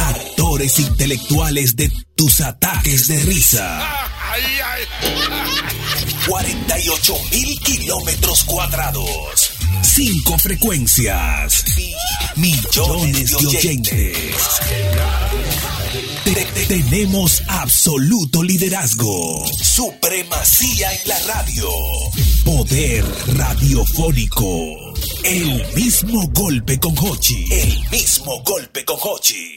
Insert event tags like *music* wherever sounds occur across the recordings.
autores intelectuales de tus ataques de risa. *laughs* 48 mil kilómetros cuadrados. Cinco frecuencias. Millones de oyentes. Te- te- tenemos absoluto liderazgo. Supremacía en la radio. Poder radiofónico. El mismo golpe con Hochi. El mismo golpe con Hochi.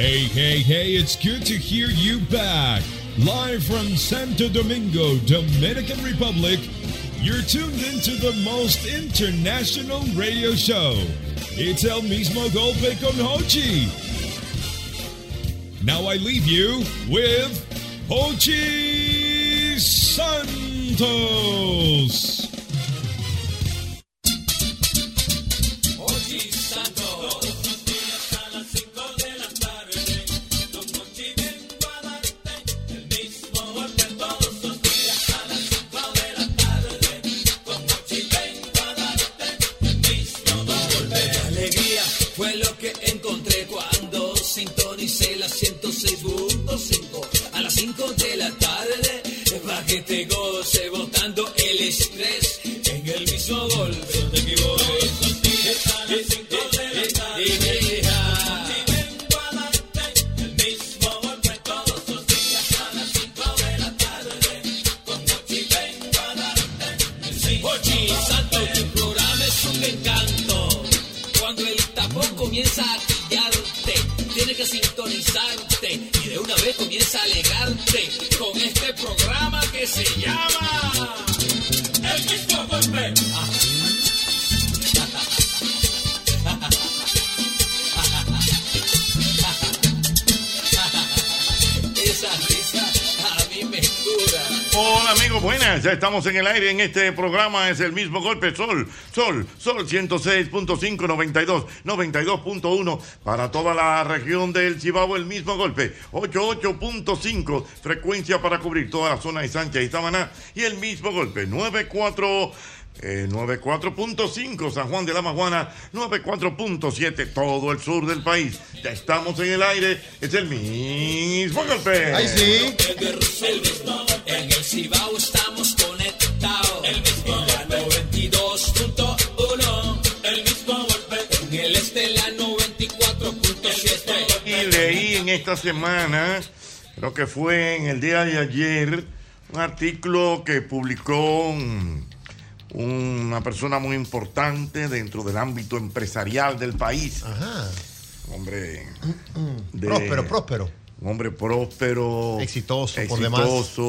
Hey, hey, hey, it's good to hear you back. Live from Santo Domingo, Dominican Republic, you're tuned into the most international radio show. It's El Mismo Golpe con Hochi. Now I leave you with Hochi Santos. Alegría fue lo que encontré cuando sintonicé la 106.5 a las 5 de la tarde. Es para que te goce botando el estrés en el mismo golpe. No te equivoques. A las 5 de la tarde. El mismo golpe todos los días a las 5 de la tarde. Con Mochi vengo a darte. Mochi Santo, tu programa es un encanto. Cuando el tapón comienza a pillarte, tienes que sintonizarte y de una vez comienza a alegarte con este programa que se llama El mismo golpe. *laughs* Esa risa a mí me cura. Hola amigos, buenas, ya estamos en el aire en este programa, es el mismo golpe, Sol, Sol, Sol 106.5, 92, 92.1 para toda la región del Cibao, el mismo golpe, 88.5 frecuencia para cubrir toda la zona de Sánchez y Samaná y el mismo golpe, 94. eh, 94.5 San Juan de la Maguana, 94.7 todo el sur del país. Ya estamos en el aire, es el mismo golpe. Ay, sí. El mismo, en el Cibao estamos conectados. El mismo golpe. 92.1. El mismo golpe. En el este la 94.7. Y leí en esta semana, creo que fue en el día de ayer, un artículo que publicó un- una persona muy importante dentro del ámbito empresarial del país. Ajá. Hombre, de- Próspero, próspero. un hombre próspero, Exitoso, por demás. exitoso,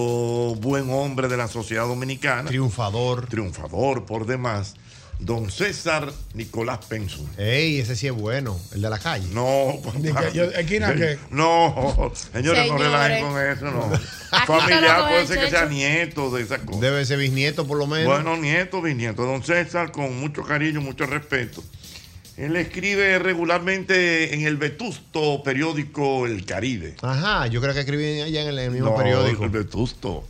buen hombre de la sociedad dominicana, Triunfador. triunfador por demás, don César Nicolás Penson. Ey, ese sí es bueno. El de la calle. *laughs* No, papá. que yo- esquina que- No, señores, no Señores. relajen con eso, no. todo Familiar lo puede ser que hecho, sea hecho. nieto de esas cosas. Debe ser bisnieto por lo menos. Bueno, nieto, bisnieto. Don César, con mucho cariño, mucho respeto. Él escribe regularmente en el vetusto periódico El Caribe. Ajá, yo creo que escribí allá en el, en el mismo No, periódico. El vetusto.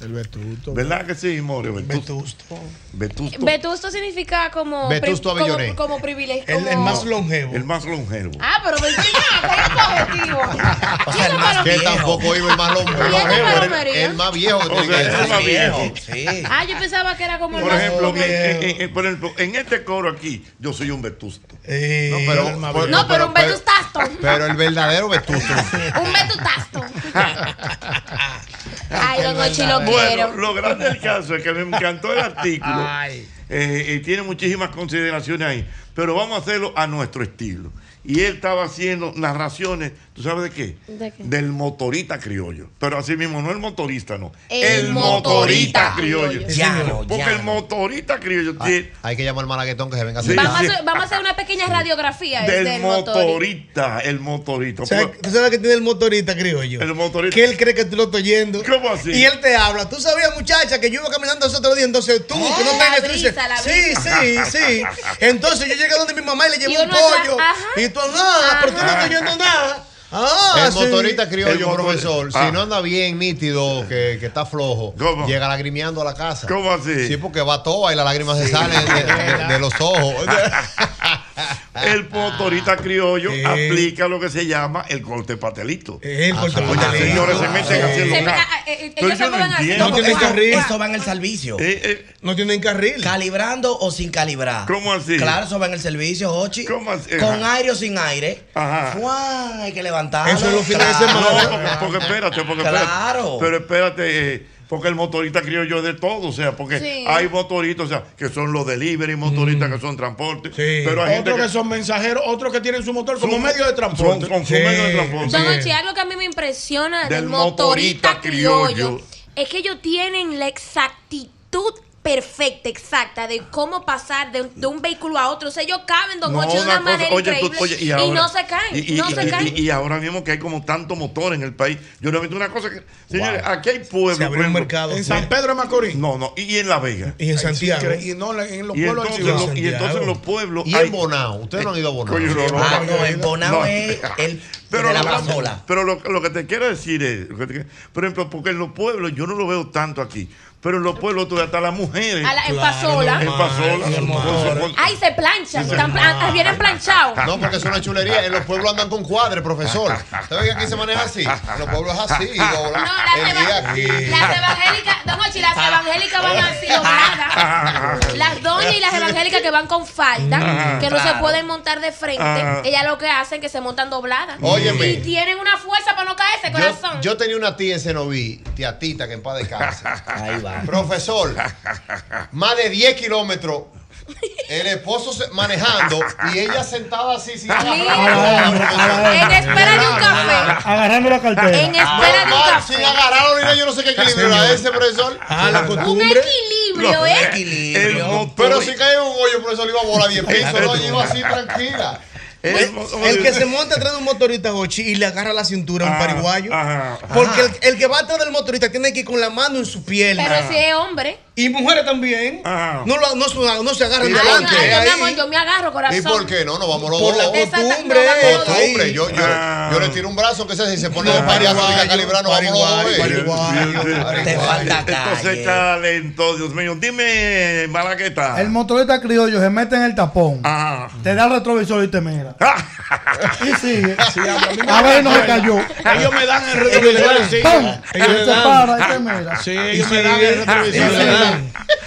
El Vetusto. ¿Verdad que sí, More? Vetusto. Vetusto. Vetusto. Vetusto significa como. Vetusto pri- como, Avelloré. como privilegio. El, el más longevo. El más longevo. Ah, pero me *laughs* Ah, ¿cuál es tu objetivo? Que tampoco iba el más longevo. ¿Y este El, palomería? el más viejo que O tiene que sea, ser. el más viejo. Ah, yo pensaba que era como el Por más- ejemplo, viejo. en- en- en- eh, por ejemplo, en este coro aquí, yo soy un vetusto. Eh, No, pero- el más por- viejo. No, pero un pero- vetustasto. Pero el verdadero vetusto. *laughs* *laughs* Un vetustasto. Ay, don Ochi, lo Bueno, quiero. lo grande del caso es que me encantó el artículo eh, y tiene muchísimas consideraciones ahí, pero vamos a hacerlo a nuestro estilo. y él estaba haciendo narraciones, ¿tú sabes de qué? ¿De qué? Del motorista criollo. Pero así mismo, no el motorista, no. El El, motorista, motorista criollo. criollo. Ya no, Porque ya el no. motorista criollo Hay, tiene- hay que llamar al malaguetón que se venga a Sí. Vamos, sentar. *laughs* a hacer, vamos a hacer una pequeña *laughs* radiografía del, del motor. motorista, el motorista. O sea, Porque- ¿Tú sabes que tiene el motorista, criollo? El motorista. Que él cree que tú lo estás oyendo. ¿Cómo así? Y él te habla. Tú sabías, muchacha, que yo iba caminando ese otro día, entonces tú, que no Oh, la tengas tú brisa, dices, la Sí, sí, sí. Entonces yo llegué donde mi mamá y le Y llevé un uno atrás, pollo. ajá. Y tú, nada, pero tú no estás oyendo nada. Ah, el sí. motorista criollo, El motor- profesor, Ah. si no anda bien nítido, que, que está flojo, ¿Cómo? llega lagrimeando a la casa. ¿Cómo así? Sí, porque va toda y las lágrimas se salen de, de- de los ojos. *laughs* El motorista criollo Sí. aplica lo que se llama el corte patelito. Él, por Ajá. favor, Oye, te señores, digo. se meten así en los Se me- carros. a- a- ellos Pero se yo no mueven así. entiendo. No, No, que porque el carril. eso va en el servicio. Eh, eh, No tiene carril. Calibrando o sin calibrar. ¿Cómo así? Claro, eso va en el servicio, Hochi. ¿Cómo así? Con Ajá. aire o sin aire. Ajá. Fuá, Hay que levantarlo. Eso es los fines de Claro. No, semana. porque, porque espérate, porque Claro. espérate. Pero espérate, eh, porque el motorista criollo es de todo, o sea, porque Sí. hay motoristas, o sea, que son los delivery, motoristas que son transporte. Mm. Sí. Pero hay gente otros que, son mensajeros, otros que tienen su motor como son- medio de transporte. Son, son- son medio de transporte. Don Sí. Ochi, algo que a mí me impresiona del, Del motorista motorista criollo criollo. es que ellos tienen la exactitud perfecta, exacta, de cómo pasar de, de un vehículo a otro. O sea, ellos caben, Don Ochi, de cosa, una, manera oye, tú- increíble oye, y, ahora- no se caen, y- y- no y- se y- caen. y ahora mismo que hay como tanto motor en el país. Yo no he visto una cosa que. Señores, aquí hay pueblos. Se abrió un por ejemplo, mercado. en En San- San Pedro de Macorís. No, no, y en La Vega. Y en Santiago. ¿eh? Y no, en los Y pueblos entonces, Chivas. lo- y entonces en los pueblos. y hay- en Bonao, ustedes no han ido a Bonao. Coño, no, no, Ah, no. no, el Bonao No. es el Pero, de la lo, pasola. pero lo, lo que te quiero decir es, lo que te quiero- por ejemplo, porque en los pueblos, yo no lo veo tanto aquí, pero en los pueblos todavía están las mujeres. A la- en Claro, pasola. en pasola. Ay, con- amor. con- Ay, se planchan, están pla- ah, vienen planchados. No, porque es una chulería. En los pueblos andan con cuadres, profesor. ¿Usted ve que aquí se maneja así? En los pueblos es así. No, dobla. las, El día eva- aquí. las evangélicas, Don Ochi, las evangélicas van así dobladas. Las doñas y las evangélicas que van con falda, que no se pueden montar de Ajá. frente, ellas lo que hacen es que se montan dobladas. Óyeme. Y tienen una fuerza para no caerse, Yo, corazón. yo tenía una tía en Cenoví, tía Tita, que en paz descanse. Ahí va. Profesor, más de 10 kilómetros. El esposo se- manejando y ella sentada así sin nada. Mira. Profesor. En espera de un café. Agarrando la cartera. En espera de un Normal, sin café. agarrar ni nada, yo no sé qué equilibrio era ese, profesor. Ah, la Un costumbre. equilibrio, No, ¿eh? el Equilibrio. motor- Pero si cae en un hoyo, profesor, iba a volar 10 pisos, no, yo iba así tranquila. el El, motor- Pues, *laughs* el que se monta atrás de un motorista Ochi y le agarra la cintura a un Ah, pariguayo. ajá, ajá. Porque el, el que va atrás del motorista tiene que ir con la mano en su Ah. pierna. Pero si es hombre. Y mujeres también. Ajá. No, lo- no se- no se agarran Ay, delante. no, ay, no, mi Ahí, amor, yo me agarro, corazón. ¿Y por qué no? No vamos los por la dos. Exacto, costumbre. no, vamos los dos. Costumbre, Ahí. yo, yo, yo le tiro un brazo, que sé si se pone de paria a calibrar, no vamos Pariguayo, los dos. pariguayo. Te falta Entonces calle. talento, Dios mío. Dime, Malagueta. El motorista criollo se mete en el tapón. Ah. Te da el retrovisor y te mira. Y sigue. a ver, no se cayó. ellos me dan el Ellos le dan, retrovisor. sí. ¡Pum! Y Ellos se le dan. para *laughs* y te mira. Sí, Ellos ellos me me dan el retrovisor, Sí, me dan.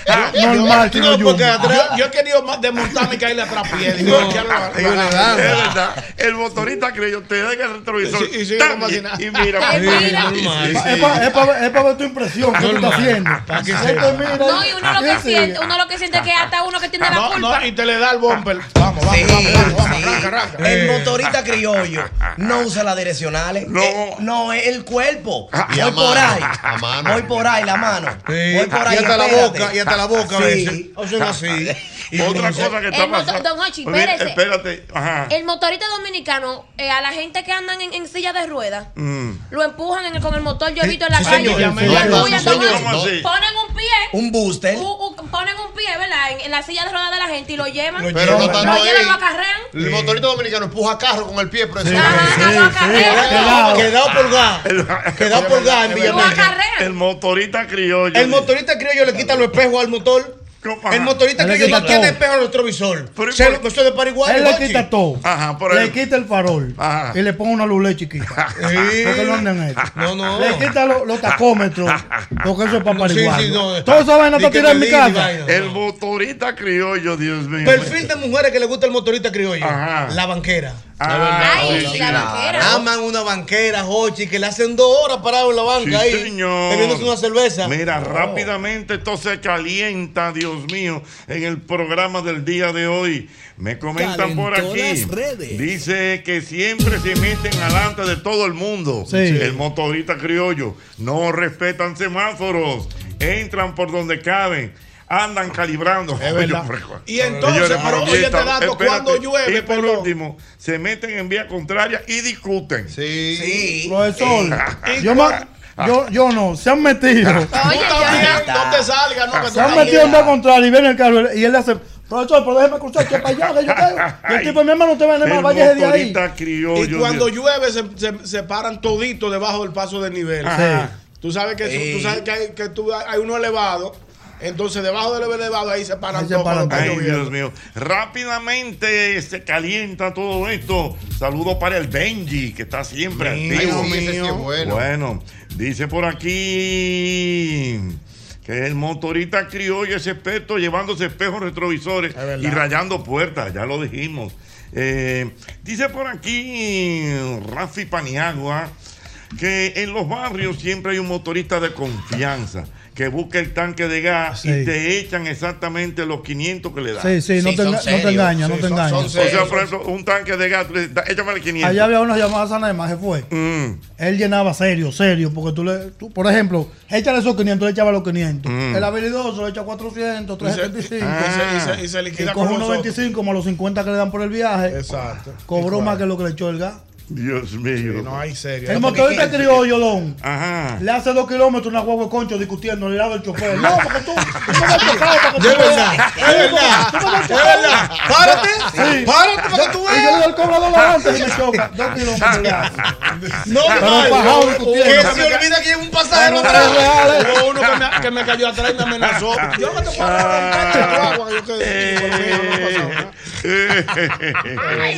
Normal, No, criollo. porque atrás- yo he querido ma- desmontarme y caerle atrás a *laughs* pie. Digo, No, quiero la- ellos le Es dan. verdad. El motorista creyó, te da en el retrovisor. Sí, y sigue ¡Tan! como si nada. y, y mira, Te mira. normal. Es para ver tu impresión, ¿qué tú estás haciendo? Él te Pues mira No, y uno lo que sigue. siente, uno lo que siente es que hasta uno que Ah, tiene la Ah, No, culpa. no, y te le da el bumper. Vamos, vamos, Sí, vamos, vamos, vamos, sí. arranca, arranca. El motorista criollo no usa las direccionales. No. Ah, Eh, no, es el cuerpo. Y a voy por mano, ahí. a mano. Voy por ahí, la mano. Sí. Voy Ah, por ahí. y hasta la espérate. boca, y hasta la boca a Sí. veces. O Ah, sea, así. Y otra entonces- cosa que El está motor- pasando. Pues Don Hochi, Mira, espérese. Espérate. Ajá. El motorista dominicano, eh, a la gente que andan en, en silla de ruedas, Mm. lo empujan en el- con el motor, yo he visto en la Sí, calle. señor, lo sí, señor. empujan, Sí, señor. toman- ¿Cómo así? ponen un pie, Un booster. u- u- ponen un pie, ¿verdad? En, en la silla de ruedas de la gente y lo llevan. Lo Pero no Lo tanto llevan, ahí. lo acarrean. El motorista dominicano empuja carro con el pie, profesor. Ajá, lo acarrean. Quedado quedado por gas. Quedado por gas en Lo Villamella. acarrean. El motorista criollo. El motorista criollo le quita los espejos al motor. ¿Cómo? El motorista Él le criollo quita no tiene todo. espejo al retrovisor. Pero, Se ¿por- lo puso de Paraguay. Él le Jochi. quita todo. Ajá, por ahí. Le quita el farol. Ajá. Y le pone una luz LED chiquita. Porque no andan en esto. No, no. Le quita lo- los tacómetros. Porque eso es para No, sí, pariguar. sí, no. Todo eso vaina Di está que tirada en mi perdí, di casa. vaina. El motorista criollo, Dios mío. Perfil de mujeres que le gusta el motorista criollo. Ajá. Ah, La banquera. Ay, la banquera. Aman una banquera, Hochi, que le hacen dos horas parado en la banca Sí, ahí. señor. Bebiéndose una cerveza. Mira, No. rápidamente esto se calienta, Dios mío, en el programa del día de hoy. Me comentan Calentó por aquí. las redes. Dice que siempre se meten adelante de todo el mundo. Sí. El motorista criollo. No respetan semáforos. Entran por donde caben. Andan calibrando. Es verdad. Oye, pero- Y entonces, Señores, pero oye, este estamos- dato, espérate. cuando llueve, Y por último, se meten en vía contraria y discuten. Sí. Profesor, *laughs* yo, ma- yo, yo no, se han metido. no te salgas, no, que tú *laughs* Se han estás metido en bien. vez contrario y viene el carro y él le hace, profesor, pero déjeme cruzar, que para allá, que yo caigo. Y el tipo, mi hermano, usted va a El más, váyase de ahí. motorista *laughs* criollo. Y cuando llueve se, se, se paran toditos debajo del paso del nivel. Ajá. Tú sabes que, Sí. tú sabes que, hay, que tú- hay uno elevado, entonces debajo del elevado ahí se paran todos. cuando está Ay, Dios lloviendo. mío. Rápidamente se calienta todo esto. Saludos para el Benji, que está siempre Mío, activo. mío. Ese sí es bueno. Bueno, dice por aquí que el motorista criollo es experto llevándose espejos retrovisores y rayando puertas, ya lo dijimos. Eh, dice por aquí Rafi Paniagua que en los barrios siempre hay un motorista de confianza que busca el tanque de gas y Sí. te echan exactamente los 500 que le dan. Sí, sí, no Sí, te son enga- no te serios. engañas, no te son- son engañas. serios. o sea, Son por ejemplo, un tanque de gas, tú le dices, "Da- échame el 500. Allá había unos llamadas a más se fue. Él llenaba serio, serio, porque tú le, tú, por ejemplo, échale esos 500, le echaba los 500. Mm. El habilidoso le echa 400, Y se- 375. y se- y se- y se liquida Y coge con unos los otros. 25 más los 50 que le dan por el viaje. Exacto. Cobró Igual. más que lo que le echó el gas. Dios mío. no hay serio. El motorista criollo, Don. Ajá. Le hace dos kilómetros una guagua de concho discutiendo al lado del *laughs* chofer. No, porque tú, tú no me has chocado para que tú Es verdad, veas. es verdad, Tú no me has es chocado. verdad. Párate, Sí. párate para que tú Y veas. Yo le doy el cobrador adelante y me choca. Dos kilómetros le hace. No, Pero no, fajado yo- discutiendo. que Pero se que- olvida que es un pasajero Ah, Pero no atrás. es real, eh. Hubo uno que me, que me cayó atrás y me amenazó. *laughs* Yo que te puedo arrancar el agua, yo que- *laughs*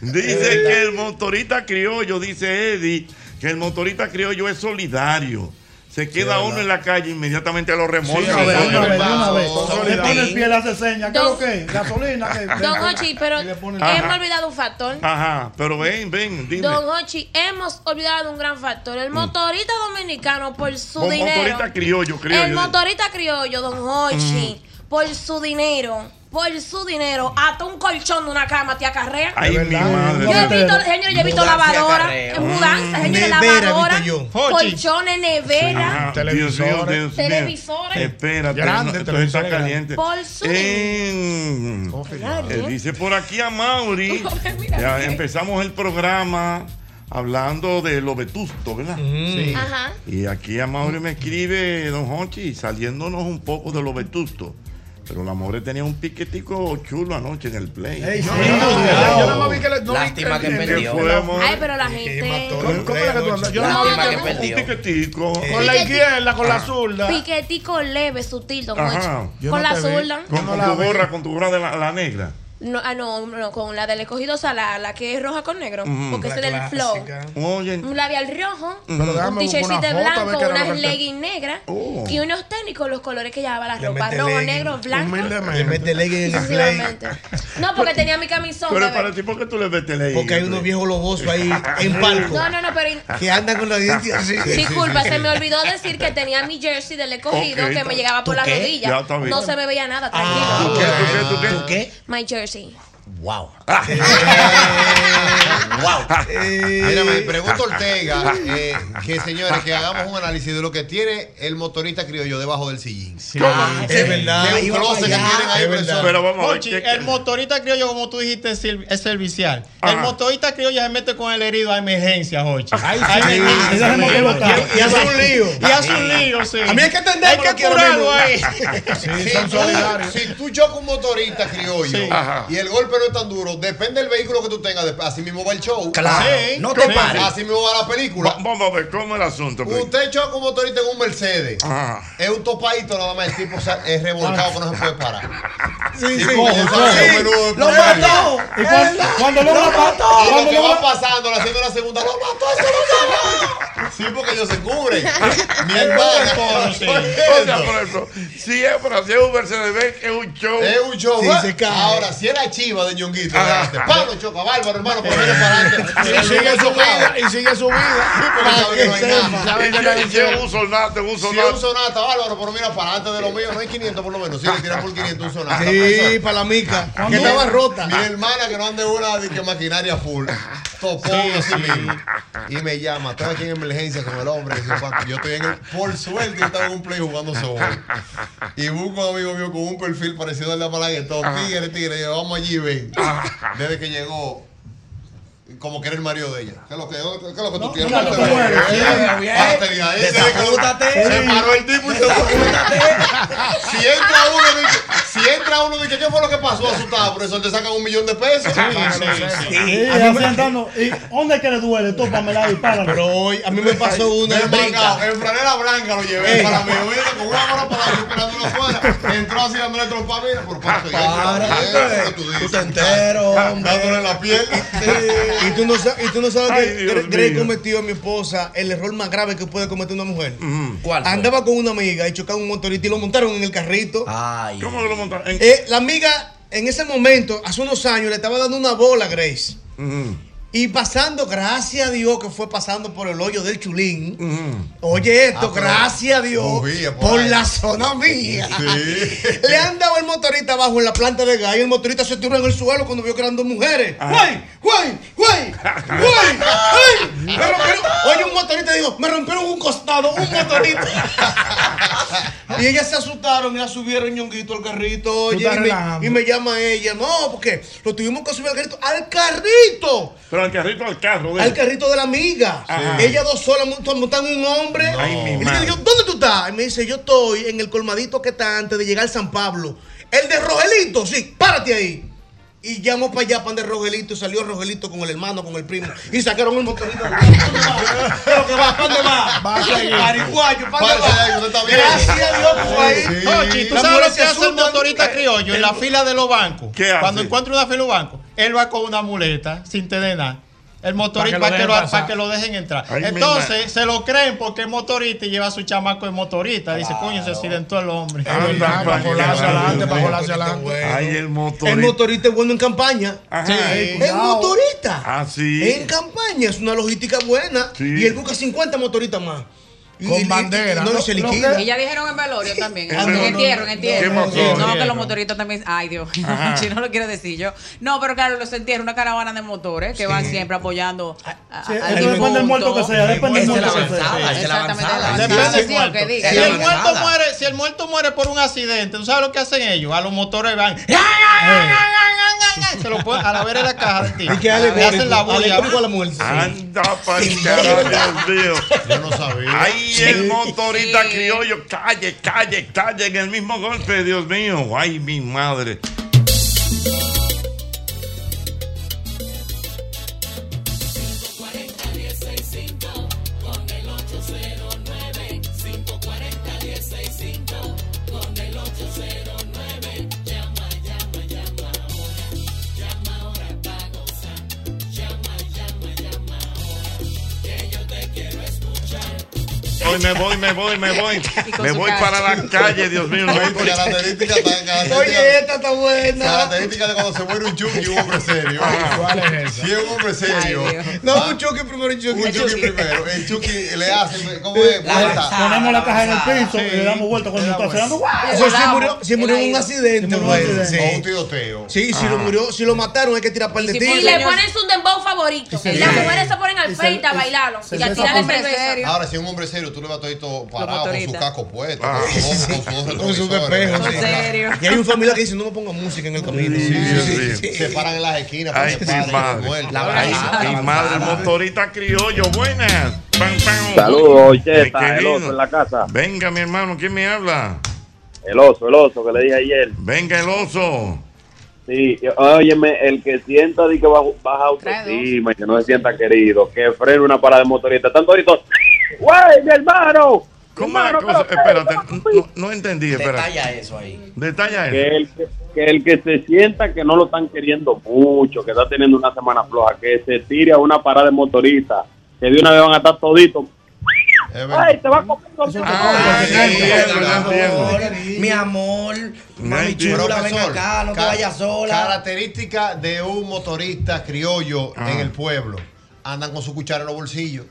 Dice que el motorista criollo, dice Eddie, que el motorista criollo es solidario. Se queda uno en la calle inmediatamente lo remolca. Una vez, Son una vez, una vez. solidarios. Le pone el pie, le hace señas. ¿Qué es lo que? es? Gasolina. ¿qué? Don Hochi, pero hemos Ajá. olvidado un factor. Ajá, pero ven, ven, dime. Don Hochi, hemos olvidado un gran factor. El motorista dominicano por su Con dinero. motorista criollo, criollo. Mm. El motorista criollo, don Hochi, por su dinero, por su dinero, hasta un colchón de una cama te acarrea. Ay, mi madre. Mm. Yo he visto, señores, yo he visto Mudanza y lavadora, acarreo. en mudanza, señores, Nevera he visto lavadora, yo. Hochi. colchones, nevera. Ajá, Dios mío, Dios mío. Televisores. Espérate, Grande, no, esto televisores está grandes. caliente. Por su- En- Eh, dice por aquí a *laughs* Mauri. Ya empezamos el programa hablando de lo vetusto, ¿verdad? Sí. Ajá. Y aquí a Mauri me escribe Don Honchi, saliéndonos un poco de lo vetusto. Pero la More tenía un piquetico chulo anoche en el play. Ey, sí, Yo no, cuidado. yo nada más vi que le- no vi Lástima que- que que- perdió. fue, Amaury? Ay, pero la gente. ¿Cómo- cómo era que tú andas? Yo Lástima nada más vi que que- perdió. un piquetico. Con la izquierda, con la Ajá. zurda. Piquetico leve, sutil, don Ajá. Hochi. Con la zurda. Con, con tu gorra, con tu gorra de la, la negra. No, ah, no, no, con la del escogido, o sea, la, la que es roja con negro, Ujú. porque La es el flow. Oye, Un labial rojo, Pero un déjame buscar t-shirt una foto, a ver blanco, qué era lo que unas te- leggings negras Oh. y unos tenis con los colores que llevaba la Le ropa, mete rojo, legging. negro, blanco. Le mete legging en el play. Exclusivamente. No, porque tenía mi camisón. pero bebé. para ti, ¿por qué tú le metes ley? Porque hay unos viejos lobosos ahí en palco. No, no, no, pero Ah. Que andan con la dientes así. disculpa, se me olvidó decir que tenía mi jersey del escogido Ok, que me llegaba por ¿tú la qué? Ya rodilla. está bien. Ah. No se me veía nada, tranquilo. ¿Tú qué? My jersey. Wow. Wow. Eh, Ah, Mira, me pregunta Ortega eh, que señores, que hagamos un análisis de lo que tiene el motorista criollo debajo del sillín. Ah, Que- que un closet que tienen ahí preso. Ochi, el motorista criollo, como tú dijiste, es serv- es servicial. El Ajá. motorista criollo se mete con el herido a emergencia, Ochi. Ay, A sí. emergencia. Esa gente que lo está. Y- Y hace un lío. Ah, Sí. Y hace un lío, sí. A mí hay que entenderlo, Hay que quiero curarlo verlo. ahí. si, tú, si tú chocas un motorista criollo Sí. Ajá. y el golpe no es tan duro, depende del vehículo que tú tengas, después, así mismo va el show. Claro. Sí. No te Así pares. Así mismo va la película. Vamos a ver cómo es el asunto. pues. Usted choca un motorista en un Mercedes. Ajá. Es un topadito nada más, el tipo o sea, es revolcado que no se puede parar. Sí, Tipo, cojo, ya cojo. sabe, Sí, menudo, lo eh, mató. Y cuan- eh, cuando lo mató, Y lo cuando que lo va mató. pasando, haciendo la segunda, lo mató, se lo Sí, porque ellos se *laughs* cubren. Mi El hermana. pobre, sí. Por O sea, eso. por ejemplo, si es para hacer Uber, se debe que es un show. Es un show. Sí, ¿va? se cae. Ahora, si era chiva de ñonguito, Ajá. Eh. adelante. Pablo choca, bárbaro, hermano, por menos para *laughs* adelante. Y sigue su vida, y sigue su vida. Sí, Para porque sabe que que no hay nada. sepa. Sabe que Y no hay si es nada. un sonata, un Si sonata. es un sonata, bárbaro, pero mira para adelante de lo mío, no hay 500 por lo menos. Sí, le tiran por 500 un sonata. Sí, profesor. para la mica. Mi- Que estaba rota. Mi hermana que no ande una de que maquinaria full. Topó así mismo. Y me llama, estoy aquí en emergencia con el hombre. que sé yo cuánto. Yo estoy en el- Por suerte, yo estaba en un play jugando softball. Y busco a un amigo mío con un perfil parecido al de Malaguetón. Ajá. Tigre, tigre, yo, vamos allí, ven. Desde que llegó. Como que era el marido de ella. ¿Qué es lo que, qué es lo que tú quieres? mira lo que tú eres. Sí, Sí, bien. bájate de ahí, se Desafútate. descoló- Se paró el tipo y se si entra uno, dice, si entra uno, dice, ¿qué fue lo que pasó? Asustado, profesor, te sacan un millón de pesos. Y así andando, ¿Y dónde es que le duele? Tópamela y párala. Pero hoy, a mí me pasó una en Macao, en franela blanca lo llevé para Eh, mí. Oye, con una mano para adelante, esperando una fuera. Entró así dándole trompa, mira, por parte. Para, tú te entero, hombre. Dándole la piel. Sí. Y tú no sabes, y tú no sabes Ay, que Dios Gre- Grey mío. cometió a mi esposa el error más grave que puede cometer una mujer. Andaba con una amiga y chocaron un motorista y lo montaron en el carrito. ¿Cómo que lo montaron? En- Eh, la amiga, en ese momento, hace unos años, le estaba dando una bola a Grace. Y pasando, gracias a Dios, que fue pasando por el hoyo del chulín. Oye, esto, Ah, pero- gracias a Dios, Bujía por por, ahí. la zona mía. *laughs* Le han dado el motorista abajo en la planta de gas y el motorista se tiró en el suelo cuando vio que eran dos mujeres. ¡Güey! ¡Güey! ¡Güey! ¡Güey! ¡Ay! Me rompieron- Oye, un motorista dijo, me rompieron un costado, un motorista. y ellas se asustaron y la subieron ñonguito al carrito. Oye, estás y relajando. me, y me llama ella, no, porque lo tuvimos que subir al carrito. ¡Al carrito! Pero al carrito, al carro. de- Al carrito de la amiga. Ajá. Ella dos solas mont- montan un hombre. Ay, mi y le madre. digo, yo, ¿dónde tú estás? Y me dice, yo estoy en el colmadito que está antes de llegar a San Pablo. El de Rogelito, sí, párate ahí. Y llamó para allá, para donde Rogelito, y salió Rogelito con el hermano, con el primo. Y sacaron *laughs* el motorito. Pero que va, ¿para dónde va? Va a seguir. Maricuayo, ¿para dónde Parce, va? ahí, usted está bien. Gracias a Dios, pues ahí. Sí. Oye, ¿tú Las sabes mujeres lo que hace el asustan. eh, motorista criollo en la fila de los bancos? ¿Qué hace? Cuando encuentra una fila de los bancos, él va con una muleta sin tener nada. El motorista Pa' para que que, lo lo- dejen pasar. pa' que lo dejen entrar. Ay, mi madre. Entonces se lo creen porque el motorista lleva a su chamaco de motorista. Dice, coño, se accidentó el hombre. Anda, pa' adelante, pa' para colarse adelante. Ay, el El motorista. motorista es bueno en campaña. Ajá. Sí. Ey, El cuidado. motorista. Ah, sí. ¿Eh? En campaña es una logística buena. Y él busca 50 motoristas más. Con bandera. y no, Lo- y se lo liquida. Y ya dijeron en velorio también. En en velorio. entierro, en entierro. ¿Qué pasó? Sí, No, que Entierro. los motoristas también. Ay, Dios. *laughs* Ajá. Si no lo quiero decir yo. No, pero claro, los entierros, una caravana de motores que van siempre apoyando. a- Sí, a- eso al depende del muerto que sea, depende del Esa es la muerto que sea. avanzada, eh. esa es la Exactamente, avanzada. la avanzada. Depende Sí, del muerto. lo que diga. Si Es la el muerto avanzada. muere, si el muerto muere por un accidente, ¿tú sabes lo que hacen ellos? A los motores van. Se lo ponen a la vera de la caja del tipo. Y que Le hacen la alegórico, bulla. alegórico a la muerte. Anda para el carajo, Dios mío. Yo no sabía. Ay, el motorista criollo, calle, calle, calle, en el mismo golpe, Dios mío. Ay, mi madre. con el 809 540 165 con el 809 llama llama llama ahora llama ahora pa gozar llama llama llama ahora que yo te quiero escuchar Hoy me voy, me voy, me voy. Y con Me su voy calle. para la calle, Dios mío. no hay por- Característica tan Oye, esta está buena. Ah, Característica de cuando se muere un chuki, un hombre serio. ¿Cuál es esa? Si es un hombre serio. Ah, No, un chuki primero, un chuki. Un chuki *laughs* primero. El chuki le eh, hace. ¿Cómo es? Vuelta. Ponemos la caja en el piso y le damos vuelta cuando está cerrando. ¡guau! Eso sí murió, sí murió en un accidente. güey. Pues, Sí. Un tiroteo. Sí, si lo murió, si lo mataron, hay que tirar para el de Y tiros. le ponen su dembow favorito. Sí. Las mujeres se ponen al Y frente a cerve- bailarlo. y Y a cerveza tirarle con- cerveza. Ahora, si es un hombre serio, tú le vas a todo parado con su motoristas. casco puesto, Ah. con su ojo, con su Con su despejo, sí. Y hay un familia que dice, no me ponga música en el camino. Sí, Dios mío. Se paran en las esquinas para Ay, que mi paren los madre. muertos. Ay, mi madre, el motorista criollo, buenas. Pam, pam. Saludos, Mi Cheta, el querido. oso en la casa. Venga, mi hermano, ¿quién me habla? El oso, el oso que le dije ayer. Venga, el oso. Sí, y- óyeme, el que sienta de que baja, baja autoestima y que no se sienta querido, que frene una parada de motorista. Tanto ahorita, ¡Güey, mi hermano! ¿Cómo es la cosa? Espérate, no, no entendí, espérate. Detalla eso ahí. Detalla eso. Que el que, que el que se sienta que no lo están queriendo mucho, que está teniendo una semana floja, que se tire a una parada de motorista, que de una vez van a estar toditos verdad. ¡Ay, te va a comer con tu Mi amor, mami chula, ven Profesor, acá, no te ca- vayas sola. Característica de un motorista criollo Ah. en el pueblo. Andan con su cuchara en los bolsillos.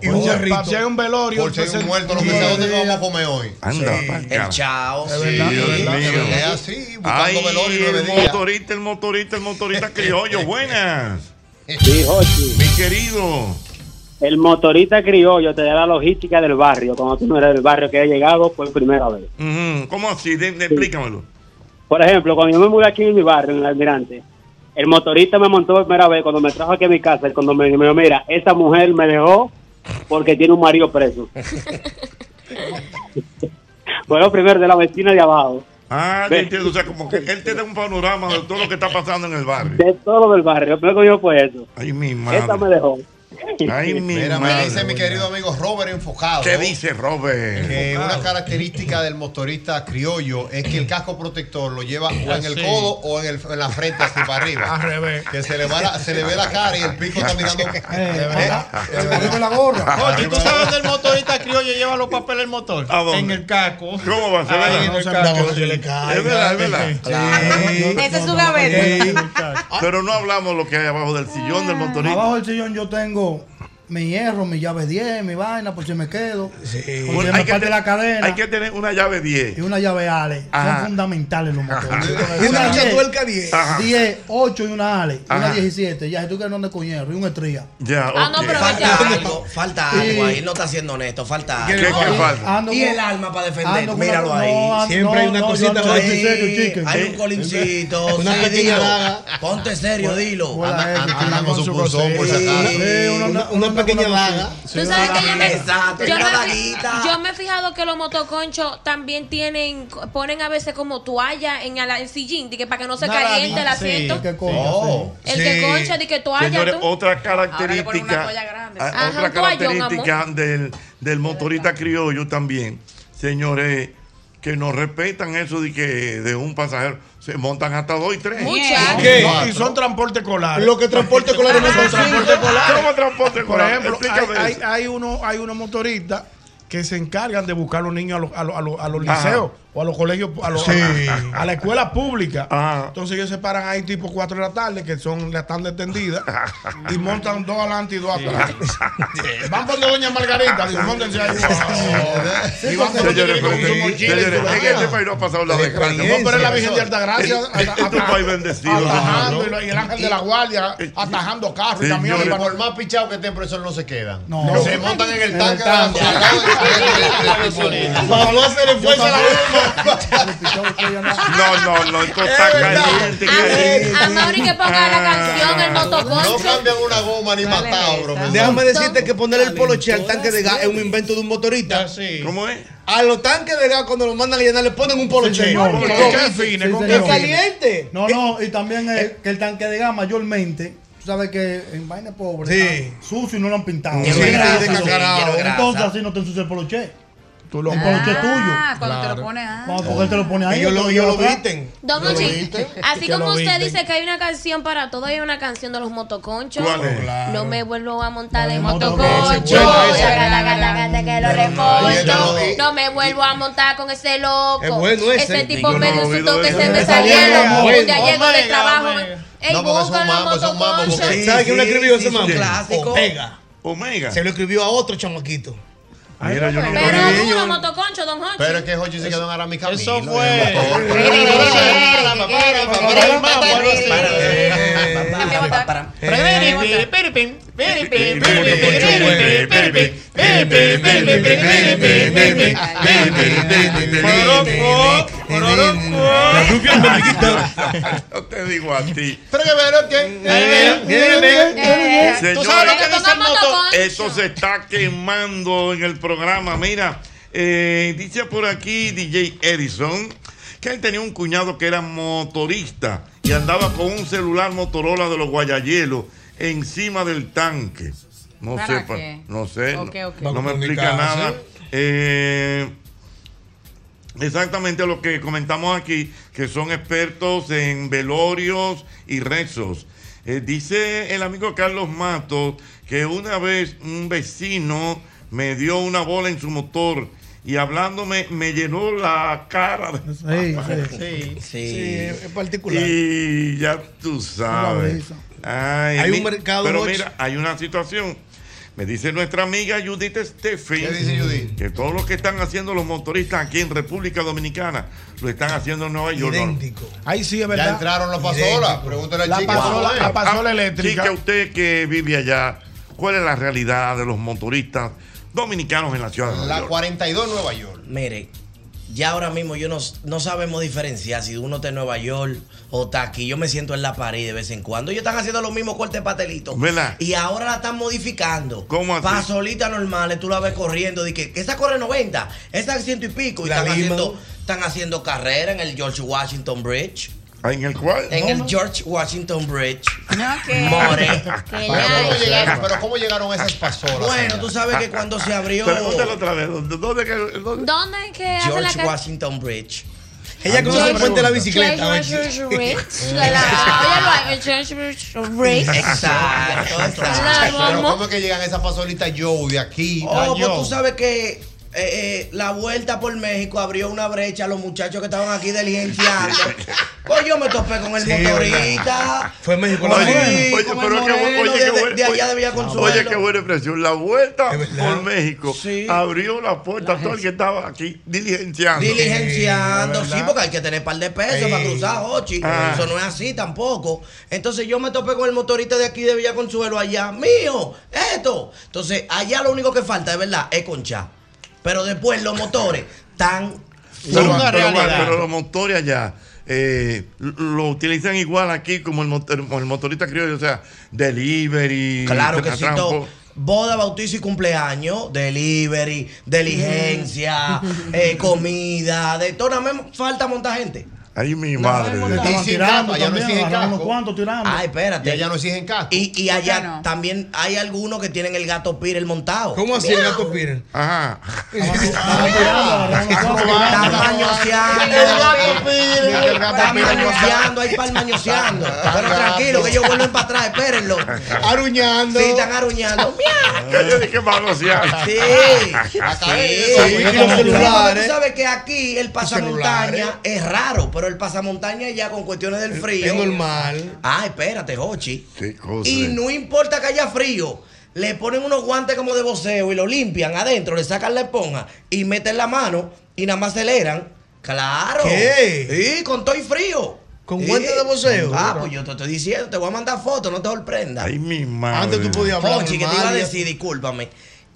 Y un jarrito. Si hay un velorio, Por si hay entonces- un muerto, no pensé dónde vamos a comer hoy. Anda, pa'l el carajo. chao. Sí, Dios mío. Es así, buscando Ay, velorio y nueve el días. motorista, el motorista, el motorista criollo. Buenas. Sí, Jochi. Mi querido. El motorista criollo te da la logística del barrio, cuando tú no eres del barrio que ha llegado por primera vez. Ujú, ¿Cómo así? De- de- explícamelo. Por ejemplo, cuando yo me mudé aquí en mi barrio, en el Almirante, el motorista me montó por primera vez cuando me trajo aquí a mi casa, el condominio, me dijo, mira, esa mujer me dejó porque tiene un marido preso. Fue lo primero de la vecina de abajo, Ah, Ve. ya entiendo. O sea, como que él te da un panorama de todo lo que está pasando en el barrio. de todo lo del barrio. Lo primero que yo fue eso. Ay, mi madre. Esa me dejó. Ay, mi Mira, me madre. dice mi querido amigo Robert Ah, Enfocado. ¿Qué dice Robert? Que una característica del motorista criollo es que el casco protector lo lleva o en el Así. codo o en, el, en la frente así para arriba. Al revés. Que se le, va la- se le ve la cara y el pico está mirando. la gorra. Oye, ¿tú sabes dónde el motorista criollo lleva los papeles del motor? En el casco. ¿Cómo va a ser? ¿verdad? en Ah, el casco. Es verdad, es verdad. Esa es su gaveta. Pero no hablamos lo que hay abajo del sillón del motorista. Ah. Abajo del sillón yo tengo mi hierro, mi llave 10, mi vaina, por si me quedo. Por Bueno, si hay me que parte te- la cadena. Hay que tener una llave Ah. 10. Y una llave Ale. Ajá. Son fundamentales los motores. Ajá. Una Mucha 10, tuerca 10. Ajá. 10, 8 y una Ale. Y Ajá. una 17. Ya, si tú quieres no andes con hierro. Y una estrella. Ya, Ah, no, ok. pero Falta falta algo. algo, falta algo Sí. ahí, no está siendo honesto, falta ¿Qué- algo. qué Ando- falta? ando Y con- el alma para ando defender, con- míralo Ah, no, ahí. ando- Siempre hay no, una no, cosita yo ando- para Sí, decir serio, chica. Hay un Sí. colincito, Una sí, pequeña dilo. daga. Ponte serio, dilo. Anda con su punzón por si acaso. Una pequeña daga. Tú sabes que yo me- Exacto, Yo una me, daguita. he fi- yo me he fijado que los motoconchos también tienen, ponen a veces como toalla en el, el sillín, de que para que no se Nada, caliente el sí, asiento. el que concha, Oh, sí. El que sí. concha, de que toalla. Señores, tú. otra Ahora le ponen una característica, toalla grande. a- Ajá, Ah, otra un toallón, característica del, del motorista criollo también, señores, que no respetan eso de que de un pasajero se montan hasta dos y tres. ¿Y qué? Y son transporte escolar. Lo que transporte escolar no son consigue. transporte escolar. ¿Cómo transporte Por escolar? ejemplo, Explícame hay, eso. hay, hay uno- hay unos motoristas que se encargan de buscar a los niños a los, a los- a los- a los Ajá. liceos o a los colegios, a, los- Sí. a, a la escuela pública. Entonces ellos se paran ahí tipo 4 de la tarde, que son las están *laughs* extendidas, y montan dos adelante y dos atrás. *laughs* Van por donde Doña Margarita, dicen, móntense ahí. Y van por Señores, donde llegue con pero su que- mochila y su señores, en vaina. este país no ha pasado la desgracia. No, pero es la Virgen de Altagracia. Este es un país bendecido. Atajando y lo- y el ángel de la guardia atajando carros y camiones. Señores, y por más pichado que estén presos no se quedan. No. Se montan en el En tanque. el tanque. Para no hacer fuerza a la No, no, no, esto está caliente. caliente. A Mauri que ponga la canción, el motoconcho. una goma ni matado, profesor. Déjame decirte que poner el poloche al tanque de gas es un invento de un motorista. ¿Cómo es? A los tanques de gas cuando los mandan a llenar le ponen un Sí, poloche. señor. Porque Sí, es sí, es señor. caliente. No, no, y también el, eh. que el tanque de gas mayormente, tú sabes que en vaina pobre, Sí. está sucio y no lo han pintado. Lleno de Sí, grasa, entonces- sí, lleno de grasa. Entonces así no te ensucia el poloche. Tú el poloche es tuyo. Ah, cuando te lo pones. ah. Cuando porque él te lo pone ahí. Ellos te lo- lleva ellos lo atrás. visten. Don ¿Lo Uchi, viste? así Que como lo usted viste. dice que hay una canción para todo, hay una canción de los motoconchos. ¿Cuál es? No me vuelvo a montar de motoconcho. motoconcho. Ese La es gata, gata, gata, que lo reconcho. No me vuelvo a montar con ese Es loco. bueno ese. Ese tipo Yo no me dio lo un he oído susto que ese. se me Me salieron, salieron. bueno. De ayer donde Omega, trabajo. omega. Ey, No, porque son buscan los mambos, son mambos, motoconchos. porque- ¿Sabe quién lo escribió ese mambo? Omega. Omega. Ah, Se lo escribió a otro chamaquito. Mira, yo no lo Pero vi. duro motoconcho, don Hochi. Pero es que Jochi se quedó en Aramis Camino. Eso fue. *laughs* Yo te digo a ti. ¿Tú sabes lo que dice el motor? Esto se está quemando en el programa. Mira, eh, dice por aquí DJ Edison que él tenía un cuñado que era motorista y andaba con un celular Motorola de los guayayelos encima del tanque. No ¿Para sé, pa- qué? no sé, no- Ok, ok. no, me Va a explica comunicarse. nada. Eh, Exactamente lo que comentamos aquí, que son expertos en velorios y rezos. Eh, dice el amigo Carlos Matos que una vez un vecino me dio una bola en su motor y hablándome me llenó la cara. de- Sí, eh, en particular. Y ya tú sabes. Ay, Hay un mi- mercado, Pero Roche. mira, hay una situación. Me dice nuestra amiga Judith Stephen que todo lo que están haciendo los motoristas aquí en República Dominicana lo están haciendo en Nueva York. Ahí sí es verdad. Ya entraron los las pasolas. Pregúntale la pasola, la pasola eléctrica. Ah, Chica, usted que vive allá, ¿cuál es la realidad de los motoristas dominicanos en la ciudad de Nueva La York? 42 Nueva York. Mire, ya ahora mismo yo no, no sabemos diferenciar si uno está en Nueva York o está aquí. Yo me siento en la pared de vez en cuando. Ellos están haciendo los mismos cortes de pastelito. ¿Verdad? Y ahora la están modificando. ¿Cómo así? Pasolita normales, tú la ves corriendo. de que esa corre 90, esa es ciento y pico. Y La están Lima. haciendo, están haciendo carrera en el George Washington Bridge. Ah, ¿En el cual? En No, el no. George Washington Bridge. que- More. Pero ¿cómo, llegaron, pero ¿cómo llegaron *laughs* esas pasolas? Bueno, tú sabes que cuando se abrió- Pregúntale otra vez. ¿Dónde, dónde, que- dónde? ¿Dónde es que hace la George carrera? Washington Bridge. Ella conoce el puente de la bicicleta. George Rich. La- la- Óyalo ahí, George Rich. Rich. *laughs* Exacto, Claro, Pero amor. ¿cómo es que llegan esas pasolitas Joe de aquí? Oh, Joe? pues tú sabes que eh, eh, la vuelta por México abrió una brecha a los muchachos que estaban aquí *laughs* diligenciando. pues yo me topé con el Sí, motorista. Fue en México. Oye, Oye, con oye, el pero qué moreno bu- oye, qué de- buena- de allá oye, de Villa Ah, Consuelo. Oye, qué buena expresión. La vuelta por México abrió la puerta a todo el que estaba aquí diligenciando. Diligenciando, Sí, sí, Ah, eh, la verdad. porque hay que tener par de pesos para cruzar, Ochi. Ah. Eso no es así tampoco. Entonces yo me topé con el motorista de aquí de Villa Consuelo allá. ¡Mío! ¡Esto! Entonces, allá lo único que falta, de verdad, es conchar. Pero después los motores tan Pero, pero- pero los motores allá eh, lo utilizan igual aquí como el, motor- como el motorista criollo, o sea, delivery. Claro que tra- sí, trampo. todo. Boda, bautizo y cumpleaños, delivery, *laughs* diligencia, eh, comida, de todo. Nada más falta montar gente. Ay, mi madre. Le estaban tirando también, agarraron unos cuantos tirando. Ay, espérate. Y allá no exigen casco. Y, y allá también hay algunos que tienen el gato Pirel montado. ¿Cómo así el gato Pirel? Ajá. Están mañoseando. El gato Pirel. El gato Están Pirel. mañoseando, hay par mañoseando. Pero tranquilo, que ellos vuelven para atrás, espérenlo. Aruñando. Sí, están aruñando. *laughs* Yo dije manosear. Sí. *laughs* Sí, Sí, y los celulares. Tú sabes que aquí el pasamontaña es raro, pero el pasamontaña ya con cuestiones del frío. Es normal. Ah, espérate, Jochi. Qué cosa. Y no importa que haya frío. Le ponen unos guantes como de voceo y lo limpian adentro, le sacan la esponja y meten la mano y nada más aceleran. Claro. ¿Qué? Sí, con todo y frío. ¿Con guantes de voceo? Ah, pues yo te estoy diciendo, te voy a mandar fotos, no te sorprendas. Ay, mi madre. Antes tú podías hablar Ochi, que te normal, iba a ya. decir, discúlpame.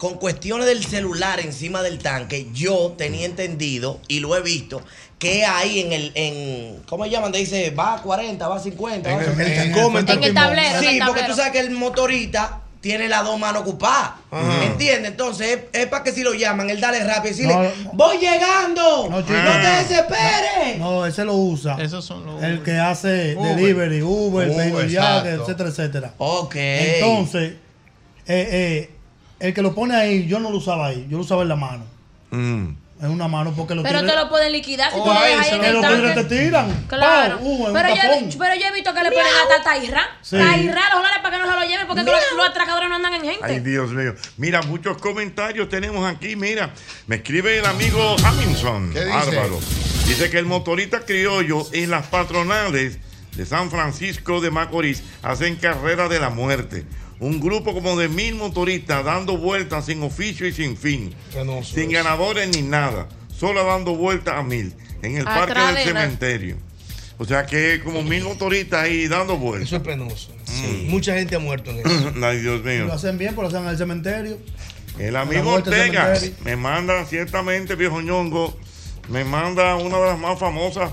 Con cuestiones del celular encima del tanque, yo tenía entendido y lo he visto que hay en el. En, ¿Cómo llaman? Dice va a 40, va a 50. va a 60. tancómetro. En el tablero, en Sí, el porque tablero. tú sabes que el motorista tiene las dos manos ocupadas. Ajá. ¿Entiendes? Entonces es, para que si lo llaman, él dale rápido y decirle: No. ¡Voy llegando! ¡No, chico. te desesperes! No, ese lo usa. Esos son los El que hace Uber. delivery, Uber, Uber, Baby Jack, exacto. etcétera, etcétera. Ok. Entonces, eh, eh, el que lo pone ahí, yo no lo usaba ahí, yo lo usaba en la mano. Mm. En una mano porque lo Pero tiene- te lo pueden liquidar si Oh, tú lo ahí dejas ahí se en lo- el los tigres te tanque. tiran. Claro. Pau, uh, en pero, un yo, tapón. pero yo he visto que le ponen hasta Tairra. Sí. Tairra, los dólares para que no se lo lleven porque es que los, los atracadores no andan en gente. Ay, Dios mío. Mira, muchos comentarios tenemos aquí. Mira, me escribe el amigo Hamilton. ¿Qué dice? Bárbaro. Dice que el motorista criollo en las patronales de San Francisco de Macorís hacen carrera de la muerte. Un grupo como de mil motoristas dando vueltas sin oficio y sin fin. sin ganadores ni nada. Solo dando vueltas a mil. En el Atrás parque del de la- cementerio. O sea que como mil motoristas ahí dando vueltas. Eso es penoso. Mucha gente ha muerto en *laughs* Ay, Dios mío. Lo hacen bien, pero lo hacen al cementerio. El La amigo muerte de Ortega Cementerio. me manda, ciertamente, viejo ñongo, me manda una de las más famosas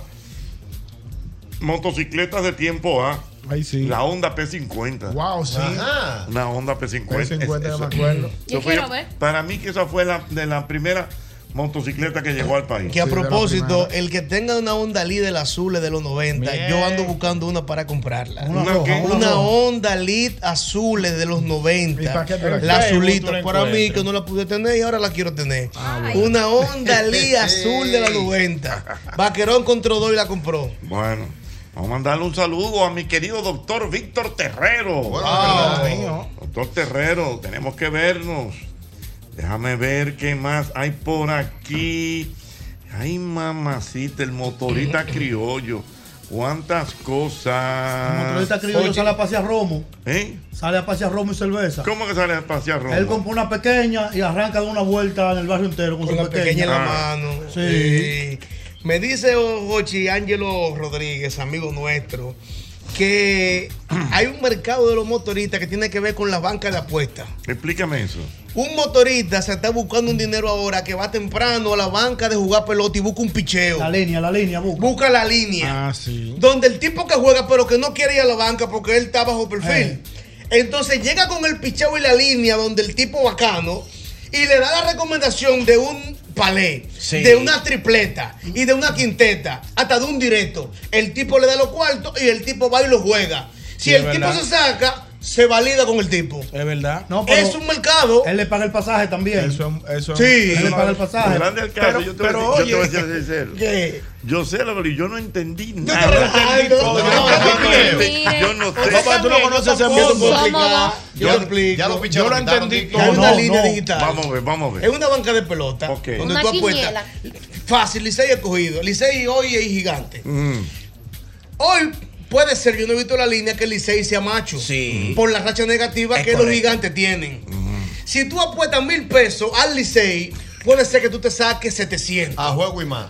motocicletas de tiempo A. La Honda P50. Wow, sí. Ajá. Una Honda P50. P50, Es- yo me es- acuerdo. Yo Yo fui- quiero ver. Para mí que esa fue la, de la primera motocicleta que llegó al país. Que a propósito, el que tenga una Honda Líder azul es de los 90, yo ando buscando una para comprarla. ¿Una ¿Una roja, qué? una Una roja? Honda Lead azul es de los para 90. qué te la La quieres? Tú azulita, la para mí encuentras. que no la pude tener y ahora la quiero tener. bueno. Una Honda Lead azul de los Sí. *laughs* 90. Vaquerón encontró dos y la compró. Bueno, vamos a mandarle un saludo a mi querido doctor Ah, Víctor Terrero. Wow. Doctor Terrero, tenemos que vernos. Déjame ver qué más hay por aquí. Ay, mamacita, el *laughs* motorista criollo. Cuántas cosas. Motorista criollo Ah. Oye, sale a pasear romo. ¿eh? Sale a pasear romo y cerveza. ¿Cómo que sale a pasear romo? Él compra una pequeña y arranca de una vuelta en el barrio entero con, Con su la pequeña en la Ah. mano. Sí. Sí. Me dice Ochi Ángelo Rodríguez, amigo nuestro, que hay un mercado de los motoristas que tiene que ver con las bancas de apuestas. Explícame eso. Un motorista se está buscando un dinero ahora que va temprano a la banca de jugar pelota y busca un picheo. La línea, la línea, busca. Busca la línea. Donde el tipo que juega pero que no quiere ir a la banca porque él está bajo Eh. perfil. Entonces llega con el picheo y la línea donde el tipo bacano y le da la recomendación de un palé, Sí. de una tripleta y de una quinteta, hasta de un directo. El tipo le da los cuartos y el tipo va y lo juega. Si Sí, el es tipo verdad. se saca, se valida con el tipo. Es verdad. No, es un mercado. Él le paga el pasaje también. Eso, eso sí. Él le paga el pasaje. Grande el caso, yo te voy a decir- yo te voy a ser sincero. ¿Qué? Yo sé lo que yo no entendí te nada. relajas, Yo no no, entendí no, nada. mire. Yo no sé. Papá, tú no conoces ese mundo. complicado. Yo te explico. Yo lo entendí Hay todo. una línea digital. Vamos a ver, vamos a ver. Es una banca de pelota. Donde Una tú apuestas. quiniela. Fácil, Licey ha cogido. Licey hoy es gigante. Mm. Hoy puede ser, yo no he visto la línea que el Licey sea macho. Sí. Por la racha negativa Es que los correcto. Mm. gigantes tienen. Si tú apuestas mil pesos al Licey, puede ser que tú te saques 700. A juego y más.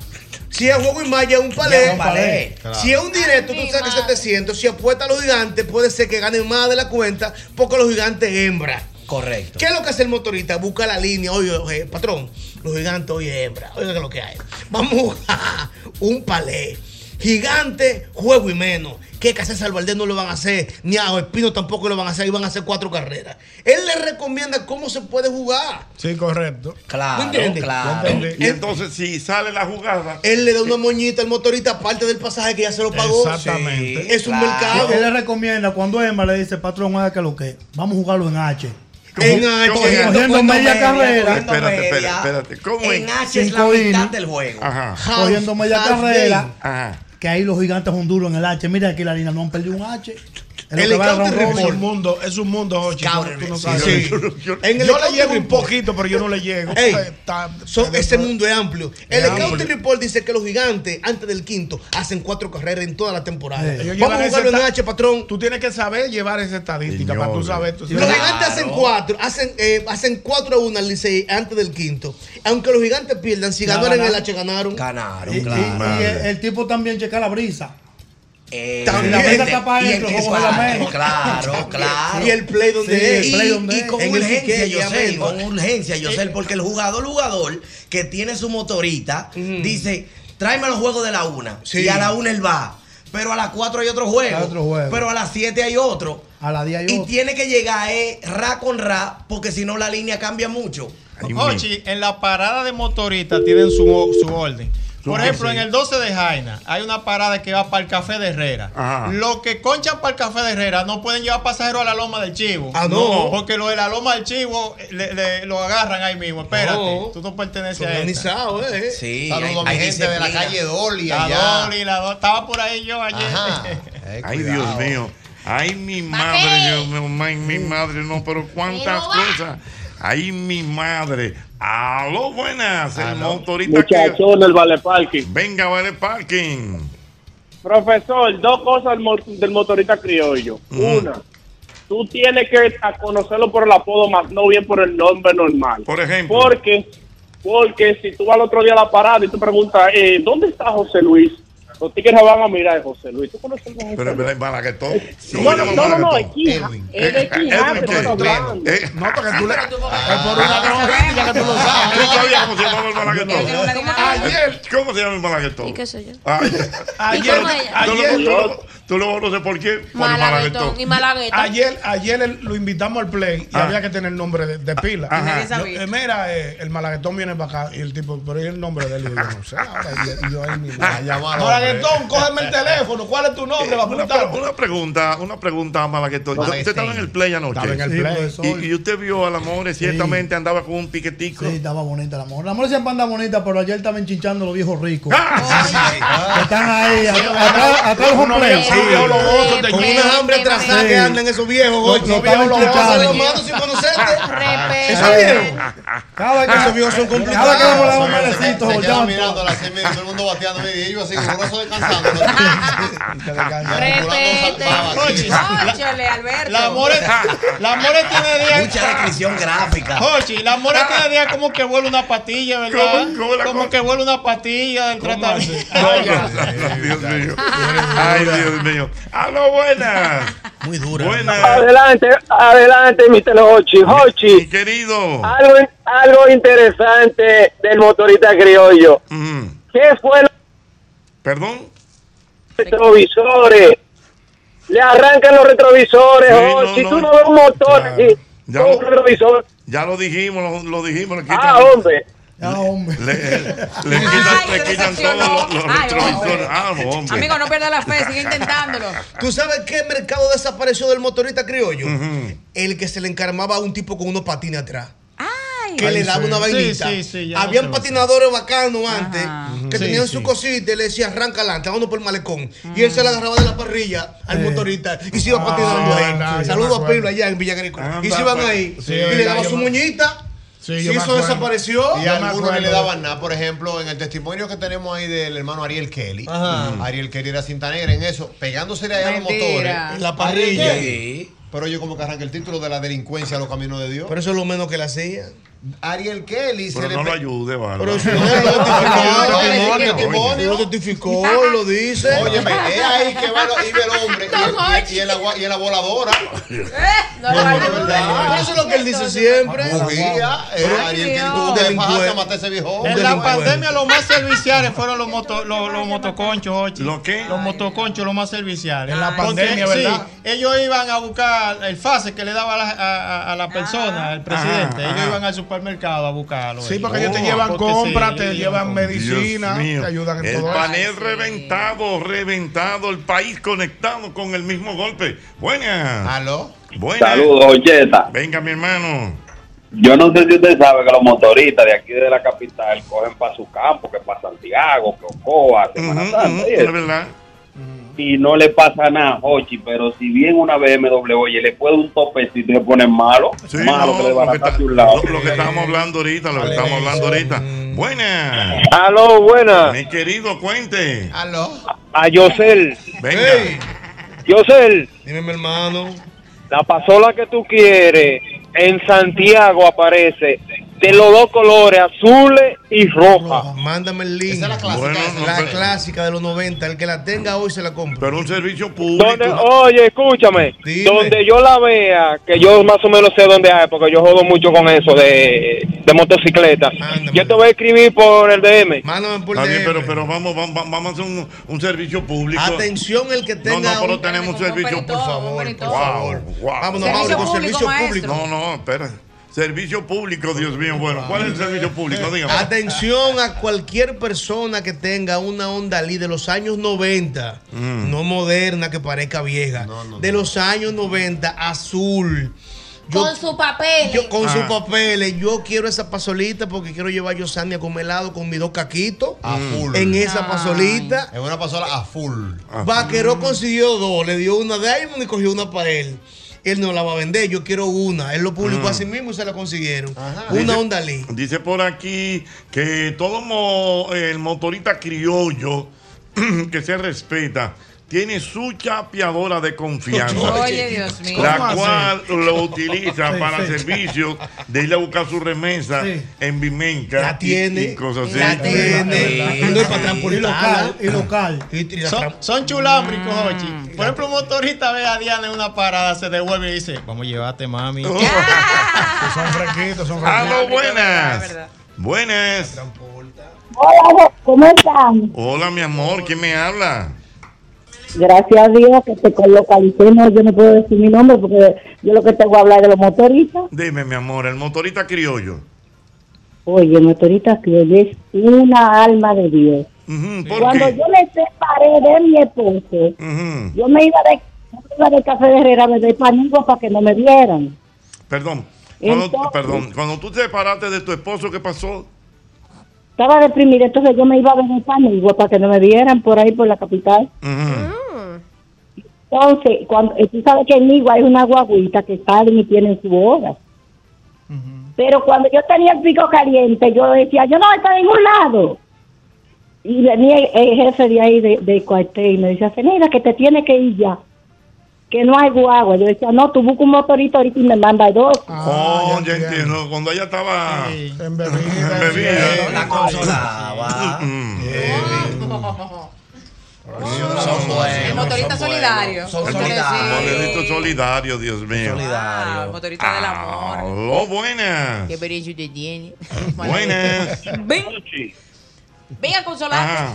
Si es juego y más, ya es un palé. Ya es un palé. Claro. Si es un directo, tú saques 700. Si apuestas a los gigantes, puede ser que ganen más de la cuenta porque los gigantes hembra. Correcto. ¿Qué es lo que hace el motorista? Busca la línea. Oye, oye, patrón, los gigantes hoy es hembra. Oiga, que lo que hay. Vamos a un palé. Gigante, juego y menos. Que Casas al Valdés no lo van a hacer, ni a Espino tampoco lo van a hacer, y van a hacer cuatro carreras. Él le recomienda cómo se puede jugar. Sí, correcto. ¿Me entiendes? Y entonces, si sale la jugada. Él le da una moñita al motorista, aparte del pasaje que ya se lo pagó. Exactamente. Sí, es un mercado. Él le recomienda cuando Emma le dice, patrón, haga que lo que. Vamos a jugarlo en H. En Cogiendo- H. Cogiendo media carrera. Espérate, espérate, espérate. ¿Cómo En es? H es la Cinco mitad innings. del juego. Ajá. Cogiendo media Half carrera. game. Ajá. Que ahí los gigantes son duros en el H. Mira aquí la línea, no han perdido un H. Es lo que va a County Ron Report. Es un Robinson. mundo, es un mundo, Jochi, tú no- tú no sabes. Sí. Yo- Yo, yo le llego un poquito, pero yo no le llego. Ey, Eh, está- son- ese mundo es amplio. El amplio. Scouting Report dice que los gigantes, antes del quinto, hacen cuatro carreras en toda la temporada. Ellos llevan Vamos a ese jugarlo en ta- H, patrón. Tú tienes que saber llevar esa estadística para tú saber. tú Los sabes. gigantes hacen cuatro, hacen, eh, hacen cuatro a una al Licey antes del quinto. Aunque los gigantes pierdan, si Ya ganaron en el ganaron. H, ganaron. Ganaron, Y- Y, y el, el tipo también checa la brisa. Eh, También. Y la brisa está para Y el adentro, que como la parte, menos. Claro, claro. Y el play donde Sí, es. Y, el play donde y es. con En el urgencia, piquete, yo sé, amigo. con urgencia, yo sé, porque el jugador, jugador que tiene su motorita, dice, tráeme los juegos de la una. Sí. Y a la una él va. Pero a las cuatro hay otro juego. Hay otro juego. Pero a las siete hay otro. A la 10 Y tiene que llegar eh, ra con ra, porque si no la línea cambia mucho. Ochi, en la parada de motoristas tienen su, o- su orden. Por Sí. ejemplo, en el 12 de Jaina hay una parada que va para el Café de Herrera. Ajá. Los que conchan para el Café de Herrera no pueden llevar pasajeros a la Loma del Chivo. Ah, no. Porque los de la Loma del Chivo eh, le- le- lo agarran ahí mismo. Espérate, tú no perteneces a esa. Organizado, ¿eh? Sí. Saludos hay- a mi hay gente de la disciplina. calle Dolly La allá. Dolly, la Dolly. Estaba por ahí yo ayer. *laughs* Ay, Dios mío. Ay, mi madre, Dios mío, ay, mi madre, no, pero cuántas cosas. Ay, mi madre. Aló, buenas. El motorista que. Muchachón del Vale Parking. Venga, vale parking. Profesor, dos cosas del, mo- del motorista criollo. Ujú. Una, tú tienes que a- conocerlo por el apodo más no bien por el nombre normal. Por ejemplo. Porque, porque si tú vas al otro día a la parada y tú preguntas, eh, ¿dónde está José Luis? Los tigres van a mirar a José Luis. ¿Tú conoces a José Pero es verdad, para que todo. No, no, no, no, no, es Quija. Es de Quija, Edwin, pero ¿qué? Eh, no está No, porque hablando. tú le. Ah, Ah, Es por una ah, drogadilla que tú lo sabes. ¿Tú sabías cómo se llamaba el Yo malaguetón? creo que- Ayer. ¿Cómo se llama el Ah, malaguetón? ¿Y qué soy yo? Ayer, ¿Y cómo ella? ayer, Tú lo- Tú lo conoces por qué? Por Malaguetón. Y malaguetón. Ayer, ayer el- lo invitamos al play y Ah. había que tener el nombre de, de pila. Ajá. Nadie Yo, sabía. eh, mira, eh, el malaguetón viene para acá y el tipo, pero ¿y el nombre de él? Y yo, yo no sé. ahora, y- y yo ahí mismo. A llamar al Malaguetón, hombre. cógeme el teléfono. ¿Cuál es tu nombre? Va a Eh, Una, apuntar. pre- una pregunta, una pregunta Malaguetón. Yo- Usted estaba en el play anoche. este Estaba en el Sí, play. profesor. Y, y usted vio a la More, ciertamente andaba con un piquetico. Sí, estaba bonita la amor. La amor siempre anda bonita, pero ayer estaban chinchando los viejos ricos. *laughs* Que están ahí, atrás atrás- atrás del home Unos plate. viejos- unos viejos lobosos, te- Con una hambre atrasada que andan esos viejos, oye. Los viejos Los viejos lobosos. lobosos, hermano, sin conocerte. Respeta. Eso viejo. Cada Ah. vez que Esos viejos son complicados. Cada vez que vemos la Se- bomba se- se necesito, quedan volteamos. mirando las seis, mira, todo el mundo bateando. Mira, y yo así, con el brazo Respete. Óchale, Alberto. La More, Ah. la More tiene días. Mucha descripción gráfica. Jochi, la More tiene días como que vuelve una pastilla, ¿verdad? ¿Cómo- cómo la- como que vuelve una pastilla del tratamiento. Ah, No, no, no, no, Dios mío. Ay, Dios mío. ¡Aló, buenas! Muy dura. Adelante, adelante, Mr. Hochi. Hochi. querido. Algo, algo interesante del motorista criollo. ¿Qué fue lo ¿Perdón? retrovisores? Le arrancan los retrovisores, Sí, Hochi. no, Tú no. no ves un motor aquí. Ya con lo- un retrovisor. Ya lo dijimos, lo, lo dijimos. Le quitan, Ah, hombre. Le, le quitan, le quitan Ah, todos los, los Ay, retrovisores. Ah, hombre. Amigo, no pierda la fe, *laughs* sigue intentándolo. ¿Tú sabes qué mercado desapareció del motorista criollo? El que se le encarmaba a un tipo con unos patines atrás. Que Ay, le daba sí. una vainita. Sí, sí, sí, ya Habían no sé. patinadores bacanos antes que Sí, tenían sí. su cosita y le decía arranca adelante, vámonos por el malecón. Y él se Mm. la agarraba de la parrilla al motorista y se iba Ah, patinando sí, ahí. verdad, yo me Saludos a acuerdo. Pilo allá en Villa Agrícola. Y Anda, se iban pues. ahí. Sí, y le verdad, daba yo su me- muñita. Sí, y yo me eso acuerdo. desapareció. Yo Y me a algunos no le acuerdo. daban nada. Por ejemplo, en el testimonio que tenemos ahí del hermano Ariel Kelly. Ajá. Ujú. Ariel Kelly era cinta negra en eso, pegándosele allá a los Mentira. motores. En la parrilla. Ariel Kelly. Pero yo como que arranca el título de la delincuencia a los caminos de Dios. Pero eso es lo menos que le hacía. Ariel Kelly se Pero le no pe- lo ayude, vale. Pero si no, no, no, testimonio. Lo testificó, lo dice. Óyeme, es ahí que va lo- iba el hombre y, y- y en la, gua- y en la voladora. No, Eso es lo que él dice siempre. Movía, eh, Ay, Ariel Dios. Kelly tuvo que dejarse a matar ese viejo. En la pandemia los más serviciales fueron los, moto- los, los motoconchos, Jochi. ¿Los qué? Los motoconchos, los más serviciales. Ah, En la Porque, pandemia, sí, ¿verdad? ellos iban a buscar el fase que le daba a la, a- a- a la persona, al presidente. Ajá, ellos ajá. iban al supermercado a buscarlo. Sí, ellos. porque ellos te Oh, llevan porque sí, compras, ellos te llevan llevan medicina, mío. te ayudan en el todo eso. panel reventado, reventado, el país conectado con el mismo golpe. Buenas. Aló. Buenas. Saludos, Ocheta. Venga, mi hermano. Yo no sé si usted sabe que los motoristas de aquí de la capital cogen para su campo, que para Santiago, que Ocoa, Semana Santa. y eso. Y no le pasa nada a Hochi, pero si bien una BMW, oye, le puede un topecito y se pone malo, malo que le van a un lado. Lo que estamos hablando ahorita, lo que estamos hablando ahorita. Buenas. Aló, buenas. Mi querido, cuente. Aló. A Yosel. Venga. Yosel, Dime, mi hermano. la pasola que tú quieres en Santiago aparece de los dos colores, azules y roja. Mándame el link. la clásica. de los 90. El que la tenga hoy se la compra. Pero un servicio Donde, oye, escúchame, donde yo la vea, que yo más o menos sé dónde hay, porque yo jodo mucho con eso de, de motocicleta. Yo te voy a escribir por el DM. Mándame Está bien, pero, pero vamos, vamos, vamos a hacer un, un servicio público. Atención, el que No, tenga no, pero un- tenemos un Con servicio, monitor, por con favor. monitor. por favor. Wow. Vámonos, Servicio Mauro, con público, servicio maestro. No, público. no, espera. Servicio público, Dios mío. Bueno, ¿cuál es el servicio público? Dígame. Atención a cualquier persona que tenga una Honda Lee de los años 90, Mm. no moderna que parezca vieja, de los años 90, azul. Yo- Con su papel. yo- con sus Ah. papeles, yo quiero esa pasolita porque quiero llevar yo Sandy a comer helado con mis dos caquitos A Ah, full. en esa pasolita. En una pasola a full. Vaqueró consiguió dos, le dio una Diamond y cogió una para él. Él no la va a vender, yo quiero una. Él lo publicó Mm. a sí mismo y se la consiguieron. Dice- Una Honda Lee. Dice por aquí que todo mo- el motorista criollo *clears throat* que se respeta tiene su chapeadora de confianza. Oye, Dios mío. La ¿Cómo así? cual lo utiliza Sí, para sí. servicios de ir a buscar su remesa en Vimenca. La tiene. Y, cosas así. La tiene. No es para Y local, y local. Son, son chulámbricos, Jochi. Por ejemplo, un motorista ve a Diana en una parada, se devuelve y dice, vamos a llevarte, mami. *laughs* son fresquitos, son Aló, buenas. Buenas. Hola, ¿cómo están? Hola, mi amor. ¿Quién me habla? Gracias a Dios que te colocalicé. No, yo no puedo decir mi nombre porque yo lo que tengo a hablar de los motoristas. Dime, mi amor, el motorista criollo. Oye, motorista que es una alma de Dios. Ujú, ¿por Cuando qué? yo me separé de mi esposo, yo me iba de, yo me iba de Café de Herrera, me doy panigua para que no me vieran. Perdón. Cuando, Entonces- perdón, cuando tú te separaste de tu esposo, ¿qué pasó? Estaba deprimida, entonces yo me iba a beber panigua para que no me vieran por ahí, por la capital. Entonces, cuando, eh, tú sabes que en Nigua hay una guaguita que salen y tienen su hora. Pero cuando yo tenía el pico caliente, yo decía, yo no voy para ningún lado. Y venía el- el jefe de ahí de- del cuartel y me decía, Ceneda, que te tiene que ir ya. Que no hay guagua. Yo decía, no, tú busca un motorito ahorita y me manda dos. oh, ya entiendo. Cuando ella estaba embebida. embebida. La consolaba. Son buenos. El motorista son solidario. buenos. Son Eso solidarios. Modelito solidario, Dios mío. Ah, oh, Ah, el motorista del amor. Aló, buenas. Ah. Qué brillo te tiene. Buenas. Ven. Ven a consolarte.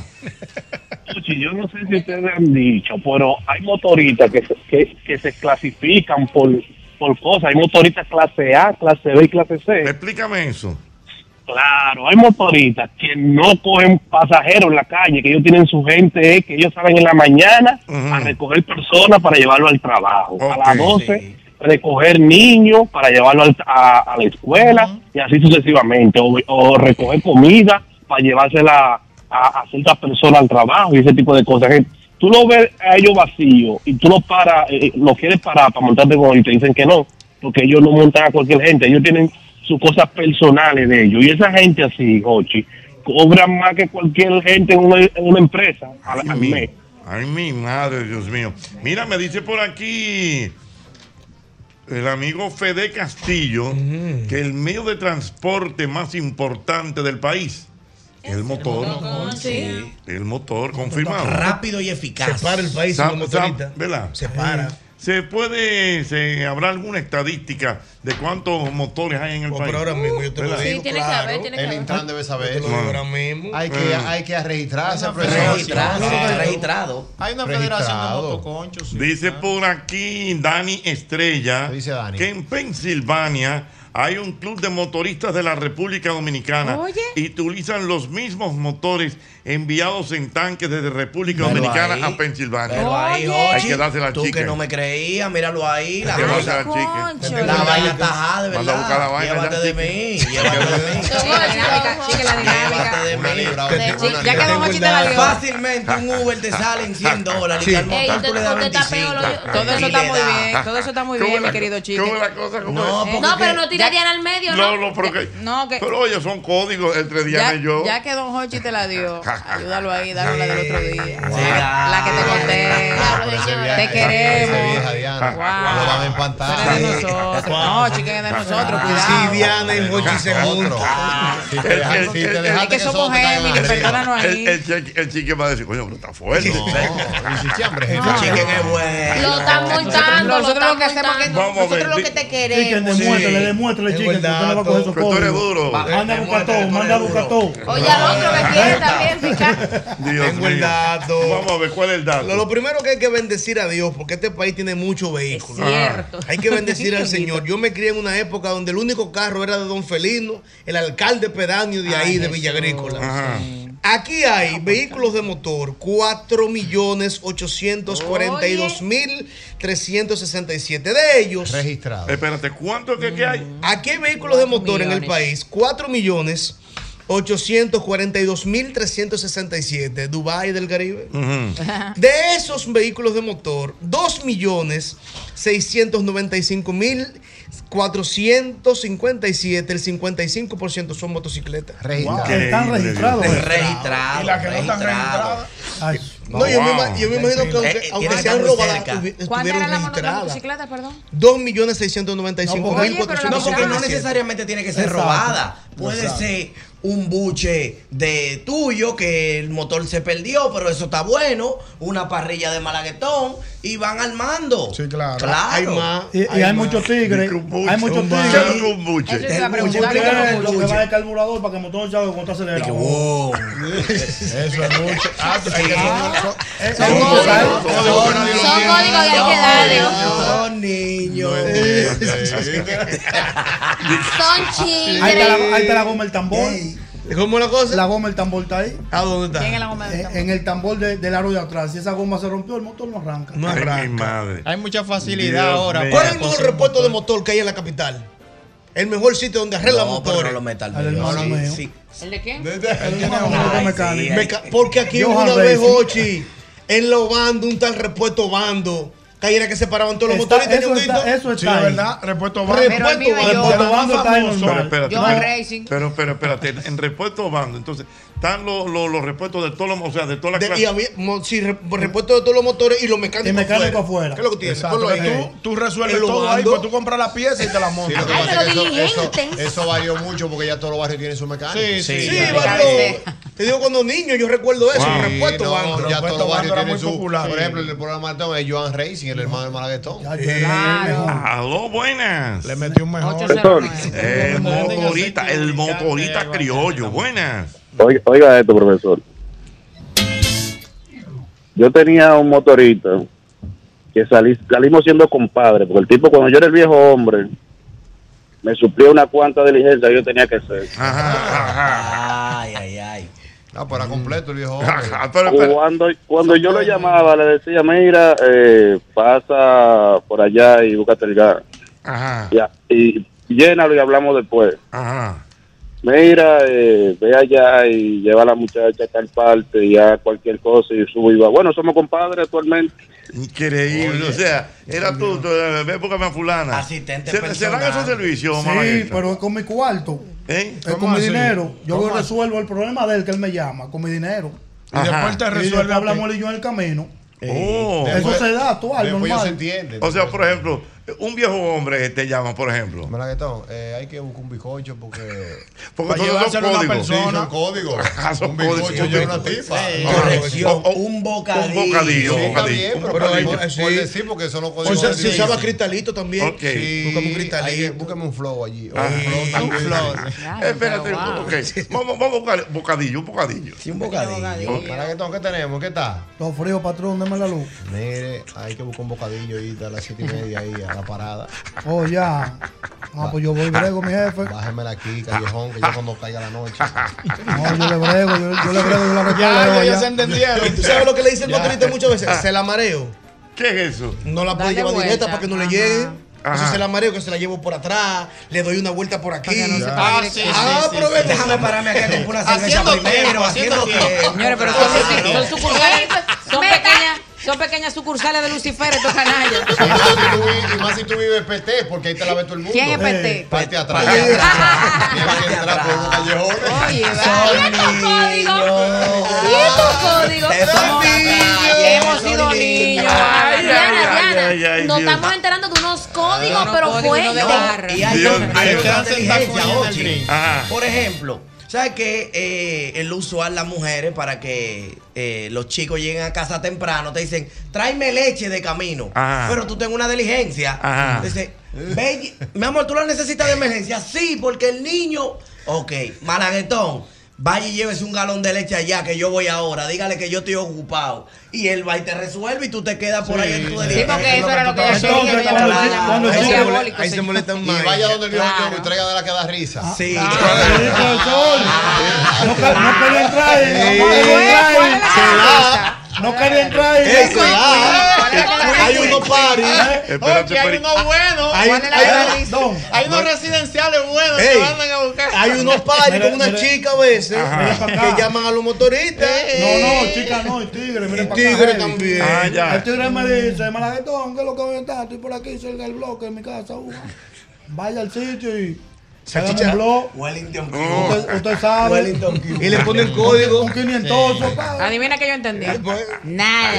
Luchi, yo no sé si ustedes han dicho, pero hay motoristas que, se- que, que se clasifican por, por cosas. Hay motoristas clase A, clase B y clase C. Explícame eso. Claro, hay motoristas que no cogen pasajeros en la calle, que ellos tienen su gente, eh, que ellos salen en la mañana a recoger personas para llevarlo al trabajo. A las 12 recoger niños para llevarlo al- a, a la escuela y así sucesivamente. O, o recoger comida para llevársela a, a ciertas personas al trabajo y ese tipo de cosas. Que Tú lo ves a ellos vacíos y tú lo para, eh, lo quieres parar para montarte con ellos y te dicen que no, porque ellos no montan a cualquier gente. Ellos tienen sus cosas personales de ellos. Y esa gente así, Jochi, cobran más que cualquier gente en una, en una empresa al, al mi- mes. Ay, mi madre, Dios mío. Mira, me dice por aquí el amigo Fede Castillo que el medio de transporte más importante del país es el motor. Sí. El motor, confirmado. Rápido y eficaz. Se para el país Sa- sin los sa- motoristas. ¿Verdad? Se para. Se puede, se, habrá alguna estadística de cuántos motores hay en el país. ahora mismo yo te lo ¿Verdad? digo, claro. el Intran debe saber. lo digo ahora mismo. Hay que, Mm. Bueno. hay que registrarse, profesor. Registrado, Sí. registrado. Hay una federación de motoconchos. Dice por aquí Dani Estrella que en Pensilvania hay un club de motoristas de la República Dominicana Oye. y utilizan los mismos motores enviados en tanques desde República Pero Dominicana ahí, a Pensilvania. Pero ahí, hay Jochi, que darse la Ah, Tú chica. que no me creías, míralo ahí. La, Hay que darse cosa. la chica. la vaina tajada, de Manda a buscar la verdad. vaina Llévate ya, de chica. mí, llévate de mí. Llévate de mí. Ya que Don Hochi te la dio. Fácilmente un Uber te sale en 100 dólares. Y al Ey, motor tú le usted- das usted está 25. peor, lo- Todo eso está muy Ah, bien. Todo eso está muy ¿Cómo bien, la- mi querido chico. cómo la cosa? ¿Cómo No, es? porque No, pero que- no tirarían al medio, ¿no? No, pero, que- No, que. pero oye, son códigos entre Diana Ya, y yo. ya que Don Hochi te la *laughs* dio, ayúdalo ahí, dale la del otro día. la que te conté. Te queremos. Wow. Lo van a empantar. No, chiquen de nosotros, Si cuidado. Diana y Jochi se juntan. Si te dejaste- si te Es dejaste que que somos solo te caigan Géminis, arriba. perdónanos ahí. El, el, chique- el chique va a decir, coño, pero está fuerte. El chique es bueno. Lo están montando, lo Nosotros lo están que hacemos es que Vamos a ver, nosotros lo di- que te Chicken, queremos. demuéstrale, demuéstrale, chicken, que usted no va a coger esos Pero tú eres códigos. duro. Va- Manda a buscar todo, manda a buscar todo. Oye, al otro me quiere también picar. Dios Tengo el mío. dato. Vamos a ver cuál es el dato. Lo, lo primero que hay que bendecir a Dios, porque este país tiene muchos vehículos. Es cierto. Hay *laughs* que bendecir al Señor. Yo me crié en una época donde el único carro era de Don Felino, el alcalde pedáneo de ahí, de Villa Agrícola. Aquí hay vehículos de motor, 4 millones 842 mil 367 de ellos. Registrados. Espérate, ¿cuánto que, que hay? Aquí hay vehículos de motor en el millones. país, 4 millones 842 mil 367, Dubái del Caribe. De esos vehículos de motor, 2 millones 695 mil 457, el 55% son motocicletas. Registradas. Que están Increíble. registradas. Registradas, Y las que no están registradas. No, yo, me, Wow. ima- yo me imagino que aunque, Eh, aunque tiene que sean estar muy robadas, cerca. tuvi- ¿Cuánto era estuvieron la moto- la registradas. motocicleta, perdón? 2.695.400. No, porque no necesariamente tiene que ser Exacto. robada. Puede Exacto. ser un buche de tuyo que el motor se perdió, pero eso está bueno. Una parrilla de malaguetón y van armando. Sí, claro. Hay más. Y, y hay, muchos tigres. Hay muchos tigres. buche. El buche es lo que va el carburador para que el motor no se haga cuando está acelerado. Eso es *laughs* mucho. Ah, tú- hay que- Eh, Son eh, códigos. ¿sabes? Son códigos. Son códigos que hay que darle. Son niños. Son Ahí está, chingres. la, ahí está la goma del tambor. ¿Cómo la cosa? La goma del tambor está ahí. ¿A dónde está? ¿Quién es la goma del tambor? En el tambor de- del aro de atrás. Si esa goma se rompió, el motor no arranca. Ay, mi madre. Hay mucha facilidad Dios ahora. mío. ¿Cuál es el mejor repuesto de motor que hay en la capital? El mejor sitio donde arreglan No, pero motores. no lo meta al Al medio, hermano sí, mío. sí. ¿El de quién? Meca- Porque aquí Johan una vez, Racing. Ochi, en los bandos, un tal repuesto bando Calle era que se paraban todos los Está- motores y tenían eso un está- grito. eso está Sí, ahí. ¿verdad? Repuesto Pero Repuesto el mío van. yo- Repuesto van. Bando está en el Pero normal. espérate, Yo pero- racing. Pero, pero espérate, en repuesto bando. Entonces, están los, los, los repuestos de todos los, o sea, de todas las De- clases. y había mo- sí, re- repuesto de todos los motores y los mecánicos. mecánico ¿Qué es lo que tienes? Exacto, Ponlo ahí. que tú, tú resuelves todo ahí, pues tú compras la pieza y te la montas. Sí, lo que pasa es que eso, eso, eso varió mucho porque ya todos los barrios tienen su mecánico. Sí, sí, Sí, Bardo. Te digo cuando niño, yo recuerdo eso. Sí, repuesto, no, Bando. Ya Repuesto todos los Bando barrios era tienen muy su. popular. Por ejemplo, el programa maratón es Joan Racing, el hermano de Malaguetón. Claro. Ah, Aló, buenas. Le metió un mejor. El motorista, el eh, motorista criollo. Buenas. Oiga, oiga esto, profesor. Yo tenía un motorista que salí- salimos siendo compadres, porque el tipo, cuando yo era el viejo hombre, me suplió una cuanta diligencia que yo tenía que hacer. Ah, Ay, ay, ay. Ah, para completo el viejo. Cuando, cuando yo lo llamaba, le decía, mira, eh, pasa por allá y búscate el gas. Ajá. Ya, y llénalo y hablamos después. Ajá. Mira, eh, ve allá y lleva a la muchacha a tal parte y a cualquier cosa y sube y va. Bueno, somos compadres actualmente. Increíble, o sea, era tú, tú, eh, ve búscame a fulana. Asistente ¿Se, ¿se dan personal. esos servicios, mamá? Sí, pero es con mi cuarto. ¿Eh? Es con mi dinero. Yo resuelvo el problema de él que él me llama, con mi dinero. Y después te resuelve después a ti. hablamos él y yo en el camino. Oh. Eh, Eso se da actual, normal. O pues. sea, por ejemplo, un viejo hombre que te llama, por ejemplo. Malaguetón, eh, hay que buscar un bizcocho porque. Porque todos son códigos. Sí, son códigos. son un códigos. bizcocho lleva una tipa. Sí. Ajá. Corrección, O- o- un bocadillo. Un bocadillo. Un Sí, está bocadillo. bien, pero Un por- bocadillo. por- por Sí. decir, porque son los O códigos. sea, del se día. usaba cristalito también. Ok. Sí. Búscame un cristalito. búscame un flow allí. O un *laughs* flow Ah, también. eh, Espérate, ok. Vamos, vamos a buscar bocadillo, un bocadillo. Sí, un bocadillo. Malaguetón, ¿qué tenemos? ¿Qué tal? Los fríos, patrón, dame la luz. Mire, hay que buscar un bocadillo y a las siete y media ahí a la parada. Oh, ya. Ah, pues yo voy brego, mi jefe. Bájemela aquí, callejón, que yo cuando caiga la noche. No, yo le brego, yo, *laughs* yo le brego, yo la recuerdo. Ah, ¿Tú sabes lo que le dicen Ya. motorista muchas veces? Se la mareo. Ah. ¿Qué es eso? No la puedo Dale llevar vuelta. directa para que no le llegue. Ajá. Entonces se la mareo, que se la llevo por atrás, le doy una vuelta por aquí. se pare directo. Ya. Ah, Sí, sí, pero sí, ven, sí. déjame pararme aquí a comprar una cerveza Haciendo primero, tiempo, haciendo haciendo Ah, tiempo. tiempo. Señores, pero son, son sucursales. Son pequeñas, son pequeñas sucursales de Lucifer, estos canallas. Y más, si tú vives, y más si tú vives PT, porque ahí te la ve todo el mundo. ¿Quién es PT? Eh, parte atrás. Tienes que entrar por unos callejones. ¿Y estos códigos? Somos niños. Hemos sido niños. Ay, Diana, Diana, Diana, Diana. Dios. nos estamos enterando de unos códigos, no, pero códigos, no de fuertes. barra. Y hay Dios otra- mío. hay Se otra quedan sentados inteligencia, comiendo el Ochi. drink. Ajá. Por ejemplo, ¿sabes qué? Eh, el uso a las mujeres para que eh, los chicos lleguen a casa temprano. Te dicen, tráeme leche de camino. Ajá. Pero tú tengo una diligencia. Ajá. Entonces, "Ve, mi amor, ¿tú la necesitas de emergencia? Sí, porque el niño... Ok, malaguetón. Vaya y llévese un galón de leche allá, que yo voy ahora. Dígale que yo estoy ocupado. Y él va y te resuelve y tú te quedas por ahí en tu delirio. porque eso era lo que ella quería, que ella cuando hablara. el- Ahí el se chico- molesta- ahí se molestan más. Y vaya donde el viejo Claro. Yogo y traiga de la que da risa. Sí. No, ca- no quería entrar. eh. No quería entrar. eh. No quería entrar. eh. Ese ah. da. Hay uno pari. eh? Oye, hay uno bueno. Hay- ¿Cuál es la hay- diferencia? no. Hay unos residenciales buenos Ey, que mandan a buscar. Hay unos paris con una chica a veces que llaman eh, a los motoristas. No, no, chica, no, y tigre, mira. pa' tigre acá, también. eh. Ah, ya. El tigre me dice, malaguetón, ¿qué es lo que voy a estar? Estoy por aquí cerca del bloque en mi casa. uva. Vaya al sitio y. Hágame Salchicha un blog. Wellington Q. Usted, usted sabe. Wellington Q. Y le ponen código. Un 500. Adivina que yo entendí. Eh, pues, Nada.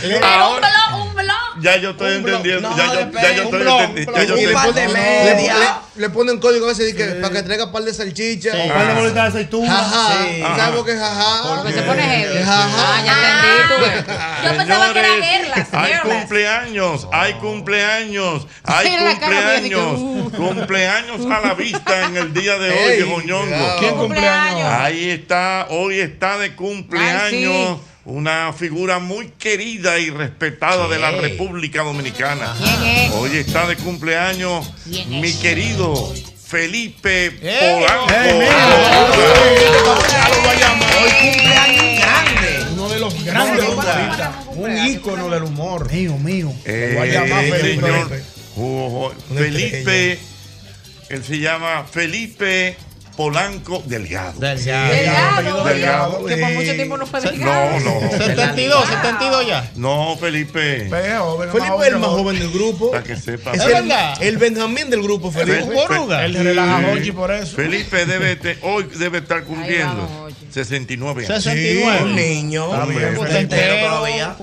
Pero un Ahora- blog, un blog. Ya yo estoy entendiendo. ya, yo, ya yo estoy entendiendo. Ya yo Y estoy le ponen- entendiendo. le- le- le ponen código a veces y que, para que traiga un par de salchichas. Ah. O par de bolitas de aceituna. Ajá. Sí. ¿Sabes por qué jajá? Ah, Porque se pone heavy. Ah, ya entendí, tú ves. Yo pensaba que era Señores, Gerlas, Hay Gerlas. cumpleaños, hay Oh. cumpleaños, hay Sí, la cara mía de que, cumpleaños. uh. Cumpleaños a la vista en el día de hoy, Ey, viejo ñongo. cuidado. ¿Quién cumpleaños? Ahí está, hoy está de cumpleaños. Una figura muy querida y respetada de la Sí. República Dominicana. ¿Quién es? Hoy está de cumpleaños ¿Quién es? mi querido Felipe ¡Ey! Polanco. ¡Ey, Hoy cumpleaños grande. Uno de los grandes humoristas, un ícono del humor. Mío, mío. Eh, Voy a llamar Felipe. señor Ju- Ju- Felipe, él se llama Felipe Polanco Delgado. Delgado. Delgado, que por mucho tiempo no fue *laughs* No, delgado. Ah. no. 72, 72 ya. No, Felipe. Felipe es el más joven del grupo. Para que sepa. Es el, el Benjamín del grupo, Felipe. Fe- Boruga. Fe- El Sí. relaja Felipe debe te- hoy debe estar cumpliendo 69 años. 69. Sí. Un niño. Está bien, Un Felipe. entero todavía.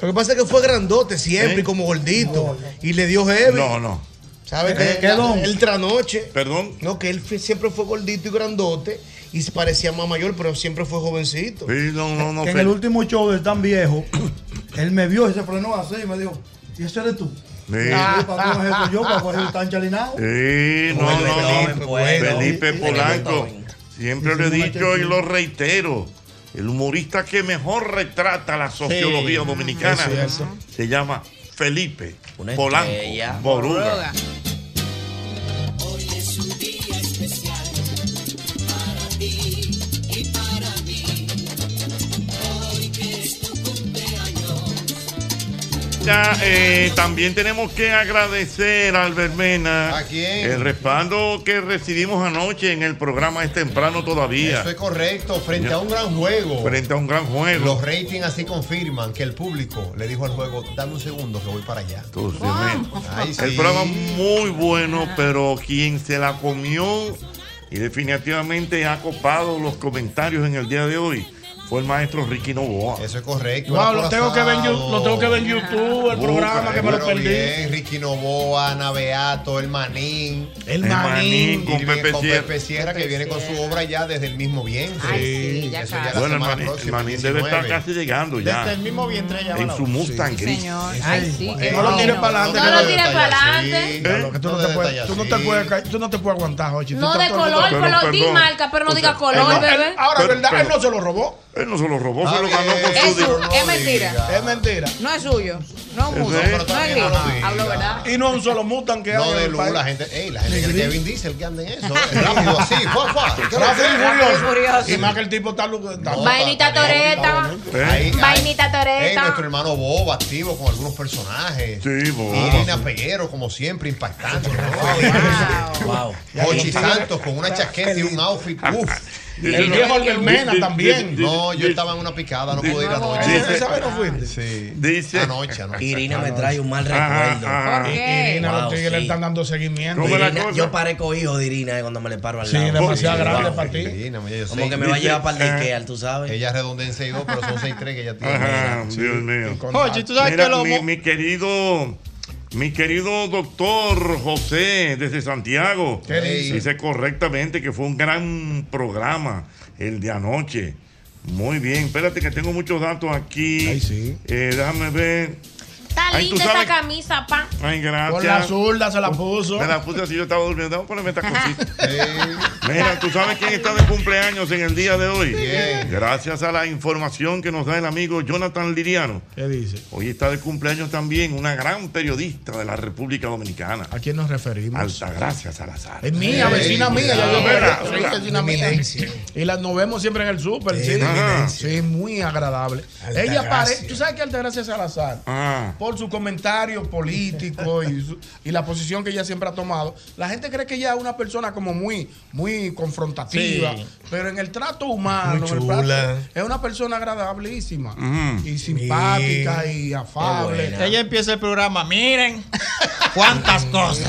Lo que pasa es que fue grandote siempre y como gordito. Y le dio heavy. No, no. ¿Sabes Eh, qué? ¿qué don? El tranoche. Perdón. No, que él fue- siempre fue gordito y grandote. Y se parecía más mayor, pero siempre fue jovencito. Sí, no, no, no. Que en el último show de *coughs* tan viejo, él me vio y se frenó así y me dijo, ¿y ese eres tú? Sí. Yo, papá, no es eso yo, papá, es el tan chalinado. Sí, no, Bueno, no, bueno, no. bueno. Felipe Sí, Polanco. Siempre lo he Sí, sí, dicho y sí. lo reitero. El humorista que mejor retrata la sociología Sí. dominicana Es cierto. se llama Felipe Una Polanco estrella. Boruga. Hoy es un día especial para ti y para mí. Hoy que es tu cumpleaños. Ya, eh, también tenemos que agradecer a Albermena quién? el respaldo que recibimos anoche en el programa es temprano todavía. Eso es correcto. Frente a un gran juego. Frente a un gran juego. Los ratings así confirman que el público le dijo al juego, dame un segundo que voy para allá. Dios mío. Ay, sí. El programa muy bueno, Ah. pero quien se la comió y definitivamente ha copado los comentarios en el día de hoy fue el maestro Ricky Novoa. Eso es correcto. Wow, lo tengo que ver en Yu- lo tengo que ver en YouTube, el Uh, programa que me lo Pero perdí. bien, Ricky Novoa, Ana Beato, el Manín. El Manín con Irving Pepe Sierra. Sierra, que viene con su obra ya desde el mismo vientre. Ay, sí, ya Eso casi. la Bueno, el semana Manín- el próxima, Manín debe 19. estar casi llegando ya. Este Desde el este mismo vientre ya va En la su voz. Mustang Sí, gris. señor. Ay, sí, No lo tires para adelante. No lo tires para adelante. ¿Eh? Tú no te puedes- tú no te puedes ca- tú no te puedes aguantar, Jochi. Tú No estás de todo el color, mundo- pero di marca, pero no O sea, diga color, él no- él- bebé. Ahora, Pero- ¿verdad? Él pero- no se lo robó. Él no se lo robó, Ah, se lo ganó con su Eso dinero. es mentira. Es mentira. No es suyo. No es Eso mucho. es. No es Ah, gris. Hablo verdad. Y no es un solo mutan que No, hay en de el Lula, país. la gente, ey, la gente cree que es Vin Diesel que anda en eso. Rápido, así, fua, fua. ¿Qué lo Rápido y hace? furioso. Y más que el tipo está... lu- está- Vainita Toreta. Eh. Ahí, Vainita Ey, Toreta. nuestro hermano Bob activo con algunos personajes. Sí, Bob. Y Irina Peguero, como siempre, impactante. Wow. Ochi Santos con una chaqueta y un *laughs* outfit. Uf. El El viejo Albermena Di- di- también. di- No, di- yo di- estaba en una picada, no di- pude ir anoche. Dice- Dice. Anoche, anoche. Irina me trae un mal Ajá, recuerdo. ajá. ¿Por qué? Irina, los Wow, tigres le sí. están dando seguimiento. Irina, yo parezco hijo de Irina eh, cuando me le paro al Sí, lado. demasiado grande wow. para ti. Como que me va a llevar para el de Ikea, tú sabes. Ella redondea en 6-2, pero son 6-3 que ya tiene. Ajá, Sí. Dios mío. Oye, tú sabes Mira, que lo mi, mo- mi querido, mi querido doctor José desde Santiago ¿Qué dice? dice correctamente que fue un gran programa el de anoche. Muy bien, espérate que tengo muchos datos aquí. Eh, déjame ver. Está Ay, tú linda esta sabes- camisa, pa. Ay, gracias. Con la zurda se la puso. Me la puse así, yo estaba durmiendo. Vamos a ponerme esta *laughs* cosita. Mira, tú sabes quién está de cumpleaños en el día de hoy. Gracias a la información que nos da el amigo Jonathan Liriano. ¿Qué dice? Hoy está de cumpleaños también una gran periodista de la República Dominicana. ¿A quién nos referimos? Altagracia Salazar. Es mía, vecina mía. ya yo Mira, soy mira. vecina mía. Y la, nos vemos siempre en el súper. Sí, Ajá. Sí, muy agradable. Ella parece. Altagracia. Tú sabes que Altagracia Salazar, Ah. por su comentario político y, su- y la posición que ella siempre ha tomado, la gente cree que ella es una persona como muy, muy confrontativa. Sí. Pero en el trato humano, Muy en el trato- chula. es una persona agradabilísima Ujú. y simpática y afable. Ella empieza el programa, miren *laughs* cuántas cosas.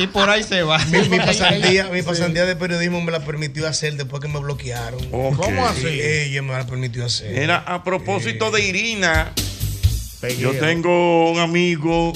Y por ahí se va. Mi, mi pasantía, mi pasantía de periodismo me la permitió hacer después que me bloquearon. Ok. ¿Cómo así? ah, Sí, Ella me la permitió hacer. Ah, Era a propósito de Irina. Yo tengo un amigo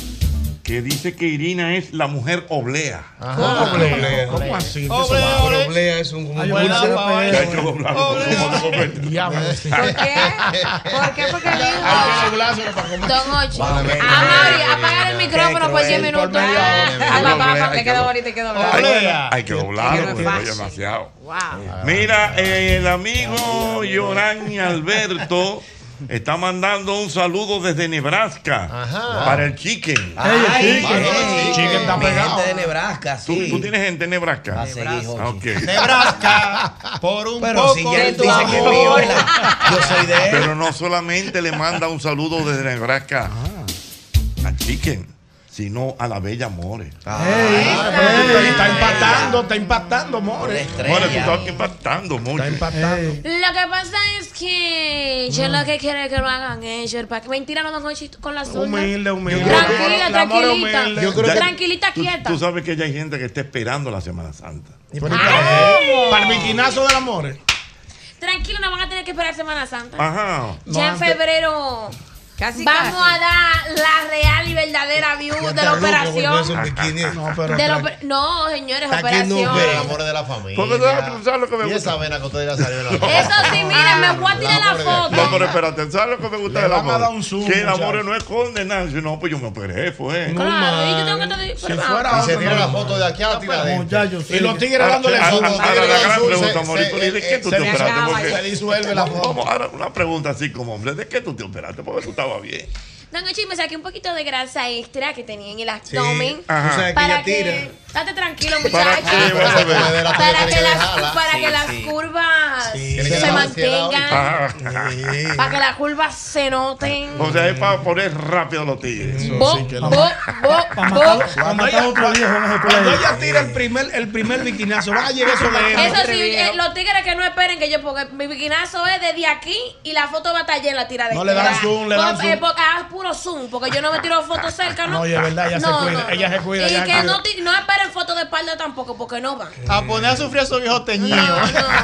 que dice que Irina es la mujer oblea. ¿Cómo oblea? ¿Cómo así? Oblea, Eso va, oblea. oblea es un- como Ay, buena Oblea, pava, eh. Cacho doblado, ¿cómo te conviertes? ¿Por qué? ¿Por qué? Porque Hay que dijo. doblárselo para comer. Don Ochi. Vale, Amari, vale. apagar el micrófono por 10 minutos. Ah, papá, papá, te quedó bonito, te quedó bonito. Hay que doblarlo, Qué pero fácil. demasiado. Wow. Mira, eh, el amigo Yorán Alberto está mandando un saludo desde Nebraska Ajá. para el Chicken. Ay, el Ay, Chicken. ey, El mi gente de Nebraska, ¿Tú, sí. tú tienes gente en Nebraska? Ah, ok. Por un Pero poco si ya de él tu dice que amor. viola, yo soy de él. Ah. Pero no solamente le manda un saludo desde Nebraska al Chicken, sino a la bella More. Está impactando, está impactando, More. More, tú estás impactando mucho. Está impactando. Lo que pasa es que yo Mm. lo que quiero es que lo hagan ellos. el pack. Mentira, no, Don Hochi, con la suya. Humilde, humilde. Tranquila, tranquilita. Yo creo que- tranquilita, Tú, quieta. tú sabes que ya hay gente que está esperando la Semana Santa. eh, Para el biquinazo del amor. Tranquila, no van a tener que esperar Semana Santa. Ajá. Ya en febrero casi. vamos a dar la real y verdadera view de la operación. No, De la oper- no, señores, operación. El amor de la familia. Porque tú sabes- lo que me Y esa vena que usted ya salió *laughs* de la Eso sí, miren, me voy a tirar la No, foto. pero espérate, ¿sabes lo que me gusta del Ah, van a amor? dar un zoom, que el amor muchacho. no es condenar, sino pues yo me operé, fue. Claro, y yo tengo que Si pero- fuera Y otro, se tira no. la foto de aquí a la tira de Y los tigres dándole Ahora, zoom, los ahora, tigres la gran dándole zoom, pregunta, se- Morito, se- ¿y ¿de qué tú se te me operaste? acaba, Porque- se disuelve la Vamos, ahora una pregunta así como hombre, ¿de qué tú te operaste? Porque tú estabas bien. Don Ochi, me saqué un poquito de grasa extra que tenía en el abdomen. ajá. Tú sabes que para ella que. tira. Date tranquilo, ¿Para muchachos. Ah. qué? Vamos a ver. Para que las, dejarla. para Sí, que las sí. curvas Tiene que se dar mantengan. Ah. ansiedad ahorita. Para que las curvas se noten. O sea, es para poner rápido los tigres. *laughs* Bo, bo, bo, bo. Cuando matar ella- otro viejo, no se puede. Cuando ella tira el primer, el primer biquinazo, va a llegar eso de Eso sí, eh, los tigres que no esperen que yo, porque mi biquinazo es desde aquí y la foto va a estar allá en la tira de No le dan izquierda. zoom, le dan Por- eh, zoom. por- ah, puro zoom, porque yo no me tiro fotos cerca, ¿no? No, y es verdad, ella se No, cuida, no, ella se cuida, Y ella se que cuida. no, ti- no esperen fotos de espalda tampoco, porque *laughs* no van. A poner a sufrir a esos viejos teñidos.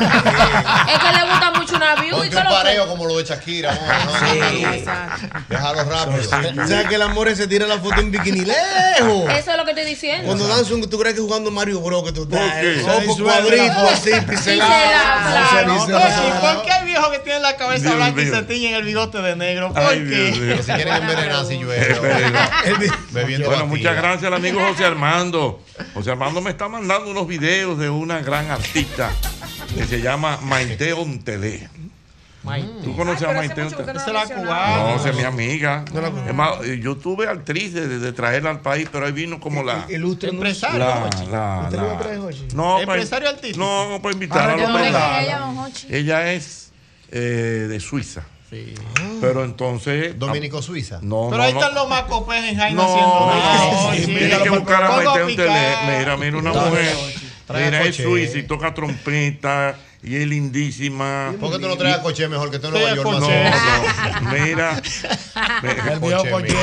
Es que le gusta mucho una view y Ponte que un lo pareo como lo de Shakira. vamos, ¿no? Déjalo rápido. O sea, que el amor se tira la foto en bikini lejos. Eso es lo que estoy diciendo. Cuando dan zoom, tú crees que jugando Mario Bros. que tú Ok. estás. eh, Se Ojo disuelve cuadrito la- así, Claro, piselado. claro. No se dice Oye, nada. ¿Por qué hay viejos que tienen la cabeza Dios blanca y mío. se tiñen el bigote de negro? ¿Por Ay, qué? Dios mío. Que se quieren envenenar si llueve. Bebiendo bueno, batida. muchas gracias al amigo José Armando. José Armando me está mandando unos videos de una gran artista que se llama Maite Ontelé. Mm. ¿Tú conoces a Maite Ontelé? Esa es la cubana. No, esa es mi amiga. Es más, eh, yo tuve actriz de, de- de traerla al país, pero ahí vino como la. Ilustre empresario. La, Jochi. la, ¿Usted la- lo trae, Jochi? No, Empresario para- artístico. No, para invitarla Ahora a yo los no le bailables. creía, don Jochi. Ella es eh, de Suiza. Pero entonces. Dominico Suiza. No, Pero no, ahí no. están los macopes en Jaina No, haciendo no, Ay, sí. Mira que buscar a Pongo Maite a Ontelé. picar. Mira, mira una Trae mujer. coche. Trae Mira, es coche. suiza y toca trompeta y es lindísima. ¿Por qué tú no traes a Coche mejor que tú en Nueva Sí, York? Coche. más No, *laughs* no, mira. El viejo Coche.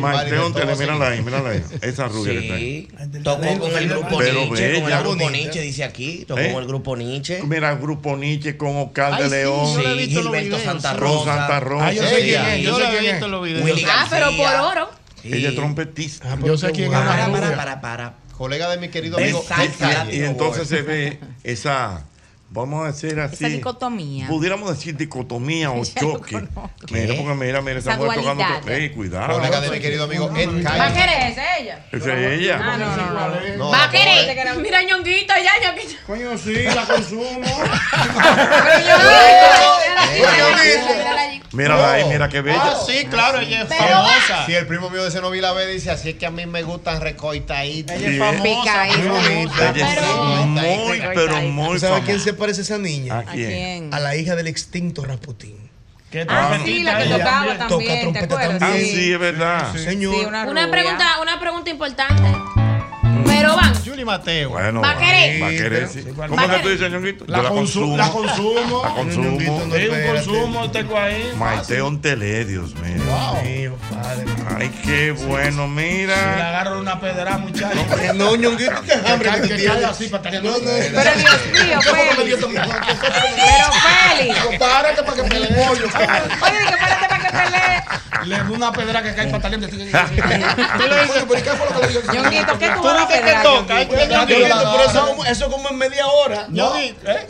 Maite Ontelé, mírala ahí, mírala ahí. Esa rubia Sí. que está ahí. Tocó con el grupo Pero Nietzsche, con el bella. grupo Nietzsche, dice aquí. Tocó ¿Eh? con el grupo Nietzsche. Mira, Grupo Nietzsche con Oscar Ay, de sí, León. yo le he visto los Gilberto videos, Santa sí. Con Rosa. Santa Rosa. Ah, yo sé quién es, yo sé quién es. Willy Ah, pero por García. oro. Ella es trompetista. Yo sé quién es la Para, rubia. para, para, para. Colega de mi querido Ves amigo. salsa, Ed Calle. Y entonces se ve esa, vamos a decir así. Esa dicotomía. Pudiéramos decir *laughs* dicotomía o choque. Mira, porque mira, mira, esa Esa mujer tocando. dualidad. Ey, cuidado. Colega de mi querido amigo Ed ¿Va a Calle. querer esa ella? Esa es Ah, ella. no, no, no. No, ¿Va a no, querer? Mira, ñonguito, ya, ñonguito. Coño, sí, la consumo. Mírala ahí, mira qué bella. Ah, sí, claro, ella es Pero famosa. va. Si el primo mío de Cenovila ve, dice, así es que a mí me gustan recoitaditas. Ella es famosa, Picaíta. muy bonita. Ella es muy, pero muy ¿Tú famosa. ¿Sabes a quién se parece esa niña? ¿A quién? ¿A quién? A la hija del extinto Raputín. ¿Qué Ah, sí, la que tocaba Toca también, ¿te trompeta acuerdas? también. Ah, sí, es verdad. Sí, Señor. *laughs* Una, pregunta, una pregunta importante. Pero van. Julie Mateo. Bueno, ¿Va a querer? Va a querer, sí. ¿Cómo Va a que tú querer. dices, ñonguito? Yo La consu- la consumo. La consumo. Hay un consumo, tengo ahí. Maite Ontelé, Dios mío. Mío, padre. Ay, qué bueno, Si le mira. agarro una pedra, muchacho. No, ñonguito, qué hambre Que que caiga tienes. así para que No, no. Pero Dios mío, pues. Félix. Pero Félix. Párate para que pelee el pollo. Oye, que párate para que pelee. Le doy una pedra que cae para talento. Tú le dices- ¿Por qué fue lo que le dio? Ñonguito, ¿qué tú Tú vas a dices que pedrar, toca, Ñonguito? hay que- Yo entiendo, pero eso como- Eso como en media hora. eh, No.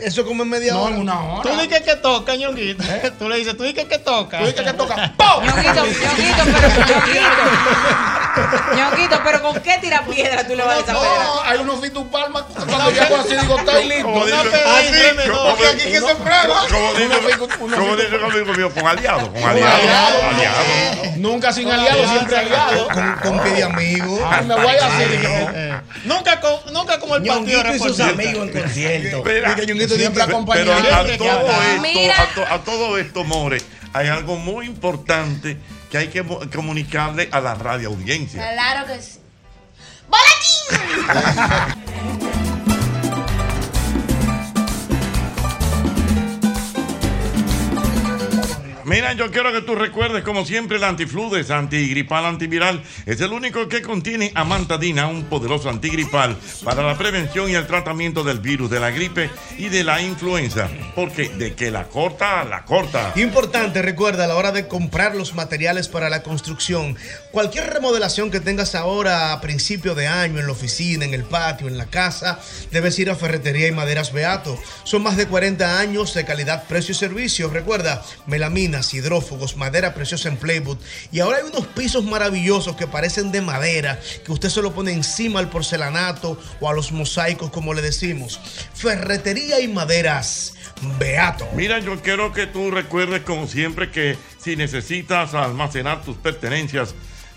Eso como en media hora. Tú dices que toca, ñonguito. *laughs* Tú le dices, tú dices que toca. ¿Eh? Tú dices *laughs* que toca. Ñonguito, Ñonguito, pero Ñonguito. Ñonguito, pero ¿con qué tira piedra tú le vas a esa pedra? No, hay unos fitos palmas. Cuando yo hago así, digo, está listo. Como dice- Una pedra y tráeme dos. como- Porque aquí que se prueba. Como dice- una- como dice un amigo mío, con aliado, con aliado, aliado, aliado. Nunca sin aliado, siempre aliado. Con, con pie de amigo. Ay, me voy a hacer. Nunca, co- nunca como el partido Ñonguito y sus reformista. amigos en concierto. Espera, siempre pero acompañado. a todo, esto, Mira. a, to- a todo esto, More, hay algo muy importante que hay que mo- comunicarle a la radio audiencia. Claro que sí. ¡Boletín! Mira, yo quiero que tú recuerdes, como siempre, el antifludes, antigripal, antiviral. Es el único que contiene amantadina, un poderoso antigripal para la prevención y el tratamiento del virus, de la gripe y de la influenza. Porque de que la corta, la corta. Importante, recuerda a la hora de comprar los materiales para la construcción. Cualquier remodelación que tengas ahora a principio de año en la oficina, en el patio, en la casa, debes ir a Ferretería y Maderas Beato. Son más de 40 años de calidad, precio y servicio. Recuerda, melaminas, hidrófugos, madera preciosa en Playwood. Y ahora hay unos pisos maravillosos que parecen de madera, que usted se lo pone encima al porcelanato o a los mosaicos, como le decimos. Ferretería y Maderas Beato. Mira, yo quiero que tú recuerdes, como siempre, que si necesitas almacenar tus pertenencias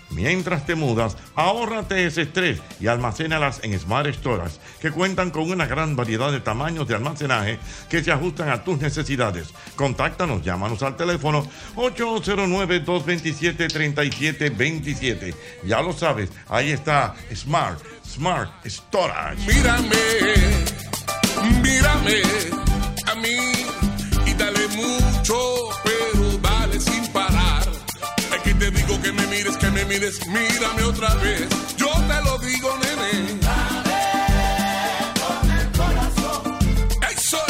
mientras te mudas, ahórrate ese estrés y almacénalas en Smart Storage, que cuentan con una gran variedad de tamaños de almacenaje que se ajustan a tus necesidades. Contáctanos, llámanos al teléfono 809-227-3727. Ya lo sabes, ahí está Smart, Smart Storage. Mírame, mírame a mí y dale mucho, pero dale sin parar. Aquí te digo que me mires, que me mires, mírame otra vez. Yo te lo digo, nene. con el corazón. ¡Ay, soy!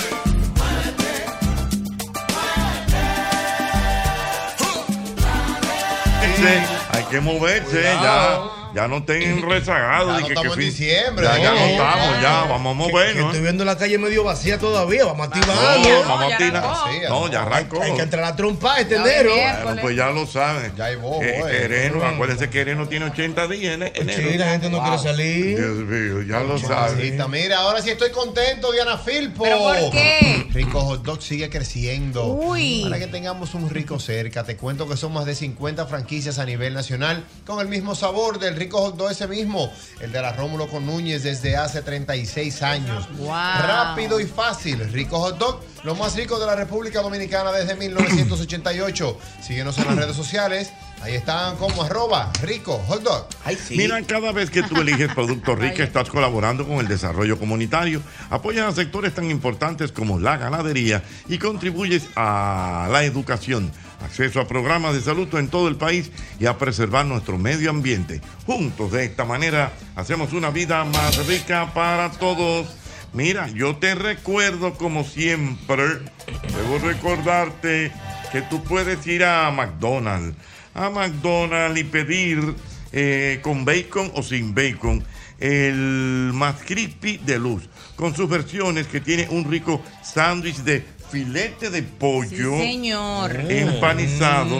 moverse, hay que moverse, Cuidado. ya. Ya no estén rezagados. Ya y no que- estamos que en fin- diciembre, Ya, ya ¿no? no estamos, ya, Ah. vamos a Que movernos. Estoy viendo la calle medio vacía todavía. Vamos a No, activarlo. vamos a tirar. No, ya arrancó. Hay que entrar a trompa este enero. Bueno, pues ya lo saben. Ya hay bobo, Quereno, acuérdense que Quereno tiene 80 días en enero. Sí, la gente no quiere salir. Dios mío, ya lo saben. Mamacita, Mira, ahora sí estoy contento, Diana Filpo. ¿Pero por qué? Rico Hot Dog sigue creciendo. Uy. Para que tengamos un rico cerca, te cuento que son más de 50 franquicias a nivel nacional con el mismo sabor del Rico Hot Dog ese mismo, el de la Rómulo con Núñez desde hace 36 años. Rápido y fácil, Rico Hot Dog, lo más rico de la República Dominicana desde 1988. Síguenos en las redes sociales, ahí están como arroba Rico Hot Dog. Mira, cada vez que tú eliges Productos Rica, estás colaborando con el desarrollo comunitario, apoyas a sectores tan importantes como la ganadería y contribuyes a la educación, acceso a programas de salud en todo el país y a preservar nuestro medio ambiente. Juntos, de esta manera, hacemos una vida más rica para todos. Mira, yo te recuerdo como siempre, debo recordarte que tú puedes ir a McDonald's, a McDonald's y pedir eh, con bacon o sin bacon el más crispy de luz, con sus versiones que tiene un rico sándwich de filete de pollo Mm. Sí, señor. empanizado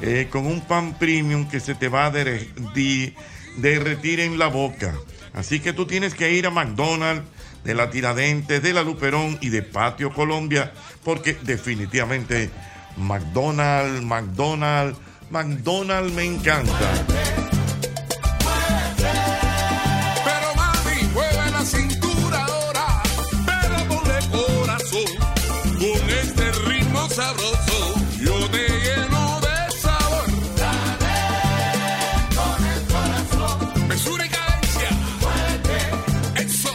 eh, con un pan premium que se te va a dere- di- derretir en la boca. Así que tú tienes que ir a McDonald's de la Tiradentes, de la Luperón y de Patio Colombia, porque definitivamente McDonald's, McDonald's, McDonald's me encanta. Pero mami, mueve la cintura ahora, pero ponle corazón. Con este ritmo sabroso, yo te lleno de sabor. Dale con el corazón. Mesura y cadencia. Muévete. Eso.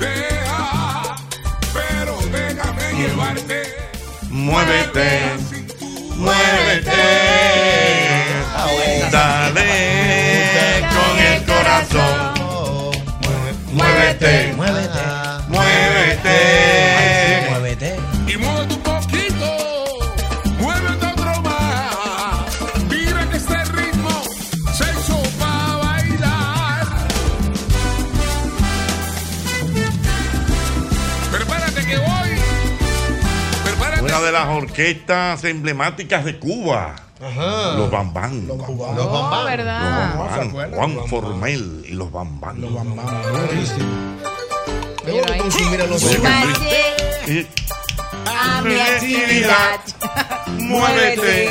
Deja, pero déjame llevarte. Muévete, muévete, dale con el corazón. Muévete, muévete, muévete, muévete. Y muévete un poquito, muévete otro más. Mira que este ritmo se hizo para bailar. Prepárate que voy. Prepárate. Una de las orquestas emblemáticas de Cuba. Los Bambán. Los Bambán. Los Bambán. ¿verdad? Juan Formel y los Bambán. Los Bambán. Debo de consumir a los A mi actividad. Muévete.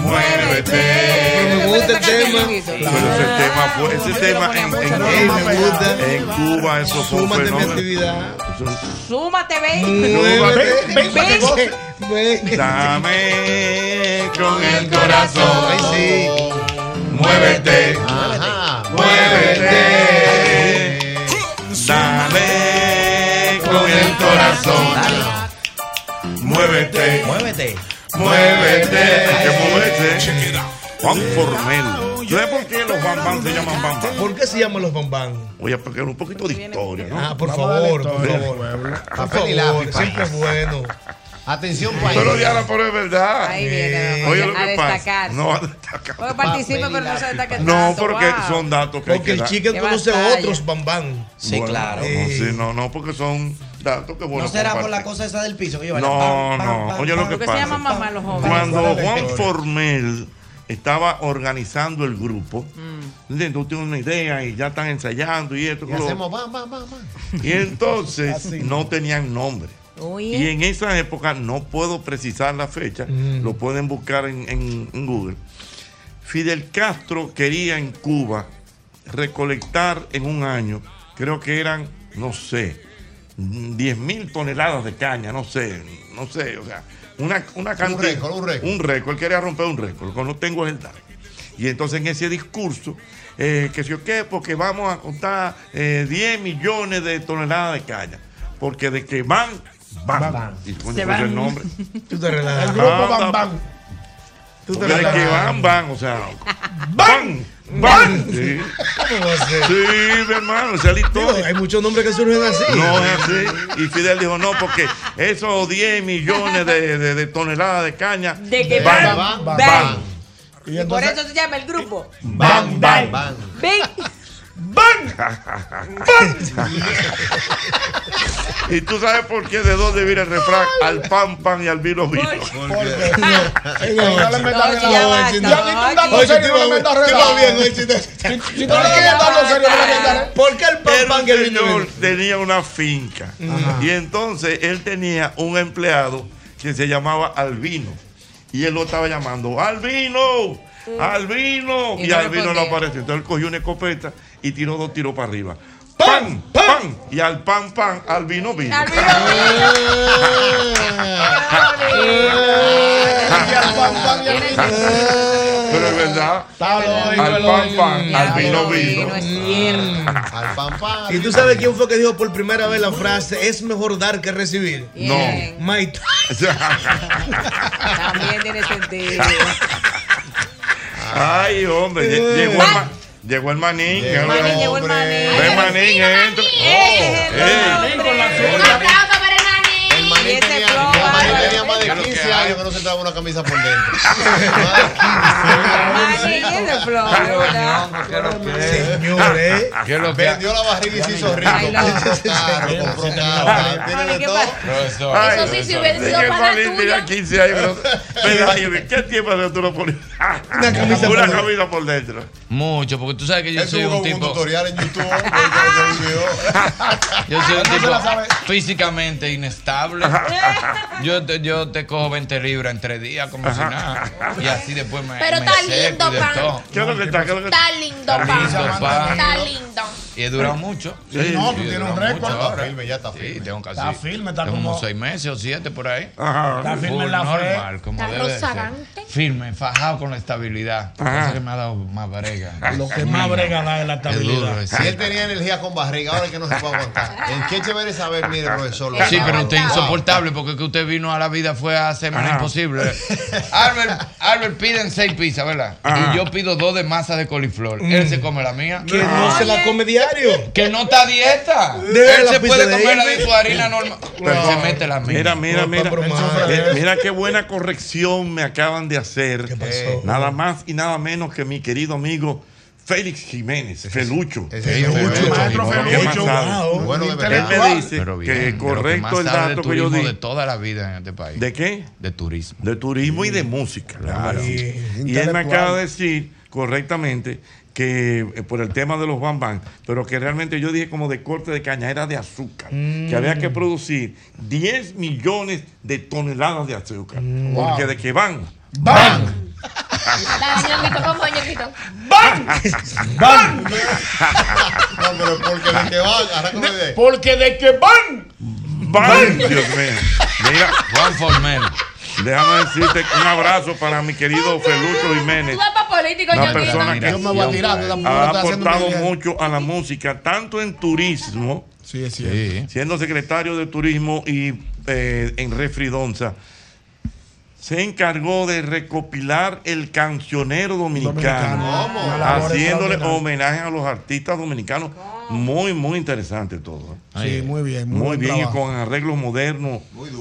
Muévete. Me gusta el tema. Pero ese tema fue, ese tema en, en- en- en Cuba eso fue un fenómeno. Súmate, ve. Súmate. Ven, Ven, ven, ven. ven. Dame con el corazón. Muévete. Muévete. Dame con el corazón. Muévete. Muévete. Muévete. Que muévete. Juan Formel. ¿Sabes por qué los bambán se llaman bambán? ¿Por qué se llaman los bambán? Oye, porque era un poquito de historia, ¿no? Ah, por Vamos a favor, darle por historia. favor. Por Papel y lápiz, favor, país. siempre es bueno. Atención, país. Pero Diana, pero es verdad. Ahí viene, Eh, Oye, a- lo a que pasa. destacar. No, a destacar. Porque participa, pero no se destaca No, tanto, porque wow. son datos que hay Porque que el dar. chicken Qué conoce batalla. otros bambán. Sí, claro. No, sí, no, no, porque son datos que bueno. no será por compartir. la cosa esa del piso que yo No, no. Oye, lo que Porque se pasa. llaman mamá los jóvenes. Cuando Juan Formel estaba organizando el grupo, Mm. le- no tiene una idea y ya están ensayando y esto. Y que lo- hacemos, va, va, va, va. y entonces no tenían nombre. Oye. Y en esa época, no puedo precisar la fecha, lo pueden buscar en, en- en Google. Fidel Castro quería en Cuba recolectar en un año, creo que eran, no sé, 10 mil toneladas de caña, no sé, no sé, o sea, una, una cantidad. Un récord, un récord. él quería romper un récord, lo que no tengo es el dato. Y entonces en ese discurso, eh, que si o qué, porque vamos a contar eh, 10 millones de toneladas de caña, porque de que van, van. Y coño, Se pues van. el nombre. Tú te relajas. El grupo Van Anda, Van. Tú te Porque de que relajas. van, van, o sea. ¡Van! ¡Van! Sí, ¿Cómo va a ser? Sí, mi hermano, esa es la historia. hay muchos nombres que surgen así. No es así. Y Fidel dijo, no, porque esos 10 millones de, de- de toneladas de caña De que van, van, van. van, van. Y por eso se llama el grupo. Van, van, Big van. *laughs* Y tú sabes por qué de dónde viene el refrán al pan pan y al vino vino. No le metas relajo, Ochi. Ya ni tú dando Ochi, serio, tú no le vas- metas tú vas relajo. bien, Si- Si tú no le quieres dando serio, no le metas relajo. ¿Por qué el El señor tenía una finca y entonces él tenía un empleado que se llamaba Albino y él lo estaba llamando Albino, Mm. Albino Y y, no Albino no respondía. apareció. Entonces él cogió una escopeta y tiró dos tiros para arriba. ¡Pam! ¡Pam! Y al pan, pan, Albino vino. Pero es verdad. Al pan, pan, al vino vino. Al Y tú sabes quién fue que dijo por primera vez la frase: es mejor dar que recibir. No. Bien. Maito. También tiene sentido. Ay, hombre, lle- llegó el, ma- llegó el manín. Llegó el manín, llegó el manín. Ven, manín, entra. El maní tenía, el maní tenía más de 15 años que no se entraba una camisa por dentro. Más de 15. Señores. *laughs* Vendió la barriga y se hizo rico. Compró carro, compró casa. Tiene de todo. Ay, Eso sí, si hubiera dije, sido el pana manín tenía 15 años. pero- ¿Verdad? Y ¿en ¿Qué tiempo hace tú lo ponías? Una camisa Una por- camisa por dentro. Mucho, porque tú sabes que yo Él soy tuvo un como un tipo. tutorial en YouTube. yo soy un No se tipo la sabe. físicamente *laughs* inestable. Yo te, yo te cojo 20 libras en tres días, como si nada. Y así después me. Pero me está seco y lindo, de pan. todo. ¿Qué es lo que está? ¿Qué es lo que Está lindo, Está pan. lindo, pan. Está lindo. Y he durado mucho. Sí, no, tú he tienes durado un mucho récord. Está ahora. firme, ya está Sí, tengo casi. Está firme, está tengo como- unos seis meses o siete por ahí. Está firme en la Full fe. normal, como Está debe de ser. rozagante. Firme, fajado con la estabilidad. Ajá. Eso que me ha dado más brega. Lo que más brega da es la duro, estabilidad. es Si él cierto. tenía energía con barriga, ahora es que no se puede aguantar. El que es chévere saber, mire, profesor. Sí, pero usted es insoportable porque que usted vino a la vida fue a hacer más Ajá. imposible. Albert, Albert piden seis pizzas, ¿verdad? Ajá. Y yo pido dos de masa de coliflor. Él se come la mía. Que no se la come diario. Que no está a dieta. Debe Él la se pizza puede de comer la de Irving. su harina normal. Pero se mete la mía. Mira, mira, mira. Eh, bromando. Mira qué buena corrección me acaban de hacer. Eh, Nada más y nada menos que mi querido amigo Félix Jiménez, Felucho. Felucho. Maestro Felucho. ¿Qué más Felucho. sabe? Wow, Bueno, de Él verdad. me dice Pero bien, que de lo que correcto más el sabe de dato que yo turismo di. de toda la vida en este país. ¿De qué? De turismo. De turismo y de música. Claro. Sí, Y él me intelectual. acaba de decir correctamente que eh, por el tema de los bambán, pero que realmente yo dije como de corte de caña, era de azúcar, que había Mm. que producir 10 millones de toneladas de azúcar. Porque Wow. de que van. *laughs* Dale, ñonguito, como ñonguito. ¡Van! No, pero porque de que van, arranca una idea. Porque de que van. ¡Van! Dios mío. Mira, Juan Formel. Déjame decirte un abrazo para mi querido Felucho Jiménez. Tú vas para político, Una Ñonguito. persona que Yo me voy a tirar, tú tampoco ha estás haciendo aportado una idea. mucho a la música, tanto en turismo, siendo secretario de turismo y eh, en Refridonza, se encargó de recopilar el cancionero dominicano, ¿Cómo? Una labor haciéndole extraordinaria. homenaje a los artistas dominicanos. Muy, muy interesante todo. ¿eh? Sí, muy bien, muy Muy, buen bien, trabajo. y con arreglos modernos.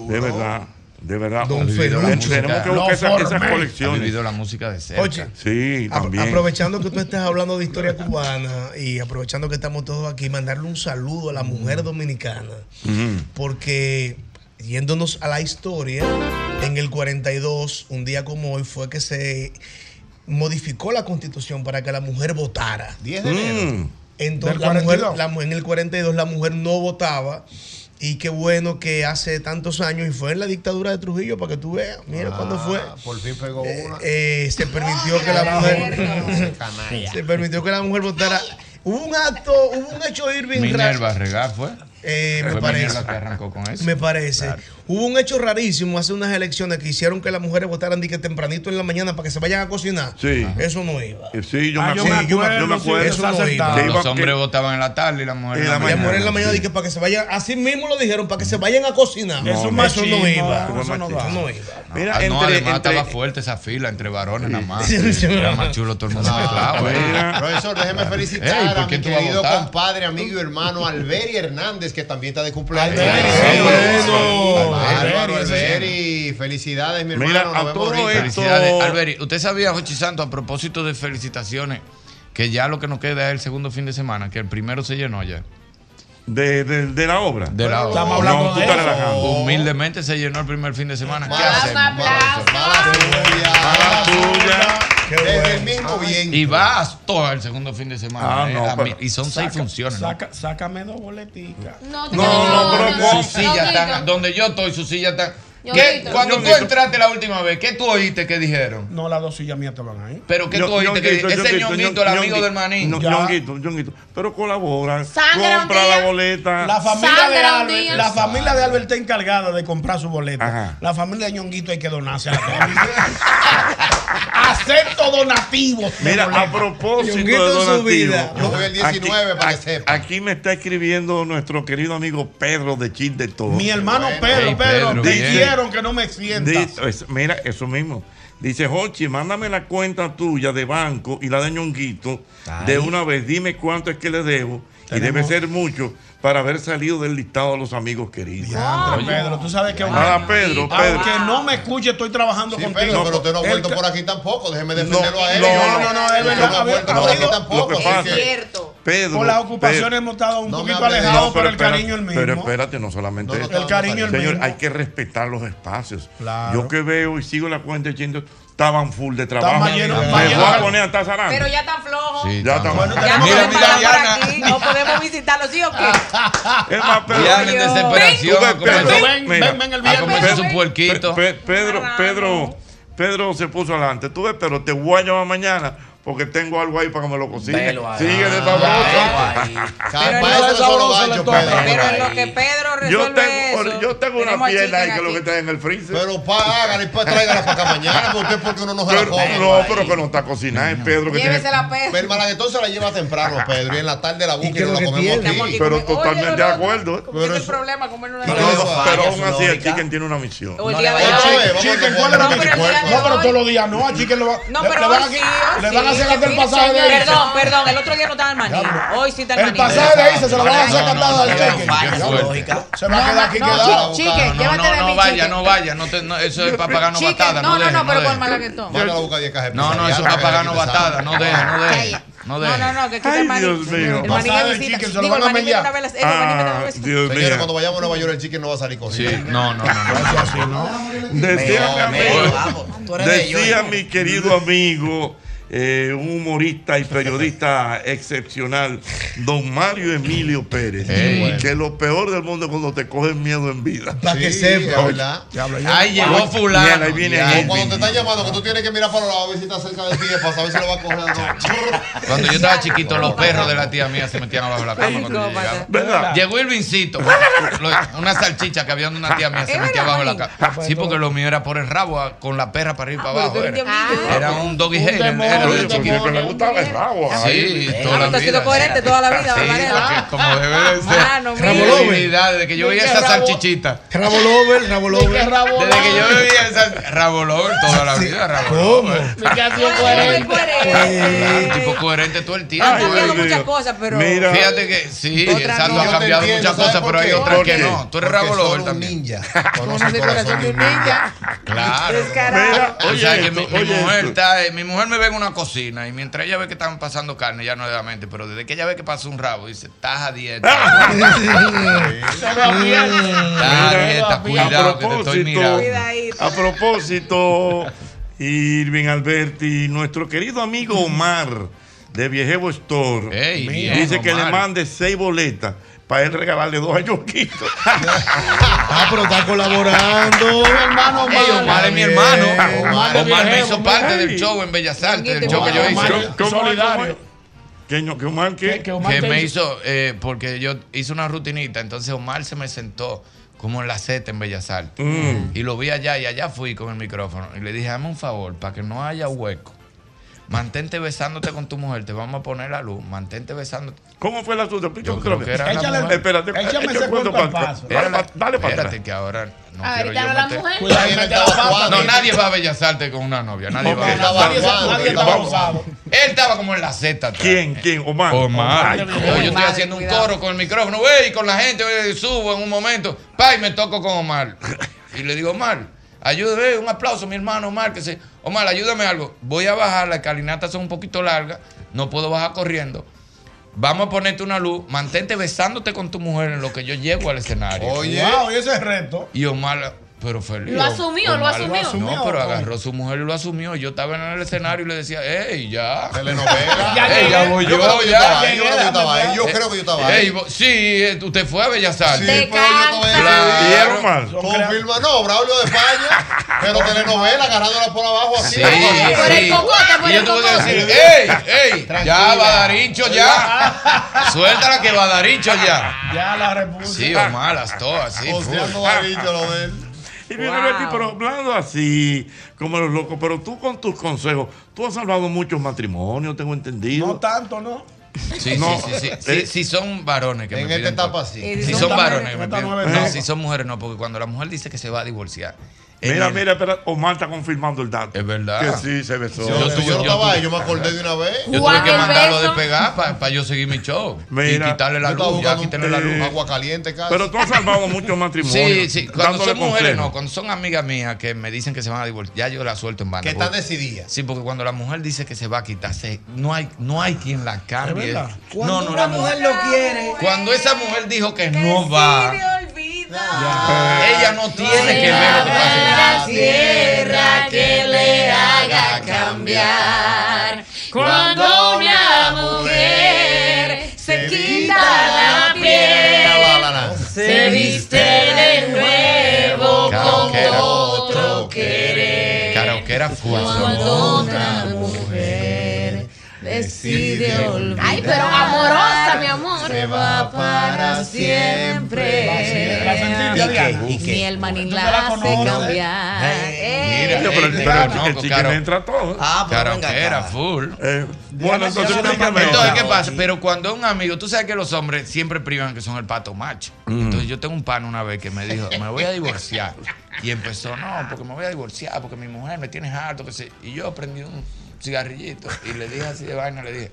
De verdad, de verdad. Don Ten- Felucho. Tenemos que Lo buscar esas, esas formé. colecciones. Ha vivido la música de cerca. Oye. Sí, Apro- también. Aprovechando que tú estás hablando de historia cubana y aprovechando que estamos todos aquí, mandarle un saludo a la mujer dominicana. porque yéndonos a la historia, en el 42, un día como hoy, fue que se modificó la constitución para que la mujer votara. 10 de enero. Mm. Entonces, Del la mujer, 42. la mu- en el 42 la mujer no votaba. Y qué bueno que hace tantos años, y fue en la dictadura de Trujillo, para que tú veas, mira cuándo fue. Ah, Ah. Por fin pegó una. Eh, se permitió que la mujer *laughs* Canalla. se permitió que la mujer votara hubo un acto hubo un hecho Irving raro Minerva Regar fue. Eh, me Fue parece Minerva que arrancó con eso. me parece hubo un hecho rarísimo hace unas elecciones que hicieron que las mujeres votaran de que tempranito en la mañana para que se vayan a cocinar Sí. eso no iba Eh, Sí, yo Ah, me yo acuerdo. me acuerdo, yo me sí, acuerdo. eso no iba. Que iba- Los que- hombres votaban en la tarde y las mujeres en la las mañana. Ah, mujeres en la mañana de que para que se vayan así mismo lo dijeron para que se vayan a cocinar No, eso, no. no iba Machismo, eso no machismo. va. no iba Mira, Ah, no, entre- además entre- estaba fuerte esa fila entre varones nada más. Sí, sí, Era sí. más chulo todo *laughs* el mundo mezclado, eh. Ah, Profesor, déjeme Ey, felicitar ¿por a qué mi tú vas a querido votar? compadre, amigo y hermano Alberi Hernández, que también está de cumpleaños. bueno. Álvaro Alberi, Alberi, felicidades, mi hermano. Mira, nos a vemos todo ahorita. esto. Alberi, usted sabía, Jochi Santo, a propósito de felicitaciones, que ya lo que nos queda es el segundo fin de semana, que el primero se llenó ya. De, de- de la obra. De la obra. No, tú estás relajando. Humildemente se llenó el primer fin de semana. ¿Qué Vamos, hacemos? Desde el mismo bien. Y va hasta el segundo fin de semana. Ah, eh, no, a mí- pero- y son seis Saca- funciones. ¿no? Saca- sácame dos boleticas. No, No, no, pero no. su silla está, donde yo estoy, su silla está. Yo ¿Qué? grito. Cuando Yo tú grito. entraste la última vez, ¿qué tú oíste que dijeron? No, las dos sillas mías te van ahí. Pero ¿qué tú oíste que dijeron? Ese ñonguito, el amigo del manín. No, Ñonguito, Ñonguito. Pero colabora. Sangra un compra día. la boleta. La familia, de Sandra un Albert, día. la familia de Albert está encargada de comprar su boleta. Ajá. La familia de Ñonguito hay que donarse a la familia. *laughs* Acepto donativos. de Mira, boleta. a propósito de Ñonguito en su donativo, vida. yo- Voy al 19 para que aquí- Aquí me está escribiendo nuestro querido amigo Pedro de Chile de Todo. Mi hermano Pedro, Pedro, te Dice- hicieron que no me sientas. Dice- es- mira, eso mismo. Dice, Jochi, mándame la cuenta tuya de banco y la de ñonguito de una vez. Dime cuánto es que le debo. Y debe ser mucho para haber salido del listado de los amigos queridos. Ah, Oye. Pedro, tú sabes que Ah, Pedro, Pedro. aunque no me escuche, estoy trabajando Sí, contigo. Pedro, pero usted no ha El vuelto ca- por aquí tampoco. Déjeme defenderlo a él. no, no, no, es Usted verdad, no a ha ver, vuelto no, por aquí lo- tampoco. lo que pasa- así que- Pedro, Por las ocupaciones Pedro. hemos estado un No me poquito hable de alejados eso. por el Pero espérate, cariño el mismo. Pero espérate, no solamente no, eso. el cariño el Señor, mismo. hay que respetar los espacios. Claro. Yo que veo y sigo la cuenta diciendo, estaban full de trabajo. más lleno, Me más voy lleno. a poner a estar zarando. Pero ya está flojo. Sí, ya Ya estamos. no Mira, podemos mira, parar Diana. por aquí. No podemos visitarlos, ¿sí o qué? Es más, Pedro. Diana, en desesperación, Tú ves, a comer- Pedro, Ven, mira, ven, ven el viernes. A comer Pedro, su puerquito. Pe- Pe- Pedro, Pedro, Pedro se puso adelante. Tú ves, pero te voy a llamar mañana porque tengo algo ahí para que me lo cocine. Velo ahí. Sigue de *laughs* Velo sabroso. Pero en lo que Pedro Yo resuelve tengo, eso, yo tengo una tenemos al pierna ahí chicken que lo aquí. que está en el freezer. Pero pa, hágale, pa, tráigala para acá mañana, porque usted porque uno no se la Pero- come. no, pero que no está cocinada, es Pedro que tiene. Llévesela, Ah, Pedro. Pero el malaguetón se la lleva temprano, *laughs* Pedro, y en Pues la tarde la busca y que nos la lo que comemos tiene. aquí. Aquí Pero comemos- Oye, totalmente de Leonardo, acuerdo, ¿eh? Pero El problema comer una Pero, pero aún así el chicken tiene una misión. O el día de Oye, hoy. Chicken, Chicken, ¿cuál es la No, pero el misión? día de No, pero hoy. todos los días no. A Chicken lo va- No, le- pero le van a hoy sí, quitar- hoy le sí. van a hacer hasta el Mire, pasaje de señor, irse. Perdón, perdón, el otro día no estaba el maní. Hoy sí está el El maní. pasaje de irse se lo van a hacer cantado al Pero cheque. vaya, Ya, suerte. Se va a quedar aquí no, quedado. chi- chique, No, no, llévatela a no, mí, vaya, chique. no vaya, no te- no, eso es para pagar no Chicken, batada, no, no, deje, no, pero deje. con malaguetón. Mándala a buscar 10 cajas de No, no, pizza, eso ya, es para que pagar no aquí te batada, no deje, no deje. No No, deje. no, no, que quita el maní. Dios mío. El maní me Pasado el visita. chicken, se lo Digo, el van a maní viene mediar. una vez, eh, el maní viene Ah, una vez. Dios Señores, mío. cuando vayamos a Nueva York, el chicken no va a salir corriendo. Sí, no, no, no. no. *laughs* Decía Meo, mi meo, amigo, vamos, tú eres de decía mi querido amigo eh, un humorista y periodista excepcional, don Mario Emilio Pérez. Ey. Que lo peor del mundo es cuando te cogen miedo en vida. Pa' que Sí, sepa. ya, ¿verdad? Ya habla, ya. Ay, Oye, llegó fulano. mira, ahí viene O Elvin. cuando te están llamando, que tú tienes que mirar para los lados a ver si está cerca de ti, para saber si lo va a coger o no. Cuando yo estaba chiquito, los perros de la tía mía se metían abajo de la cama cuando yo llegaba. ¿Verdad? Llegó el vincito, pues, una salchicha que había donde una tía mía se ¿Es metía verdad, abajo de la cama. Sí, porque lo mío era por el rabo, a- con la perra para arriba y para Ah, abajo. pero tú Era, eres diablito. Era un doggy Un hair, era demonio, de chiquito. porque le gustaba el rabo. Sí, Ay, toda la Tú has sido vida. coherente toda la vida, Sí, Barbarella. porque como debe de ser. Mano, mira. Rabo Lover. Desde que yo veía Mira, esa Rabo- salchichita. Rabo Lover, Rabo Lover. Desde que yo veía esa Rabo Lover toda la vida, Rabo Lover. Claro, un tipo coherente todo el tiempo. Han cambiado muchas cosas, pero. Mira. Fíjate que sí, Otras exacto, no. ha Yo te cambiado entiendo, muchas cosas, ¿sabes pero por hay qué? otras Porque- que no. Tú eres porque Rabo solo Lover un también. ninja. Conoce el corazón de un ninja. Claro. Descarado. Mira, Oye o sea que esto, mi, mi oye mujer esto. está, eh, mi mujer me ve en una cocina y mientras ella ve que están pasando carne, ya no le da mente, pero desde que ella ve que pasa un rabo, dice, estás a *laughs* dieta. Estás a dieta, cuidado que te estoy mirando. A propósito, Irving Alberti, nuestro querido amigo Omar de Viejevo Store, Ey, mira, bien, dice que le Omar. mande seis boletas para él regalarle dos a *laughs* Yonquito. Ah, pero está colaborando. hermano Ey, Omar es mi hermano. Omar, de me Viejevo, hizo mira, parte ey. del show en Bellas Artes, del show que yo Omar, hice. ¿cómo- Solidario. ¿Qué, no- qué Omar qué? que me hizo, eh, porque yo hice una rutinita, entonces Omar se me sentó como en la seta en Bellas Artes. Mm. Y lo vi allá y allá fui con el micrófono. Y le dije, dame un favor, para que no haya hueco. Mantente besándote con tu mujer, te vamos a poner la luz. Mantante besándote. ¿Cómo fue el asunto? Explícame creo otra que vez. era la Échale- mujer. espérate, échame ese cuento para para- atrás. dale pa- dale pa' Espérate atrás. que ahora no Ahorita quiero yo no la meter- mujer. Cuidado, Ahí no, estaba Juan. no, nadie va a Bellas Artes con una novia. Nadie va a Bellas estaba- Artes. nadie- nadie estaba Vamos. usado. Él estaba como en la Z. atrás. ¿Quién? ¿Quién? Omar. Omar. Ay, Yo yo estoy haciendo un coro con el micrófono, güey, con la gente, güey, subo en un momento, pa, y me toco con Omar. Y le digo, Omar, ayúdame, un aplauso, mi hermano Omar, que se, Omar, ayúdame algo. Voy a bajar, las escalinatas son un poquito largas, no puedo bajar corriendo. Vamos a ponerte una luz, mantente besándote con tu mujer en lo que yo llego al escenario. Oye, oye, ese es reto. Y Omar, pero feliz. Lo asumió, lo Omar asumió. No, pero agarró a su mujer y lo asumió. Yo estaba en el escenario y le decía, ¡ey, ya! Telenovela. *laughs* ya, Ey, ya voy yo, yo creo que yo estaba ya. ahí, yo creo que yo estaba ahí, yo creo que yo estaba ahí. Ey, vo- Sí, eh, usted fue a Bellas Artes. Sí, pero yo estaba ahí. Claro. Confirma, no, Braulio de España, pero telenovela agarrándola por abajo así. Sí, sí. Y yo tuve que decir, ¡ey, ey! Ya, Badarincho, ya. Suéltala que Badarincho, ya. Ya la repuse. Sí, o malas todas, sí. full. *laughs* Y mira, Betty, pero hablando así, como los locos, pero tú con tus consejos, tú has salvado muchos matrimonios, tengo entendido. No tanto, ¿no? Sí, No, sí, sí, sí. eh, Si son varones que en me esta este piden etapa cosas. sí. Eh, Si Y son, son también, varones que me esta piden- nueva No, etapa. si son mujeres no, porque cuando la mujer dice que se va a divorciar. Mira, en el- mira, espera, Omar está confirmando el dato. Es verdad. Que sí, se besó. Yo tuve- yo tuve- Yo tuve Juan que el mandarlo a beso. despegar para yo seguir mi show. y quitarle la Yo estaba eh, luz, ya buscando quitarle un- la luz. Agua caliente casi. Pero tú has salvado muchos Sí, matrimonios. sí. Cuando dándole son mujeres, consejos. no. Cuando son amigas mías que me dicen que se van a divorciar, ya yo la suelto en banda. Que está porque- decidida. Sí, porque cuando la mujer dice que se va a quitar, se- no, hay, no hay quien la cambie. ¿Es verdad? No, Cuando no, una la mujer lo quiere. Cuando esa mujer dijo que no va. Ya. Ella no tiene que ver lo que pasa. La tierra que le haga cambiar. Cuando una mujer se quita la piel, se viste de nuevo con Karaokera. otro querer. Karaokera full. Cuando otra mujer decide olvidar. Ay, pero amorosa, mi amor. Se va para siempre. ¿Y qué? ¿Y qué? Ni el Tú manín te la la hace eh. conoces. cambiar. Mira, Oye, pero el- ey, pero el- conozco, el chicken Karo- entra todo. Ah, pero venga Karaokera acá. full. Eh, bueno, entonces explícame. Entonces, ¿qué pasa? Pero cuando un amigo, tú sabes que los hombres siempre privan que son el pato macho. Entonces, yo tengo un pan una vez que me dijo, me voy a divorciar. Y empezó, no, porque me voy a divorciar, porque mi mujer me tiene harto. Que se... Y yo prendí un cigarrillito y le dije así de vaina, le dije,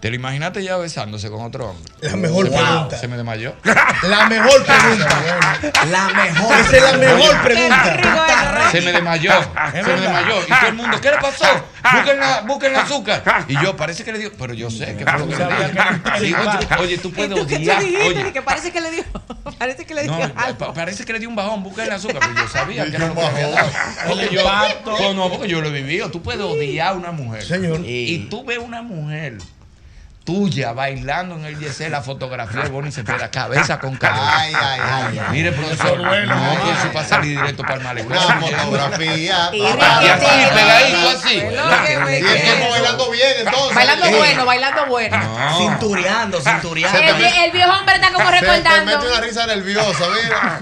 ¿te lo imaginaste ya besándose con otro hombre? La mejor Wow, pregunta. Se me desmayó. *laughs* La mejor pregunta. La mejor. Esa es la mejor pregunta. Se me desmayó. Ah, Se me desmayó. Y todo el mundo, ¿qué le pasó? Busquen la, busquen la azúcar. Y yo, parece que le dio. Pero yo sé que fue lo que le di. Sí, oye, tú- Oye, tú puedes ¿Tú qué tú odiar. dijiste? Oye, Que parece que le dio. *laughs* Parece que le dio. no, algo. pa- parece que le di un bajón. Busquen la azúcar. Pero yo *laughs* sabía que era lo que bajón. había dado. Porque El yo- impacto. No, no, porque yo lo he vivido. Tú puedes odiar a una mujer. Señor. Y tú ves una mujer. Tuya bailando en el YC, la fotografía de Bonnie se pega cabeza con cabeza. Ay, ay, ay, ay. Mire, profesor, Eso duele, no, ay. que eso para salir directo para el malecón. Una fotografía. Y así, pegadito así. Estamos bailando bien, entonces. Bailando bueno, bailando bueno. Ah. Cintureando, cintureando. El, vie- el viejo hombre está como Se te mete recordando. una risa nerviosa, mira.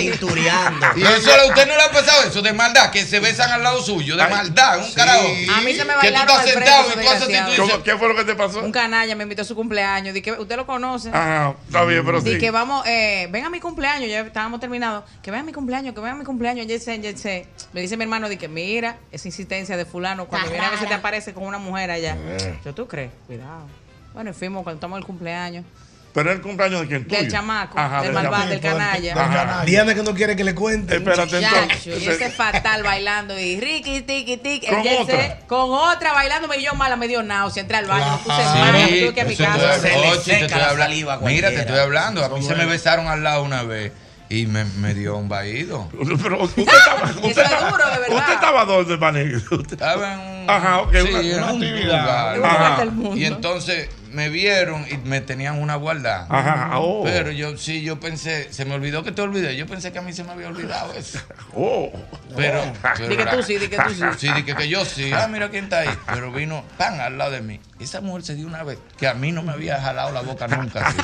Cintureando. Y eso a usted no le ha pasado eso de maldad, que se besan al lado suyo, de maldad, un carajo. A mí se me Que tú bailaron estás al frente, sentado esos y tú haces así, tú desgraciados. dices, ¿Qué fue lo que te pasó? Un canalla me invitó a su cumpleaños. Di que, usted lo conoce. Ajá, está bien, pero Di sí. que vamos, eh, ven a mi cumpleaños, ya estábamos terminados. Que ven a mi cumpleaños, que ven a mi cumpleaños, Jetsen, Jetsen. Me dice mi hermano, di que mira, esa insistencia de fulano, cuando Está viene a veces te rara. aparece con una mujer allá. Eh. Yo, ¿tú crees? Cuidado. Bueno, y fuimos cuando estamos el cumpleaños. Pero es el cumpleaños de quién Del chamaco, del malvado, del canalla. Diana que no quiere que le cuente. Espérate, Chacho, y ese fatal bailando y riqui, tiqui, tiqui. Con el Jetsen, otra. Con otra bailando, y yo mala me dio náusea. Entré al baño, me puse "Ah, Sí, mala, me tuve que ir a mi eso te casa. estoy- Ochi, te estoy hablando. Mira, te cualquiera. estoy hablando. A mí se me besaron al lado una vez y me, me dio un vaído. *laughs* Pero usted estaba, usted estaba, duro, de verdad. ¿Usted estaba dónde, Manny? Usted- Ajá, Ah, ok. Sí, una- en un lugar. Ajá. Y entonces me vieron y me tenían una guardada. Ajá, oh. Pero yo sí, yo pensé, se me olvidó que te olvidé. Yo pensé que a mí se me había olvidado eso. Oh. Pero, Oh. *laughs* pero Di que la- tú sí, di que tú sí. Sí, di que, que yo sí. Ah, mira quién está ahí. Pero vino pan al lado de mí. Esa mujer se dio una vez que a mí no me había jalado la boca nunca. *laughs* así.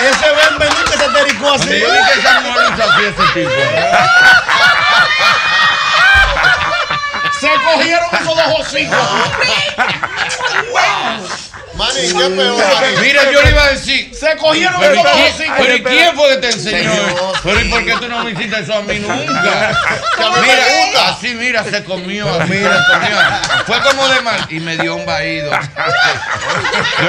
Ese Ben Benú que se tericó así. Cuando yo vi que esa mujer hizo así ese tipo. Se cogieron esos dos hocicos. Mani, ¿qué es peor? Mani? Mira, yo le iba a decir. Se cogieron pero esos dos ¿quién- hocicos. Pero ¿y quién fue que te enseñó? Señor, eso? Pero ¿y por qué tú no me hiciste eso a *laughs* mí nunca? Que a mí me Mira, gusta. así, mira, se comió, así se comió. Fue como de mal. Y me dio un vaído. Yo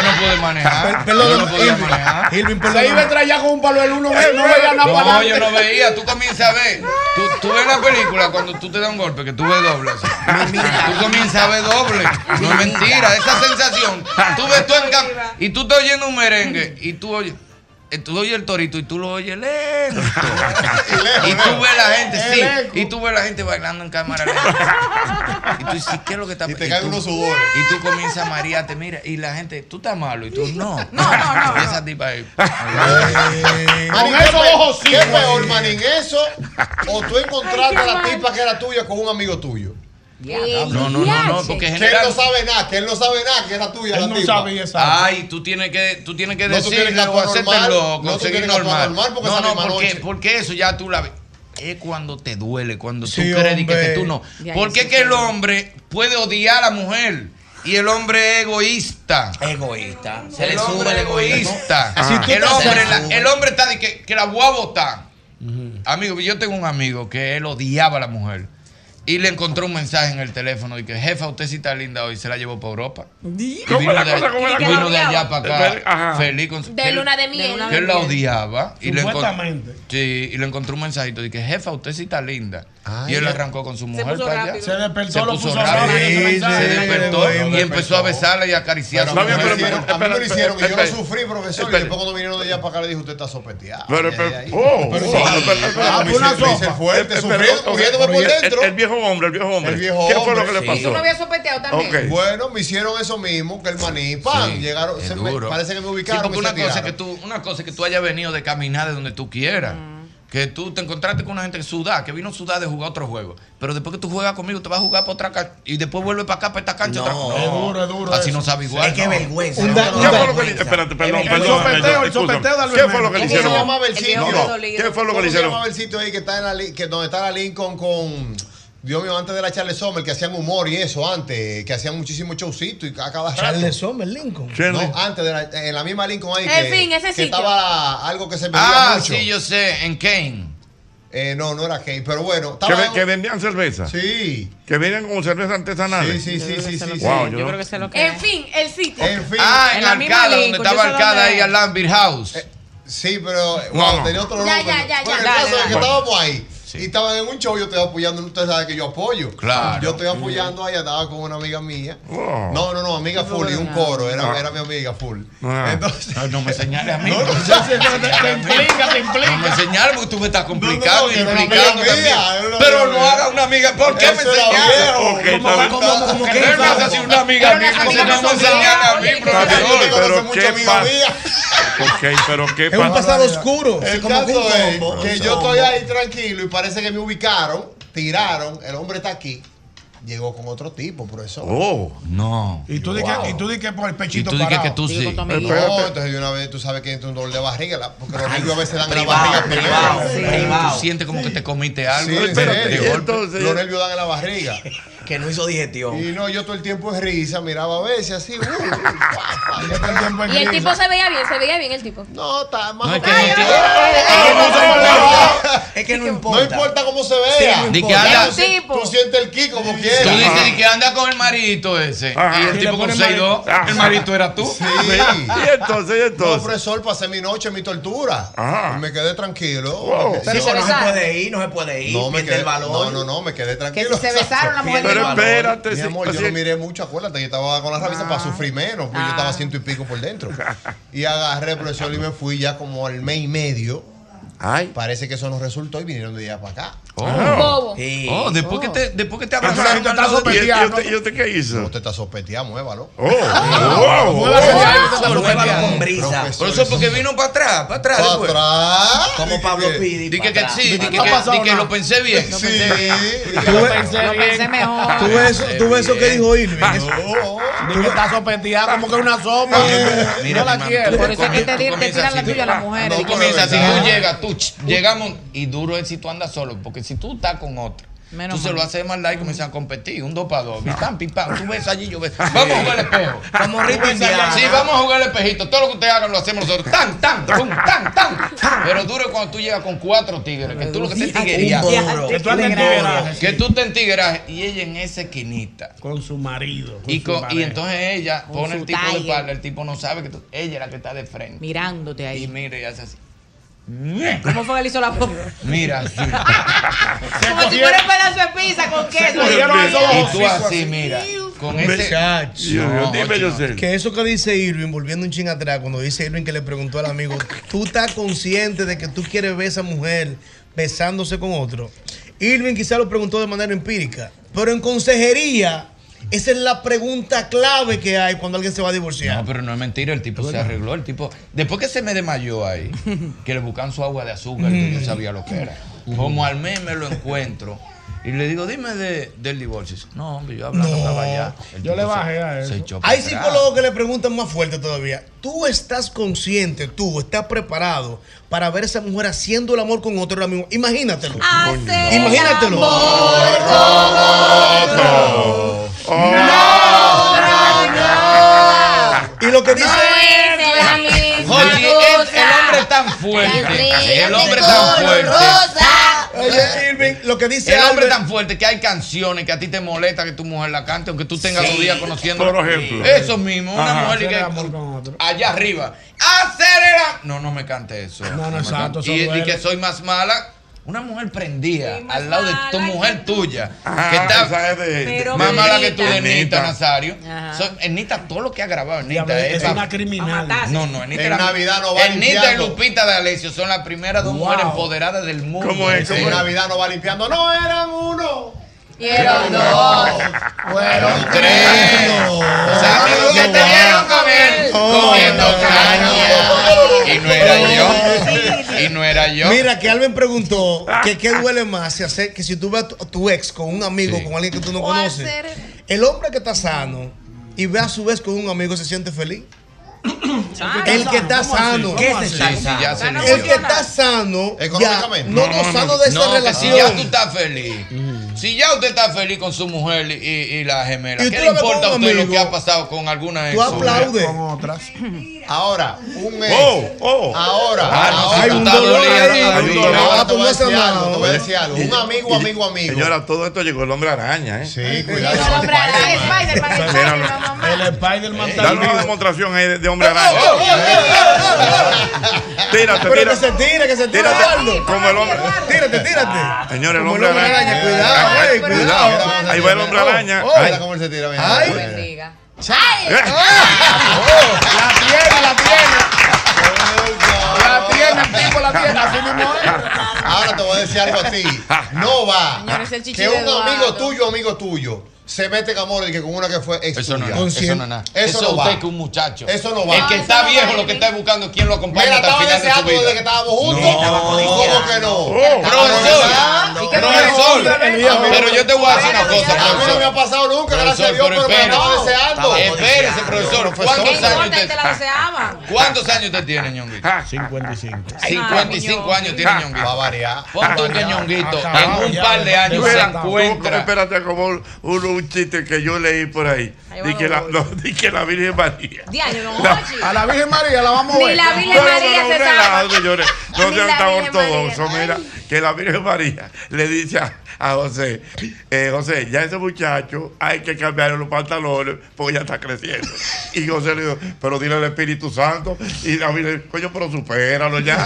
no pude manejar. Yo no podía manejar. Se iba a entrar ya con un palo el uno, no veía nada para No, yo no veía, tú comienzas a ver. Tú, tú ves la película cuando tú te das un golpe, que tú ves doble. así. Tú comienzas a ver doble. No es mentira, esa sensación. Tú ves tú en cam- y tú estás oyendo un merengue y tú oyes. eh, Tú oyes el torito y tú lo oyes *laughs* lento. Y tú ves la gente, Es sí. lejos. Y tú ves la gente bailando en cámara lenta. Y tú dices, ¿qué es lo que está Y te y caen tú- unos sudores. Y tú comienzas a marearte, mira. Y la gente, tú estás malo. Y tú, no. No, *laughs* no, no. Esa tipa ahí. Manín, Con ¿qué esos peor- ojos, sí. ¿Qué es peor, Manín? ¿Eso o tú encontraste a Ay, qué la mal. tipa que era tuya con un amigo tuyo? No, no, no, no, porque Que él general- no sabe nada, que él no sabe nada, que era tuya la tipa. Ay, tú tienes que, tú tienes que No, tú tienes decirle que o actuar hacerte normal. loco, No, tú seguir tienes que actuar normal. normal porque no, esa no, misma porque, noche. porque eso ya tú la ves. Es cuando te duele, cuando Sí, tú crees y que, hombre. que tú no. Ya, Porque yo es que el hombre puede odiar a la mujer y el hombre es egoísta. Egoísta. Se le el hombre sube el es egoísmo. egoísta. Ah. Si tú el, te- hombre, se la- sube. el hombre está de que, que la voy a botar. Amigo, yo tengo un amigo que él odiaba a la mujer. Y le encontró un mensaje en el teléfono y que, jefa, usted sí está linda hoy, se la llevó para Europa. Y ¿Cómo vino la de, cosa, cómo la vino cosa? de allá para acá, Ajá. feliz con su... De que- luna de miel. que él la odiaba. Y le, encon- Supuestamente. sí, y le encontró un mensajito. Dije, jefa, usted sí está linda. y él ya. arrancó con su mujer. puso para allá. rápido. Se despertó, Se lo puso puso rápido. rápido ese Sí, mensaje. se despertó Sí, y empezó a besarla y acariciarla. A mí me lo hicieron, a mí me lo hicieron y yo lo Espera. sufrí, profesor. Y Espera. después cuando vinieron de allá para acá le dije, usted está sopeteado. Pero, Ay, pero, ay, ay. oh, oh, Pero sí. pero, pero, pero, Ah, me una hice- me hice sopa. fuerte, Eh, sufriendo, pero, cubriéndome pero, por el- dentro. El, el viejo hombre, el viejo hombre. El viejo ¿Qué fue lo que hombre, le sí. pasó? Y tú no habías sopeteado también. Ok. Bueno, me hicieron eso mismo, que el maní, pan, llegaron, se me- Duro. parece que me Sí, ubicaron. porque me una cosa, es sentiraron. que tú, una cosa es que tú hayas venido de caminar de donde tú quieras. Que tú te encontraste con una gente que sudá, que vino a sudar de jugar otro juego. Pero después que tú juegas conmigo, te vas a jugar para otra cancha. Y después vuelves para acá, para esta cancha. otra- es duro, es duro Así eso. no sabe igual. Es que no. vergüenza, Un no, da- no, un ¿Qué da- fue lo que le Espérate, perdón, El perdón. sopeteo, perdón, el discúlpame. sopeteo de Luis ¿Qué fue lo que le Manuel. ¿Cómo hicieron? se llamaba el sitio? No, ¿Qué fue lo que ¿Cómo le se hicieron? llamaba el sitio ahí que está en la, li- que donde está la Lincoln con Dios mío, antes de la Charles Sommer, que hacían humor y eso antes, que hacían muchísimos showcitos y a cada rato. Charles Sommer, Lincoln. No, antes de la, en la misma Lincoln ahí. En que, fin, ese que sitio. estaba algo que se vendía Ah, mucho. sí, yo sé, en Kane. Eh, no, no era Kane, pero bueno, Que, estaba ve- que vendían cerveza. Sí. Que venían como cerveza artesanal. Sí, sí, Yo sí, creo que sí, sé lo sí, que Wow, yo, es. Yo creo creo que que se lo En fin, el sitio. En fin. Ah, En en, la misma Arcada, donde Lincoln, estaba yo sé Arcada dónde ahí, es. al Lambert House. Eh, Sí, pero No, bueno, no. tenía otro Ya, nombre. ya, ya, Bueno, el ya. caso Dale, es que dale. estábamos ahí. Y estaban en un show, yo estoy apoyando, usted sabe que yo apoyo. Claro. Yo estoy apoyando ahí, estaba con una amiga mía. Oh. No, no, no, amiga full y un coro, era, Ah. era mi amiga full. Entonces, no, no me señales a mí. No, no, ya sé, no, te- te implica, te implica. No me señales porque tú me estás complicando y que era una implicando amiga también. mía, era una Pero amiga no mía. haga una amiga. ¿Por qué me Eso era señalas? viejo. Porque ¿Cómo, no- cómo, cómo, cómo que No me era? hagas una amiga Era mía. una No me amiga señales mía, a mí, oye, profesor. yo conozco pero mucho qué amigo pasa. mía. Ok, pero qué Es un pasa. pasado oscuro. El caso es que yo estoy ahí tranquilo y parece que me ubicaron, tiraron, el hombre está aquí. Llegó con otro tipo, profesor. Oh, no. Y tú Wow. dices y tú di que por el pechito dices parado. No, entonces de una vez tú sabes que entra un dolor de barriga, la- porque los niños a veces dan en la Privado, barriga privado, primero. privado. Tú sientes como que te comiste algo. Sí, de- de espérate, y golpe. entonces- Los nervios dan en la barriga. *laughs* que no hizo digestión. Y no, yo todo el tiempo en risa, miraba a veces así. uh, uy, uy, guapa, yo todo el tiempo en Y el *laughs* risa. tipo se veía bien, se veía bien el tipo. No, está más No, o es que menos. no Ay, tiene- ay, ay, Es que no ay, se ay, valora. Es que no No importa cómo se vea. Sí, no Di que importa. anda- Tú si- Tú sientes el ki como quieras. Tú dices "Y que anda con el marito ese. Ajá. Y el Y le tipo con pone 6'2. marito. El marito era tú. *laughs* Sí. Y entonces, y entonces. No, profesor, pasé mi noche, mi tortura. Y me quedé tranquilo. Wow. Pero no se puede ir, no se puede ir. No, me pierde quedé, el valor. No, no, no, me quedé tranquilo. si se besaron, la mujer Pierde dijo. el Pero valor. espérate, Mi sí, amor, yo así no es. miré mucho, acuérdate, yo estaba con la rabia para sufrir menos, porque yo estaba ciento y pico por dentro. Y agarré, profesor, y me fui ya como al mes y medio. Parece que eso no resultó y vinieron de allá para acá. Oh. Bobo. Oh, después que te- después que te abrazaron al lado de- ¿Y usted- y qué hizo? No te estás sospechando, muévalo. Oh, wow. Muévalo Muévalo con brisa. Por eso porque vino para atrás, para atrás. Para después. atrás. Como Pablo Pidi. Dije que atrás. sí, Di dije que que, no pasó di que nada. lo pensé bien. No Sí. Lo pensé Lo pensé mejor. Tú ves eso- tú ves eso que dijo Irving. "Oh, Tú que está sopeteada como que una sopa. Mira, no la mi quiero. Por eso es que te Te, te tiran la tuya a las mujeres. Tú Dije, comienzas, si mira, tú llegas, tú ch, llegamos y duro es si tú andas solo, porque si tú estás con otro. Menos tú se mal. lo haces de maldad y comienzan a competir, un dos para dos. Y tan pipado. Tú ves allí, yo ves. Vamos a jugar el espejo. Como Rita Indiana. Sí, vamos a jugar el espejito. Todo lo que ustedes hagan lo hacemos nosotros. Tan, tan, pum, *laughs* tan, tan. Pero duro es cuando tú llegas con cuatro tigres, que tú lo que te tiguerías. Un moro. Que tú Un andas en moro. tigueraje, Que tú te entiguerajes y ella en esa esquinita. Con su marido. Y, con- y entonces ella Con pone su el tipo de talle. espalda, el tipo no sabe que tú- ella es la que está de frente. Mirándote Y ahí. mira y hace así. ¿Cómo fue que le *laughs* hizo la voz? Mira así. Como si fuera un pedazo de pizza con queso. Y tú Ah, así, mira. Con ese. Dios mío, dime, Yosel. Que eso que dice Irving, volviendo un ching atrás, cuando dice Irving que le preguntó al amigo, *laughs* ¿tú estás consciente de que tú quieres ver a esa mujer besándose con otro? Irving quizá lo preguntó de manera empírica, pero en consejería, esa es la pregunta clave que hay cuando alguien se va a divorciar. No, pero no es mentira, el tipo se arregló, el tipo. Después que se me desmayó *laughs* ahí, que le buscan su agua de azúcar, que yo sabía lo que era. Como al mes me lo encuentro. Y le digo, dime de, del divorcio. Dice, No, hombre, yo hablando estaba allá. El tipo se- Se echó para Hay atrás. psicólogos que le preguntan más fuerte todavía. ¿Tú estás consciente, tú estás preparado para ver a esa mujer haciendo el amor con otro ahora mismo? Imagínatelo. Hacer Imagínatelo. Y lo que dice Jorge, el, el hombre es tan fuerte. El hombre es tan fuerte. Oye, Irving, lo que dice El hombre Albert- tan fuerte que hay canciones que a ti te molesta que tu mujer la cante, aunque tú tengas Sí. tu día conociendo. Por ejemplo. Eso mismo, una Ajá. mujer y que- allá arriba. Acelera. No, no me cante eso. No, no, me cante. exacto, eso Y, y duele. que soy más mala. Una mujer prendida más al lado de tu mala mujer tuya. Ajá, que esa está es de- Pero más de mala que Nita. tú de Nita Nita. Nazario. Ajá. So- Nita, todo lo que ha grabado Diablo, Nita es pa- una criminal. A matarse. No, no, Nita En era- Navidad no va Nita y limpiando. Lupita de Alessio son las primeras dos Wow. mujeres empoderadas del mundo. ¿Cómo es? Sí. ¿Cómo es? Navidad no va limpiando. No eran uno. Fueron dos. Fueron tres. Los amigos que te vieron comer, Oh, comiendo caña. Y no era yo. Y no era yo. Ah. Mira, que Alvin preguntó que qué duele más si hacer, que si tú ves a tu, a tu ex con un amigo, con alguien que tú no O conoces. hacer- El hombre que está sano y ve a su vez con un amigo se *coughs* siente feliz. el que está sano. ¿Qué se está sano? Ya se El inició. que está sano. Económicamente. ya, no, no, sano de esa No, que relación. Si ya tú estás feliz, si ya usted está feliz con su mujer y, y la gemela, Y ¿qué usted le lo ve con importa a un usted lo amigo, que ha pasado con alguna ex? tú aplaudes. Con otras. Ahora, un mes. Oh, Ahora, Ah, no, ahora. si tú estás dolido, hay un dolor. Ahora Ah, te voy a pues no hace decir algo, nada. te voy a decir algo. Un amigo, amigo, amigo. eh. Señora, todo esto llegó el hombre araña, ¿eh? Sí, cuidado. Ay, Spider-Man, Míralo. Spider-Man, Dale una demostración ahí de- de hombre araña. Oh, *laughs* Tírate, Pero que tírate. se tire, que se tire. Tírate, Eduardo. como el hombre. Tírate, tírate. Señores, el Como el hombre hombre araña. araña, cuidado, Ay, ey, cuidado. Ahí va el hombre araña. Oh, Ay. mira cómo él se tira, mira. ¡Ay! La pierna, Oh, la pierna. La pierna, tipo, la pierna. Así mismo es. Ahora te voy a decir *laughs* algo a ti. No va. Señores, el chichi que de un amigo Eduardo. tuyo, amigo tuyo, se mete amor y que con una que fue ex Eso no, tuya. es nada, eso no es nada. Eso es no va. usted que un muchacho. Eso no va. El que No, está Ah, eso no viejo va, lo que está buscando quién lo acompaña Mira, hasta el estaba final de su deseando vida. desde que estábamos juntos. ¿Cómo que no? Oh, Ah, Profesor, profesor, pero yo te voy a decir una cosa, A mí no me profesor. ha pasado nunca, gracias a Profesor, Dios, pero pero me espere. estaba deseando. Espérese, profesor. ¿Cuántos años Te, te la usted deseaban. ¿Cuántos años usted tiene, Ñonguito? Ah, 55. 55 años tiene Ñonguito. Va a variar. Ponte un que Ñonguito en un par de años se Mira, tú, encuentra. Espérate, como un, un chiste que yo leí por ahí. Di que, la, no, di que la Virgen María. Diario, don La- Hochi. A la Virgen María la vamos a Ni ver. la Virgen No, no, María no, se un salva. relajo, señores. No Ni sean la tan Virgen ortodoxos. María. Mira, que la Virgen María le dice a, a José: eh, José, ya ese muchacho hay que cambiarle los pantalones porque ya está creciendo. Y José le dijo: Pero dile al Espíritu Santo. Y la Virgen, coño, pero supéralo ya.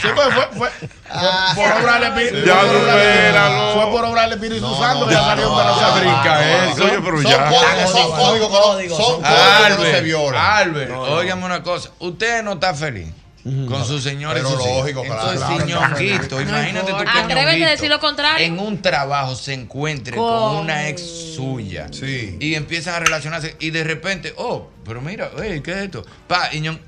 Sí, pues, fue, fue, fue por obra del Espíritu Ya fue por obra del- supéralo. Fue por obra del Espíritu Santo que salió para no, nosotros. brinca eso. Oye, pero ya. Son códigos que no- son códigos que no se Albert, violan. Albert, óigame una cosa. Usted no está feliz con sus señores. y Pero sus hijos. lógico, claro, Entonces, claro, si está Ñonguito, feliz. imagínate tú que Atrévete Ñonguito a decir lo contrario. en un trabajo se encuentre con, Con- una ex suya y empiezan a relacionarse y de repente, oh, pero mira, ey, ¿qué es esto? Pa, y Ñon-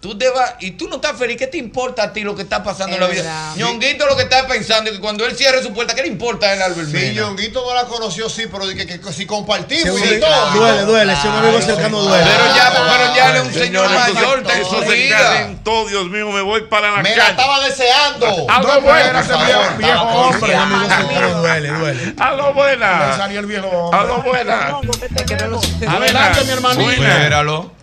Tú te vas y tú no estás feliz. ¿Qué te importa a ti lo que está pasando en la Es vida? verdad. Ñonguito lo que está pensando es que cuando él cierre su puerta, ¿qué le importa a él, Albert? Si Mena? Ñonguito no la conoció, sí, pero de que, que- que si compartimos Sí, y de claro. todo. Duele, duele, si si un amigo cercano duele. Pero ya, pero ya era un señor mayor, está en Eso su se vida. calentó, Dios mío, me voy para la Me calle. Ah, pues. la estaba deseando. A lo No, buena, por favor, viejo, viejo estaba hombre. con- duele, duele. A lo buena. Le salió el viejo A lo buena. Adelante, mi hermano. Supéralo.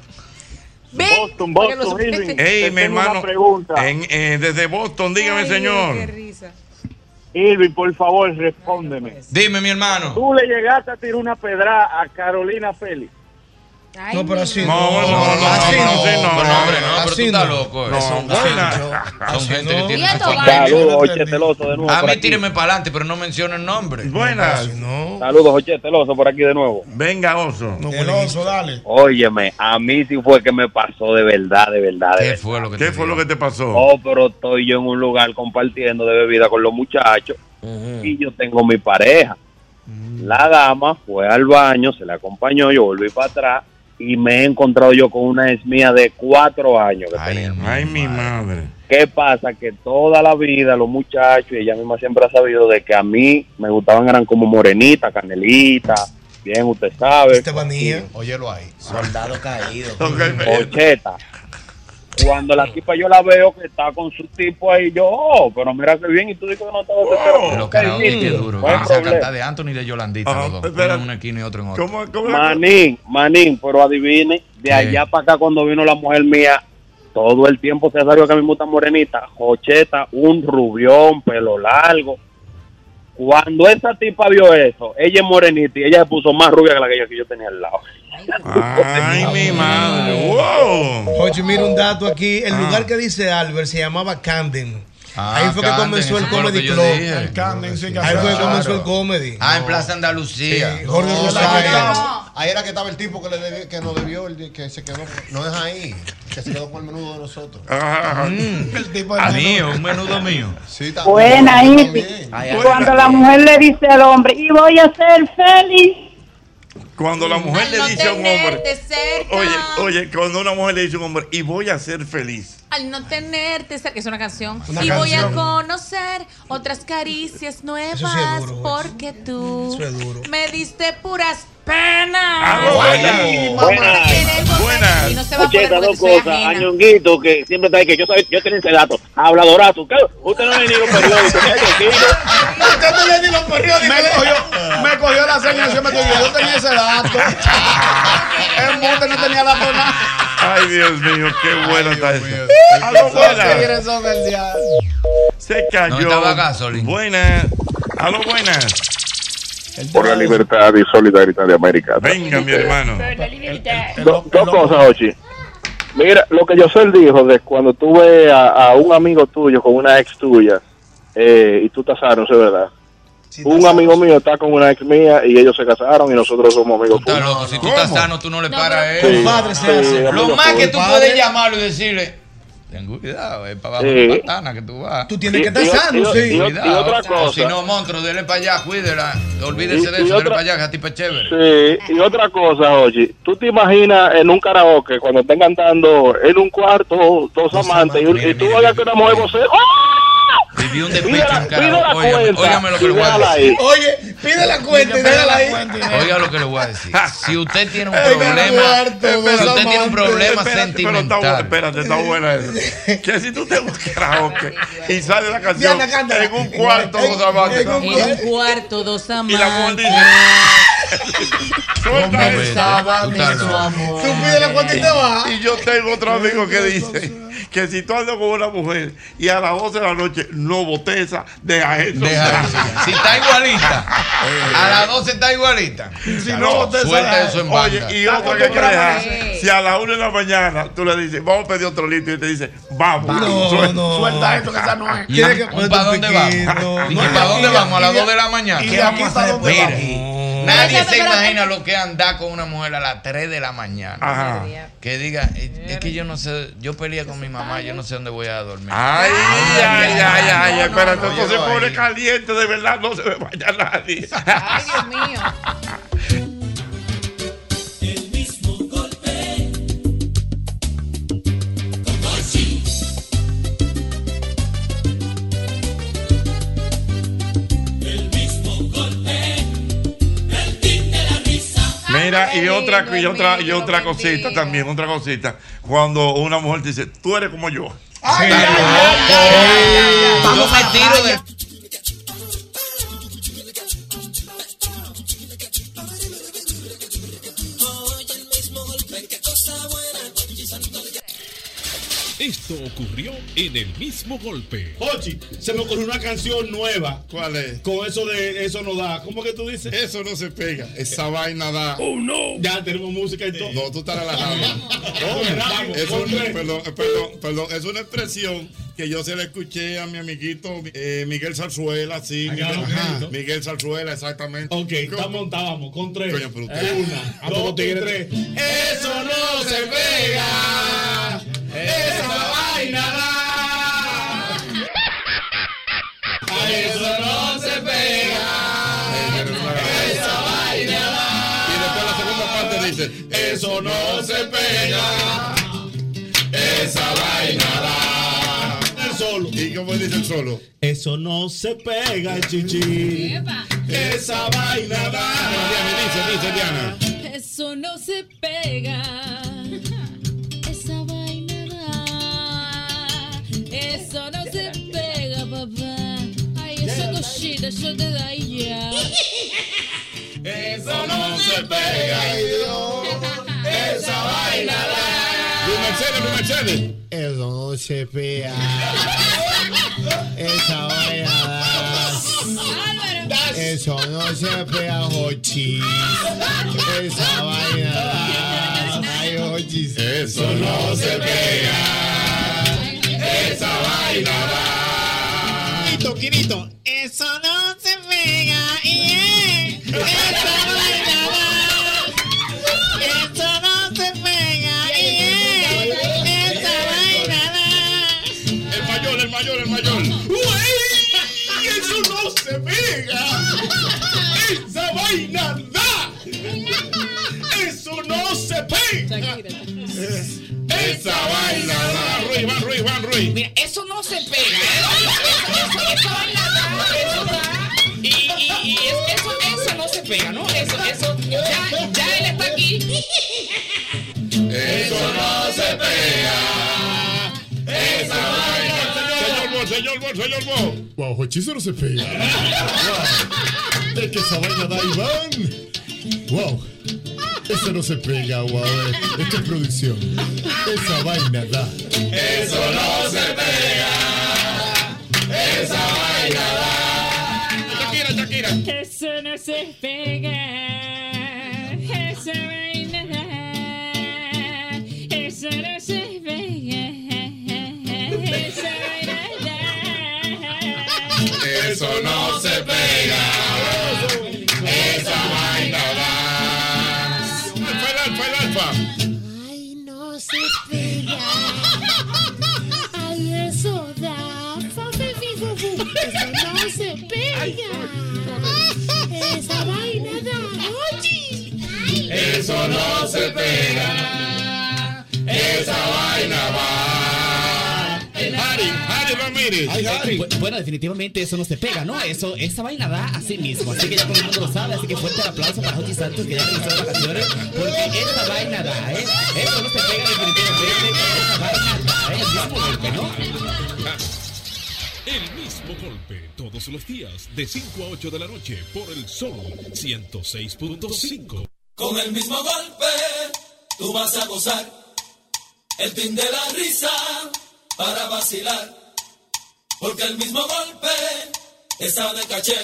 Boston, Boston, Irving. Ey, Te mi tengo una hermano. pregunta. en- eh, desde Boston, dígame, señor. Irving, por favor, respóndeme. Dime, mi hermano. Tú le llegaste a tirar una pedra a Carolina Félix. No, pero así no. No, no, no, Así no, no. sí, no, Pero, no, hombre, no, pero tú estás loco. eh. No, Son buena. Son gente que Y tiene esto mucho va. cariño. Saludos, Oche Teloso, de Ah, nuevo. A por mí aquí. tíreme para adelante, pero no menciona el nombre. Buenas. Saludos, Oche Teloso, por aquí de nuevo. Venga, oso. El oso, dale. Óyeme, a mí sí fue que me pasó de verdad, de verdad. de verdad. fue lo que ¿Qué fue lo que te pasó? Oh, pero estoy yo en un lugar compartiendo de bebida con los muchachos y yo tengo mi pareja. Mm. La dama fue al baño, se la acompañó, yo volví para atrás y me he encontrado yo con una ex mía de cuatro años que tenía. Ay, mi madre. ¿Qué pasa? Que toda la vida los muchachos, y ella misma siempre ha sabido de que a mí me gustaban, eran como morenita, canelita, bien, usted sabe. Este Óyelo ahí. Soldado caído. Ocheta. Cuando la tipa yo la veo que está con su tipo ahí, yo, oh, pero mira qué bien, y tú dices que no estás desesperado. Los Ok, karaoke, qué nítido, duro. no hay Vamos a problema. cantar de Anthony y de Yolandita, los dos. Uno en un esquina y otro en otro. Manín, Manín, pero adivine, de allá para acá cuando vino la mujer mía, todo el tiempo se salió que a mí me gusta morenita, jocheta, un rubión, pelo largo. Cuando esa tipa vio eso, ella es morenita y ella se puso más rubia que la que yo, que yo tenía al lado. Ay, mi madre. Wow. Oye, mira un dato aquí. El lugar que dice Albert se llamaba Camden. Ah, Ahí fue que Camden, comenzó el eso fue lo que Comedy yo Club. dije. Ahí fue que comenzó el comedy. Ah, en Plaza Andalucía. Jorge No, ahí Rosario. era- Ahí era que estaba el tipo que, le debió- que nos debió, el de- que se quedó. No es ahí, que se quedó con el menudo de nosotros. ah, Mm. El tipo A mío, un menudo mío. Sí, está- Buena, Yo Irving. también. Cuando la mujer le dice al hombre, y voy a ser feliz. Cuando la mujer le no dice a un hombre. tenerte cerca. Oye, oye, cuando una mujer le dice a un hombre, y voy a ser feliz. Al no tenerte cerca. Es una canción. Una y voy a canción. conocer otras caricias nuevas duro, porque tú Eso es duro. me diste puras penas. Ah, Ay, mamá. Buenas. Y no se va a Oye, poner porque esas dos soy cosas, ajena. Añonguito, que siempre está ahí, que yo, sabe- yo tenía ese dato, habladorazo, ¿qué? usted no ha venido a un periódico, ¿qué? Añonguito. Usted no le dio los periódicos. Me cogió, me cogió la señal, se me cogió. Yo tenía ese dato. El monte no tenía dato nada. Ay, Dios mío, qué bueno está esto. A lo Esos buenas. tigres son del diablo. Se cayó. estaba gasolina. Buenas. A lo buenas. por la libertad y solidaridad de América. Venga, mi hermano. Do- dos cosas, Ochi. Mira, lo que José dijo de cuando tú ves a, a un amigo tuyo con una ex tuya eh, y tú te casaron, eso es verdad. un amigo mío está con una ex mía y ellos se casaron y nosotros somos amigos. Está juntos. loco, si tú estás sano, tú no le paras a Sí, él. Compadre, se sí, hace. Lo amigo, más que tú compadre. puedes llamarlo y decirle, ten cuidado, es para abajo de Sí. patana que tú vas. Tú tienes que estar Y- y- sano, y- sí. y- y Cuidado, otra o Si cosa. no, monstruo, dele para allá, cuídela. Olvídese de Y- y eso, dele otra- para allá, que a ti pa' chévere. Sí, y otra cosa, oye, tú te imaginas en un karaoke cuando estén cantando en un cuarto dos, amantes, y un- y, tú oigas que una mujer vocea, ¡Ah! Vivió un despecho en Carajo, óigame, óigame lo que le voy a decir. Oye, pide la cuenta y déjala ahí. Oiga lo que le voy a decir. Si usted tiene un Ey, problema, Eduardo, si usted tiene un amante, espérate, pero problema está bu- sentimental. espérate, está buena *laughs* eso. Que si tú te buscas karaoke y sale la canción Diana, cántala. en un cuarto dos amantes. En un cuarto, dos Y la mujer amantes. dice, suelta eso. Conversaban Tú estás en su loco. amor. Tú pide la cuenta y te vas. Y yo tengo otro amigo que dice que si tú andas con una mujer y a las 12 de la noche no boteza, deja eso. Deja eso. Si está igualita, a las 12 está igualita. Si no boteza, suelta deja eso en Oye, banda. y otro que hay que dejar, si a las 1 de la mañana tú le dices, vamos a pedir otro litro y te dice, vamos. *laughs* No, suelta, no. suelta esto que esa no es. ¿Y un ¿Para dónde *laughs* vamos? Dije, ¿Para dónde vamos? A las 2 de la mañana. ¿Y de aquí para dónde Mire, vamos? Nadie Espérate, se espérate. imagina lo que anda con una mujer a las 3 de la mañana. Ajá. Que diga, es es que yo no sé, yo peleé con mi mamá, yo no sé dónde voy a dormir. Ay, ay, ay, ay, ay, espérate, no, entonces yo ahí. pone caliente, de verdad, no se me vaya nadie. Ay, Dios mío. El mismo golpe. Con Hochi. El mismo golpe. El fin de la risa. Mira, y otra, y otra, y otra bendito. cosita también, otra cosita. Cuando una mujer te dice, tú eres como yo. Vamos a tiro de. Esto ocurrió en el mismo golpe. Ochi, se me ocurrió una canción nueva. ¿Cuál es? Con eso de eso no da. ¿Cómo que tú dices? Eso no se pega. Esa vaina da. Oh no. Ya tenemos música y todo. No, tú estás *laughs* relajando. Es Es un- una, perdón, eh, perdón, perdón, es una expresión que yo se la escuché a mi amiguito eh, Miguel Zarzuela, sí. Miguel, Ajá, Miguel Zarzuela, exactamente. Ok, está montábamos con tres. Coño, pero usted. Una, dos, tres. Eso no se pega. Esa vaina da. Eso no se pega. Esa vaina da. Y después la segunda parte dice, eso no se pega. Esa vaina da. Ah, El solo. ¿Y cómo dice el solo? Eso no se pega, chichi. Esa vaina da. Dice, dice Diana. Eso no se pega. Esa vaina da. Eso no se pega, papá. Ay, esa cosita yo te da y ya. Eso no se pega, ay Dios. Esa vaina da. Mi Mercedes, mi Mercedes. Eso no se pega. Esa vaina da. Eso no se pega, Jochi. Esa vaina da. Ay, Jochi. Eso no se pega. Esa vaina da. Quirito, Quirito. Eso no se pega. Yeah. Esa vaina va. Eso no se pega. Yeah. Esa vaina El mayor, el mayor, el mayor. ¡Uey! ¡Eso no se pega! ¡Esa vaina da! ¡Eso no se pega! ¡Esa vaina da! Ruiz, Juan Ruiz, Juan Ruiz. Mira, eso no se pega. Esa vaina va. Eso va. Y, y, y es- eso, eso no se pega, ¿no? Eso, eso. Ya, ya él está aquí. Eso no se pega. Esa vaina. Señor Bo, señor Bo, señor Bo. Wow, Jochizo no se pega. Es que esa vaina da Iván. Wow. Eso no se pega, wow. eh. Esto es producción. Esa vaina da. Eso no se pega. Esa vaina da. Shakira, Shakira. Eso no se se pega, esa vaina, eso no se pega, esa vaina. Eso no se pega. Esa vaina va. Alfa, el alfa, el alfa. no se pega. Ay, eso da. fa, fe, fi, fu, fu. Eso no se pega. Esa vaina da. Oye. Eso no se pega. Esa vaina va. Harry, Harry Ramírez. Bu- Bueno, definitivamente eso no se pega, ¿no? Eso, esa vaina da a sí mismo. Así que ya todo el mundo lo sabe. Así que fuerte el aplauso para Jochi Santos que ya comenzó las vacaciones. Porque esa vaina da, ¿eh? Eso no se pega definitivamente. Esa vaina da, ¿eh? El mismo golpe, ¿no? El mismo golpe todos los días de 5 a 8 de la noche por el Sol 106.5. Con el mismo golpe, tú vas a gozar. El fin de la risa para vacilar. Porque el mismo golpe esa de caché.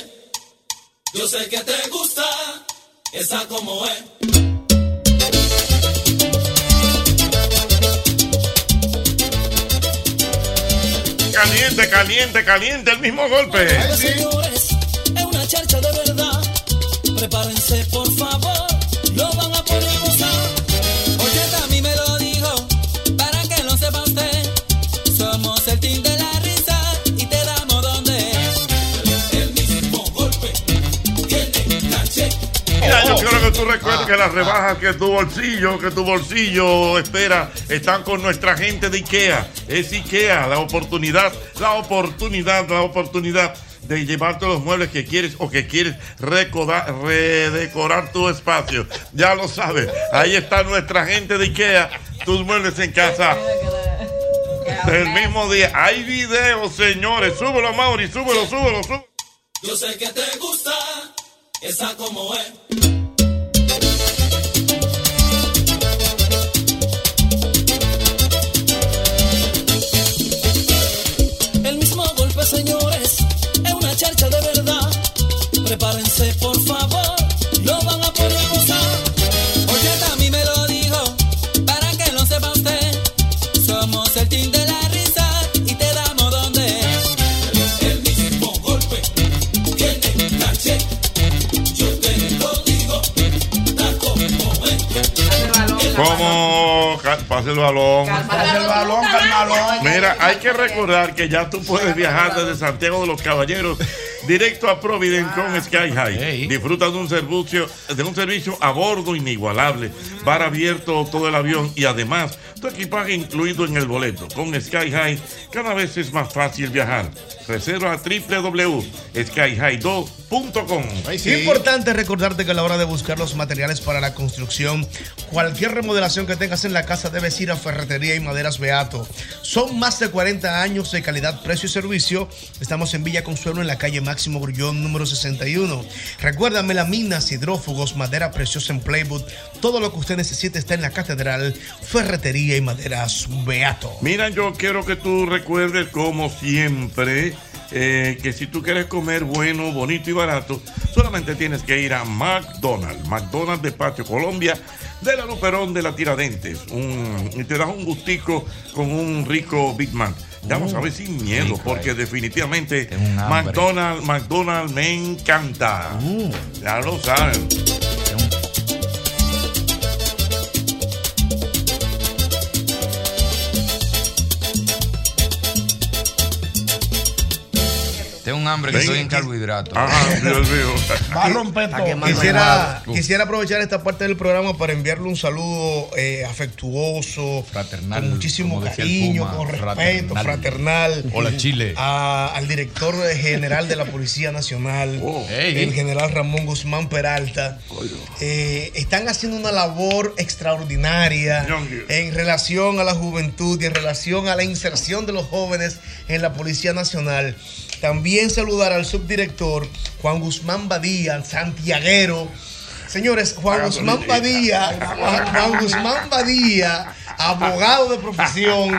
Yo sé que te gusta esa como es. Caliente, caliente, caliente, el mismo golpe. Los señores, es una charcha de verdad. Prepárense, por favor, lo van a poder gozar. Oye, a mí me lo dijo, para que lo sepa usted. Somos el team de la risa y te damos donde es. El mismo golpe tiene caché. Mira, yo quiero que tú recuerdes que las rebajas que tu bolsillo, que tu bolsillo espera, están con nuestra gente de IKEA. Es IKEA, la oportunidad, la oportunidad, la oportunidad de llevarte los muebles que quieres o que quieres recoda- redecorar tu espacio. Ya lo sabes, ahí está nuestra gente de IKEA, tus muebles en casa. El mismo día, hay videos, señores. Súbelo, Mauri, súbelo, súbelo, súbelo. Yo sé que te gusta esa como es. El mismo golpe, señores, es una charcha de verdad. Prepárense, por favor, lo van a poder gozar. Oye, a mí me lo dijo, para que lo sepa usted. Somos el team de la risa y te damos donde es. El mismo golpe tiene caché. Yo te lo digo, tal como es. ¿Cómo? Ca- Pase el balón. Pase el balón, calmalón. Mira, hay que recordar que ya tú puedes viajar desde Santiago de los Caballeros directo a Providence con Sky High. Disfruta de un servicio, de un servicio a bordo inigualable, bar abierto todo el avión y además tu equipaje incluido en el boleto. Con Sky High cada vez es más fácil viajar. Reserva a www.skyhigh2.com. Es importante recordarte que a la hora de buscar los materiales para la construcción, cualquier remodelación que tengas en la casa debes ir a Ferretería y Maderas Beato. Son más de 40 años de calidad, precio y servicio. Estamos en Villa Consuelo, en la calle Máximo Grullón, número 61. Recuérdame las minas, hidrófugos, madera preciosa en Playwood. Todo lo que usted necesite está en la catedral Ferretería y Maderas Beato. Mira, yo quiero que tú recuerdes, como siempre, eh, que si tú quieres comer bueno, bonito y barato, solamente tienes que ir a McDonald's, McDonald's de Patio Colombia, de la Luperón de la Tiradentes. Un- y te das un gustico con un rico Big Mac. Ya vamos a ver sin miedo, porque definitivamente hambre. McDonald's, McDonald's me encanta. Ya lo saben. Tengo un hambre que Ven, estoy en y- carbohidratos. Ajá, Dios *laughs* mío. Va a romper Está quemando Quisiera, el cuadro. quisiera aprovechar esta parte del programa para enviarle un saludo eh, afectuoso, fraternal, con muchísimo como decía el cariño, Puma, con respeto, fraternal. Hola, Chile. a- al director general de la Policía Nacional, Ey. el general Ramón Guzmán Peralta. Eh, están haciendo una labor extraordinaria en relación a la juventud y en relación a la inserción de los jóvenes en la Policía Nacional. También saludar al subdirector Juan Guzmán Badía, santiaguero. Señores, Juan Guzmán Badía, Juan, Juan Guzmán Badía abogado de profesión.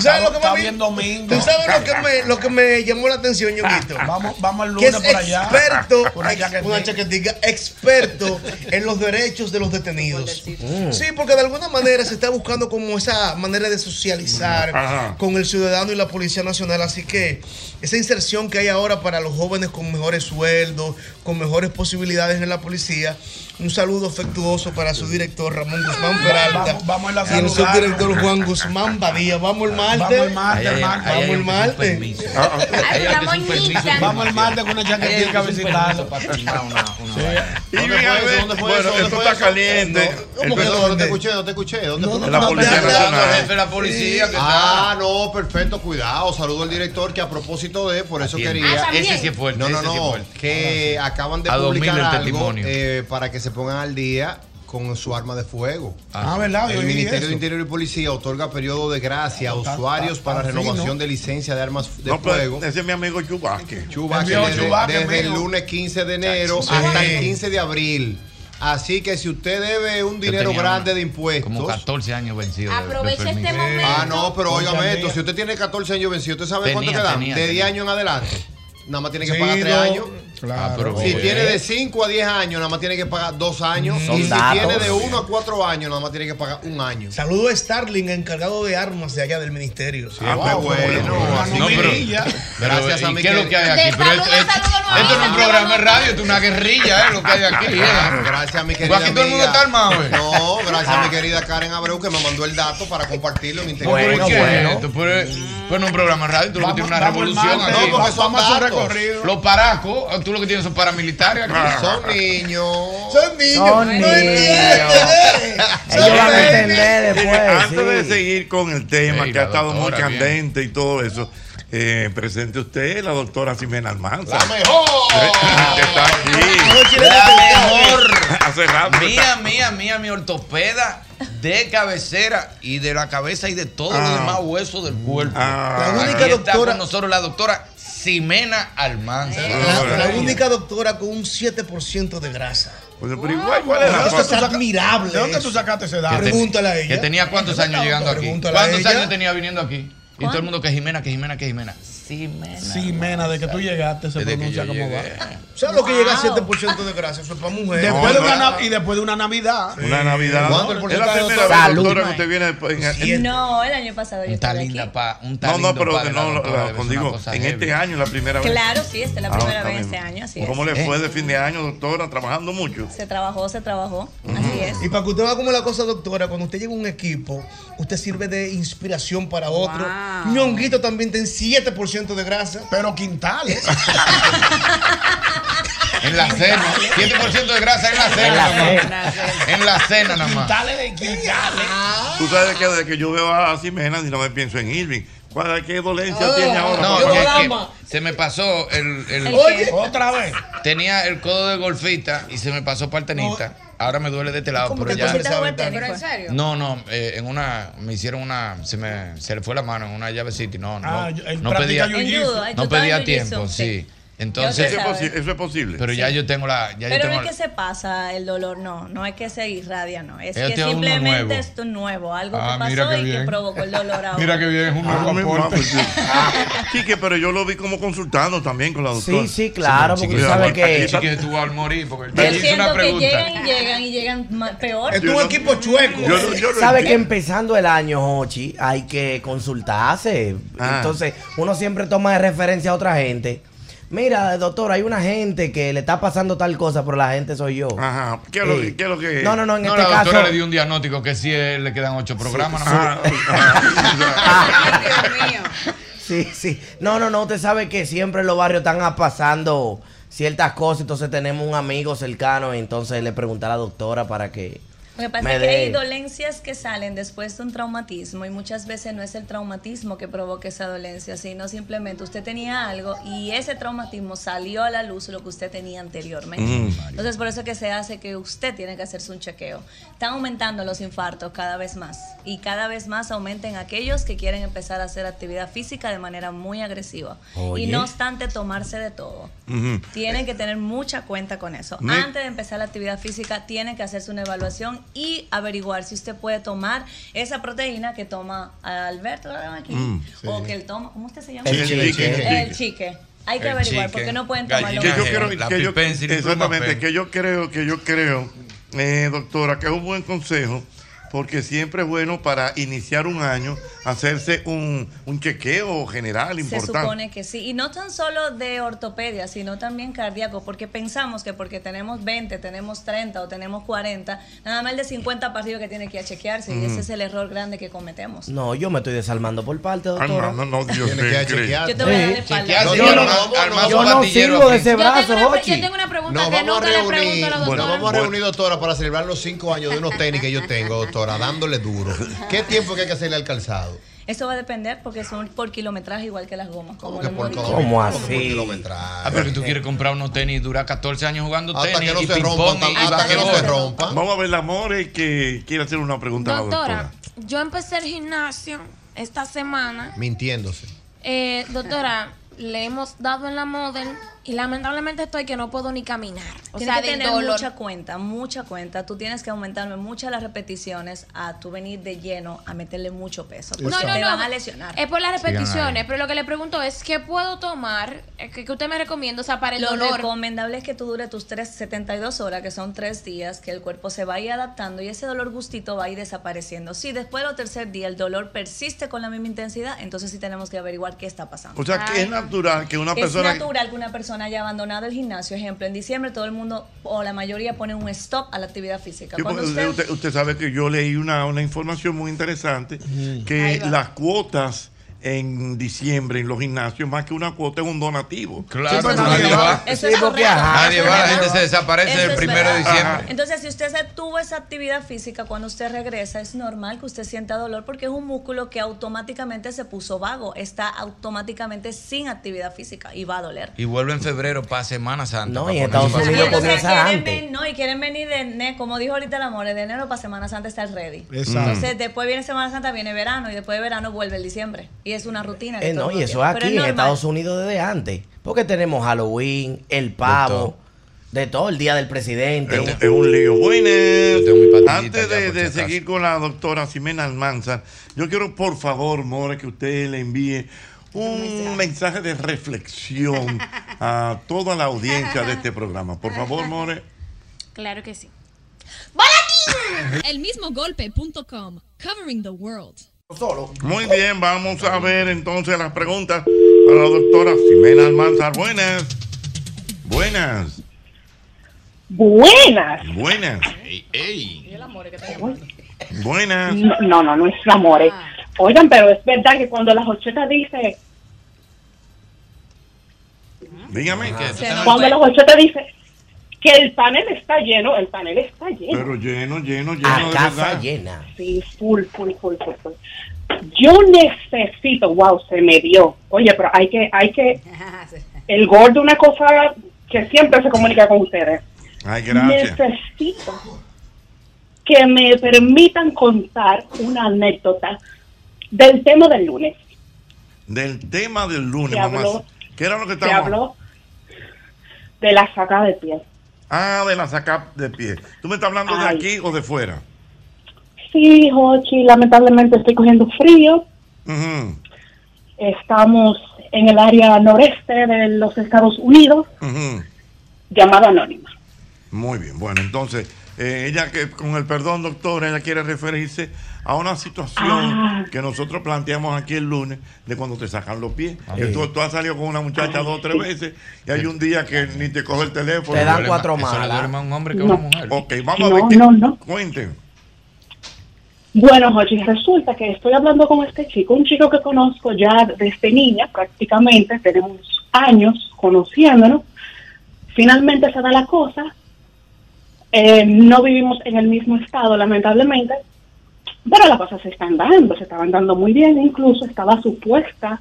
¿Sabes lo que Está me bien ¿Tú sabes lo que me, lo que me llamó la atención, Ñonguito? Ah, Vamos, vamos al que lunes es por allá. experto, Por allá ex- que una chaquetica, experto en los derechos de los detenidos. Sí, porque de alguna manera se está buscando como esa manera de socializar Ajá. con el ciudadano y la Policía Nacional. Así que esa inserción que hay ahora para los jóvenes con mejores sueldos, con mejores posibilidades en la policía. Un saludo afectuoso para su director Ramón Guzmán Peralta. Vamos- vamos a ir a y el saludarlo. subdirector Juan Guzmán Badía. Vamos el martes. Vamos el martes, el martes. Vamos el martes. Ah, Vamos al martes con una chaquetica a visitarlo. Y bien, ¿Dónde fue eso? bueno, ¿Dónde esto fue está eso? caliente. No, ¿Cómo que no? No te escuché, no te escuché. ¿Dónde fue? la Policía Nacional. jefe de la policía que Ah, no, perfecto, cuidado. Saludo al director que a propósito de, por eso Atiende. quería. Ah, también. Ese sí es fuerte, No, no, ese sí es no. fuerte. Que acaban de A dos mil publicar el algo testimonio. eh, para que se pongan al día con su arma de fuego. Ah, ¿verdad? Yo El vi Ministerio eso. de Interior y Policía otorga periodo de gracia a Está- usuarios está- para está fino. renovación de licencia de armas de No, pero fuego. Ese es mi amigo Chubasque. Chubasque desde, desde el lunes 15 de enero Sí. hasta el 15 de abril. Así que si usted debe un Yo dinero tenía grande una- de impuestos. Como 14 años vencido. de- de Aprovecha este permiso. momento. Ah, no, pero Oiga, óigame mía. esto. Si usted tiene 14 años vencido, ¿usted sabe cuánto Tenía, te dan? tenía, de 10 tenía. años en adelante. Nada más tiene que Sí, pagar 3 no. años. Ah, pero Si bien. tiene de 5 a 10 años, nada más tiene que pagar 2 años. Son y si datos. tiene de 1 a 4 años, nada más tiene que pagar 1 año. Saludo a Starling, encargado de armas de allá del ministerio. Ah, pues bueno, así No, pero, pero, Gracias a ¿y mi ¿Qué es lo que hay querido- aquí? Pero esto, esto- esto no es un programa de radio, esto es una guerrilla, ¿eh? Lo que hay aquí. ¿eh? Ah, Gracias a mi querida. Aquí todo el mundo amiga. está armado, ¿eh? No, gracias a mi querida Karen Abreu que me mandó el dato para compartirlo en Instagram. Bueno, ¿qué es esto? Pero es- pero no es un programa de radio, tú lo que tienes es una vamos al revolución martes, aquí. no, porque son Vamos a hacer datos. recorrido. Los paracos, ah, tú lo que tienes son paramilitares aquí. Son niños. Son niños. Son No niños. Señores, van a señores, entender después, Antes de sí. seguir con el tema Ey, que ha la estado muy doctora, bien. candente y todo eso, eh, presente usted, la doctora Ximena Almanza. La mejor. *laughs* Que está aquí. La mejor. Hace rato. que Mía, está- mía, mía, mi ortopeda de cabecera y de la cabeza y de todos Ah. los demás huesos del cuerpo. La única Aquí está doctora- con nosotros la doctora Ximena Almanza. Ah, La, la única doctora con un 7% de grasa. pero igual, ¿cuál es la Esto cosa? es admirable. ¿De dónde eso. tú sacaste ese dato? Pregúntale a Que ella. tenía cuántos años llegando aquí. Pregúntale a ¿Cuántos ella. años tenía viniendo aquí? Y todo el mundo que Jimena, que Jimena, que Jimena. Ximena. Ximena, de que tú llegaste se pronuncia como va. ¿Sabes lo que llega a 7% de grasa? Eso es para mujeres. Después de una, nav- y después de una Navidad. Una Navidad. ¿Cuánto el Es la porcentaje de primera vez, doctora? doctora, Salud, que usted viene en- en- No, el año pasado yo Está estaba aquí. linda, pa. Un No, no, pero no, lo la- contigo, en este año la primera vez. Claro, sí, esta es la Ah, primera está vez bien. este año, así es. ¿Cómo le fue de fin de año, doctora? Trabajando mucho. Se trabajó, se trabajó, así es. Y para que usted vea cómo es la cosa, doctora, cuando usted llega a un equipo, usted sirve de inspiración para otro. Ñonguito también tiene 7% de grasa. Pero *laughs* quintales. En la cena. 7% de grasa en la cena. nada más. En la cena nada más. Dale de quintales. Tú sabes que desde que yo veo a Ximena, si no me pienso en Irving. ¿Cuál, ¿Qué dolencia Ah, tiene ahora? No, Porque- es que se me pasó el, el- ¿El Oye. qué? otra vez. Tenía el codo de golfista y se me pasó para el tenista. Ahora me duele de este lado, ¿Cómo pero que ya. tú empezaste a jugar tenis, fue? No, no, eh, en una me hicieron una se me se le fue la mano en una llavecita y no, no. Ah, yo- él no practica pedía jiu-jitsu. En judo, él no tocaba pedía jiu-jitsu, tiempo, sí. sí. Entonces Eso es posi- es posible. Pero ya Sí. yo tengo la ya yo Pero no tengo es que se pasa el dolor, no, no es que se irradia, no. Es Este que es uno nuevo. simplemente es tu nuevo, algo Ah, que mira pasó qué y bien. que provocó el *laughs* dolor ahora. Mira que bien, es un Ah, nuevo mi aporte. mamá, *laughs* sí. Ah, Chique, pero yo lo vi como consultando también con la doctora. Sí, sí, claro, porque tú sabes que- Chique, tú vas a morir porque Yo siento que llegan y llegan y llegan ma- peor. Es un equipo chueco. Sabe que empezando el año, Hochi, hay que consultarse. Ah. Entonces, uno siempre toma de referencia a otra gente. Mira, doctor, hay una gente que le está pasando tal cosa, pero la gente soy yo. Ajá. ¿Qué es lo, Eh, qué es lo que.? No, no, no, en No, este la doctora caso. le dio un diagnóstico que sí eh, le quedan ocho programas. nada más. Sí, sí. No, no, no, usted sabe que siempre en los barrios están ah, pasando ciertas cosas. Entonces, tenemos un amigo cercano. Entonces, le pregunté a la doctora para que. Lo que pasa Me es que de- hay dolencias que salen después de un traumatismo y muchas veces no es el traumatismo que provoca esa dolencia, sino simplemente usted tenía algo y ese traumatismo salió a la luz lo que usted tenía anteriormente. Mm. Entonces por eso que se hace que usted tiene que hacerse un chequeo. Están aumentando los infartos cada vez más y cada vez más aumenten aquellos que quieren empezar a hacer actividad física de manera muy agresiva. Oye. Y no obstante tomarse de todo. Ujú. Tienen que tener mucha cuenta con eso. Me- Antes de empezar la actividad física, tienen que hacerse una evaluación alimentación y averiguar si usted puede tomar esa proteína que toma Alberto ¿verdad? aquí Mm, o sí. que él toma, ¿cómo usted se llama? El chique, el chique. El chique. Hay que El averiguar chique, porque no pueden tomarlo. Que yo más. creo- la que yo- pipensil y exactamente, plumapel. que yo creo, que yo creo, eh, doctora, que es un buen consejo, porque siempre es bueno para iniciar un año hacerse un, un chequeo general Se importante. supone que sí. Y no tan solo de ortopedia, sino también cardíaco, porque pensamos que porque tenemos 20, tenemos 30 o tenemos 40, nada más el de 50 partidos que tiene que ir a chequearse. Y Mm. ese es el error grande que cometemos. No, yo me estoy desalmando por parte, doctora. Ah, no, no, Dios Tiene mío, que increíble. Yo te voy a dar la espalda. Yo no, yo no sirvo de ese brazo, Yo Jochi. tengo una pregunta Nos que vamos, nunca a le pregunto reunir, a los bueno, doctores. vamos a reunir, doctora, para celebrar los cinco años de unos tenis que yo tengo, doctora, dándole duro. ¿Qué tiempo que hay que hacerle al calzado? Eso va a depender porque son por kilometraje igual que las gomas. Como que lo por hemos dicho. kilómetro? ¿Cómo así? por kilometraje? Ah, pero que tú quieres comprar unos tenis y durar 14 años jugando Hasta tenis que no y se rompan, ping-pong y hasta que no se basquetbol. Vamos a ver, Amores, que quiere hacer una pregunta a la Doctora, doctora. yo empecé el gimnasio esta semana. Mintiéndose. Eh, doctora, le hemos dado en la model y lamentablemente estoy que no puedo ni caminar. O tienes sea, que del tener dolor. mucha cuenta, mucha cuenta. Tú tienes que aumentarme muchas las repeticiones a tu venir de lleno, a meterle mucho peso. Porque No, no, te no. van a lesionar. Es por las Sigan repeticiones, pero lo que le pregunto es qué puedo tomar, Eh, ¿Qué qué usted me recomienda, o sea, para el Lo dolor. recomendable es que tú dure tus 3, 72 horas, que son 3 días, que el cuerpo se va a ir adaptando y ese dolor gustito va a ir desapareciendo. Si después del tercer día el dolor persiste con la misma intensidad, entonces sí tenemos que averiguar qué está pasando. O sea, que es natural que una es persona... natural que una persona haya abandonado el gimnasio. Ejemplo, en diciembre todo el mundo o la mayoría pone un stop a la actividad física. Sí, Cuando porque usted- usted, usted sabe que yo leí una, una información muy interesante que las cuotas en diciembre en los gimnasios más que una cuota es un donativo. Claro, Sí, porque nadie nadie va. va. Eso es pues, Sí, porque, correcto. ajá. Nadie va, la gente se desaparece Eso el es primero de verdad. Ah. diciembre. Entonces, si usted se tuvo esa actividad física, cuando usted regresa, es normal que usted sienta dolor porque es un músculo que automáticamente se puso vago, está automáticamente sin actividad física y va a doler. Y vuelve en febrero para Semana Santa. No, para y ponerse Estados para- Unidos Entonces, comienza quieren antes. ven- no, y quieren venir de enero, como dijo ahorita el amor, de enero para Semana Santa está el ready. Exacto. Entonces, después viene Semana Santa, viene verano y después de verano vuelve el diciembre. Y es una rutina. que Eh, todo no, el y mundo eso tiene. es Pero aquí en normal. Estados Unidos desde antes. Porque tenemos Halloween, el pavo, de todo, el día del presidente. Es un lío. Buenas. Antes de, de seguir con la doctora Ximena Almanza, yo quiero por favor, More, que usted le envíe un mensaje de reflexión a toda la audiencia de este programa. Por favor, More. Claro que sí. ¡Volatín! Elmismogolpe.com. Covering the world. Muy bien, vamos a ver entonces las preguntas para la doctora Ximena Almanza. Buenas. Buenas. Buenas. Buenas. Buenas. No, no, no, no es amores. Oigan, pero es verdad que cuando la jocheta dice, Dígame. cuando la jocheta dice que el panel está lleno, el panel está lleno. Pero lleno, lleno, lleno. A de casa verdad. Sí, full, full, full, full, full. Yo necesito, wow, se me dio. Oye, pero hay que, hay que, el gordo una cosa que siempre se comunica con ustedes. Ay, gracias. Necesito que me permitan contar una anécdota del tema del lunes. Del tema del lunes, Se mamá. habló- ¿Qué era lo que Se estábamos? habló de la saca de piel. Ah, de la saca de pie. ¿Tú me estás hablando Ay. de aquí o de fuera? Sí, Jochi, lamentablemente estoy cogiendo frío. Ujú, Estamos en el área noreste de los Estados Unidos, ujú. llamada anónima. Muy bien. Bueno, entonces, eh, ella que con el perdón, doctora, ella quiere referirse a una situación Ah. que nosotros planteamos aquí el lunes de cuando te sacan los pies. Ah, Que Tú, tú has salido con una muchacha dos o tres veces y hay un día que ni te coge el teléfono. Te dan Duele cuatro más. más- eso le malas. duele más a un hombre que a una No. mujer. Ok, vamos a No, ver. qué- no, no. Cuenten. Bueno, Jochi, resulta que estoy hablando con este chico, un chico que conozco ya desde niña prácticamente, tenemos años conociéndonos. Finalmente se da la cosa, Eh, no vivimos en el mismo estado, lamentablemente, pero las cosas se están dando, se estaban dando muy bien, incluso estaba supuesta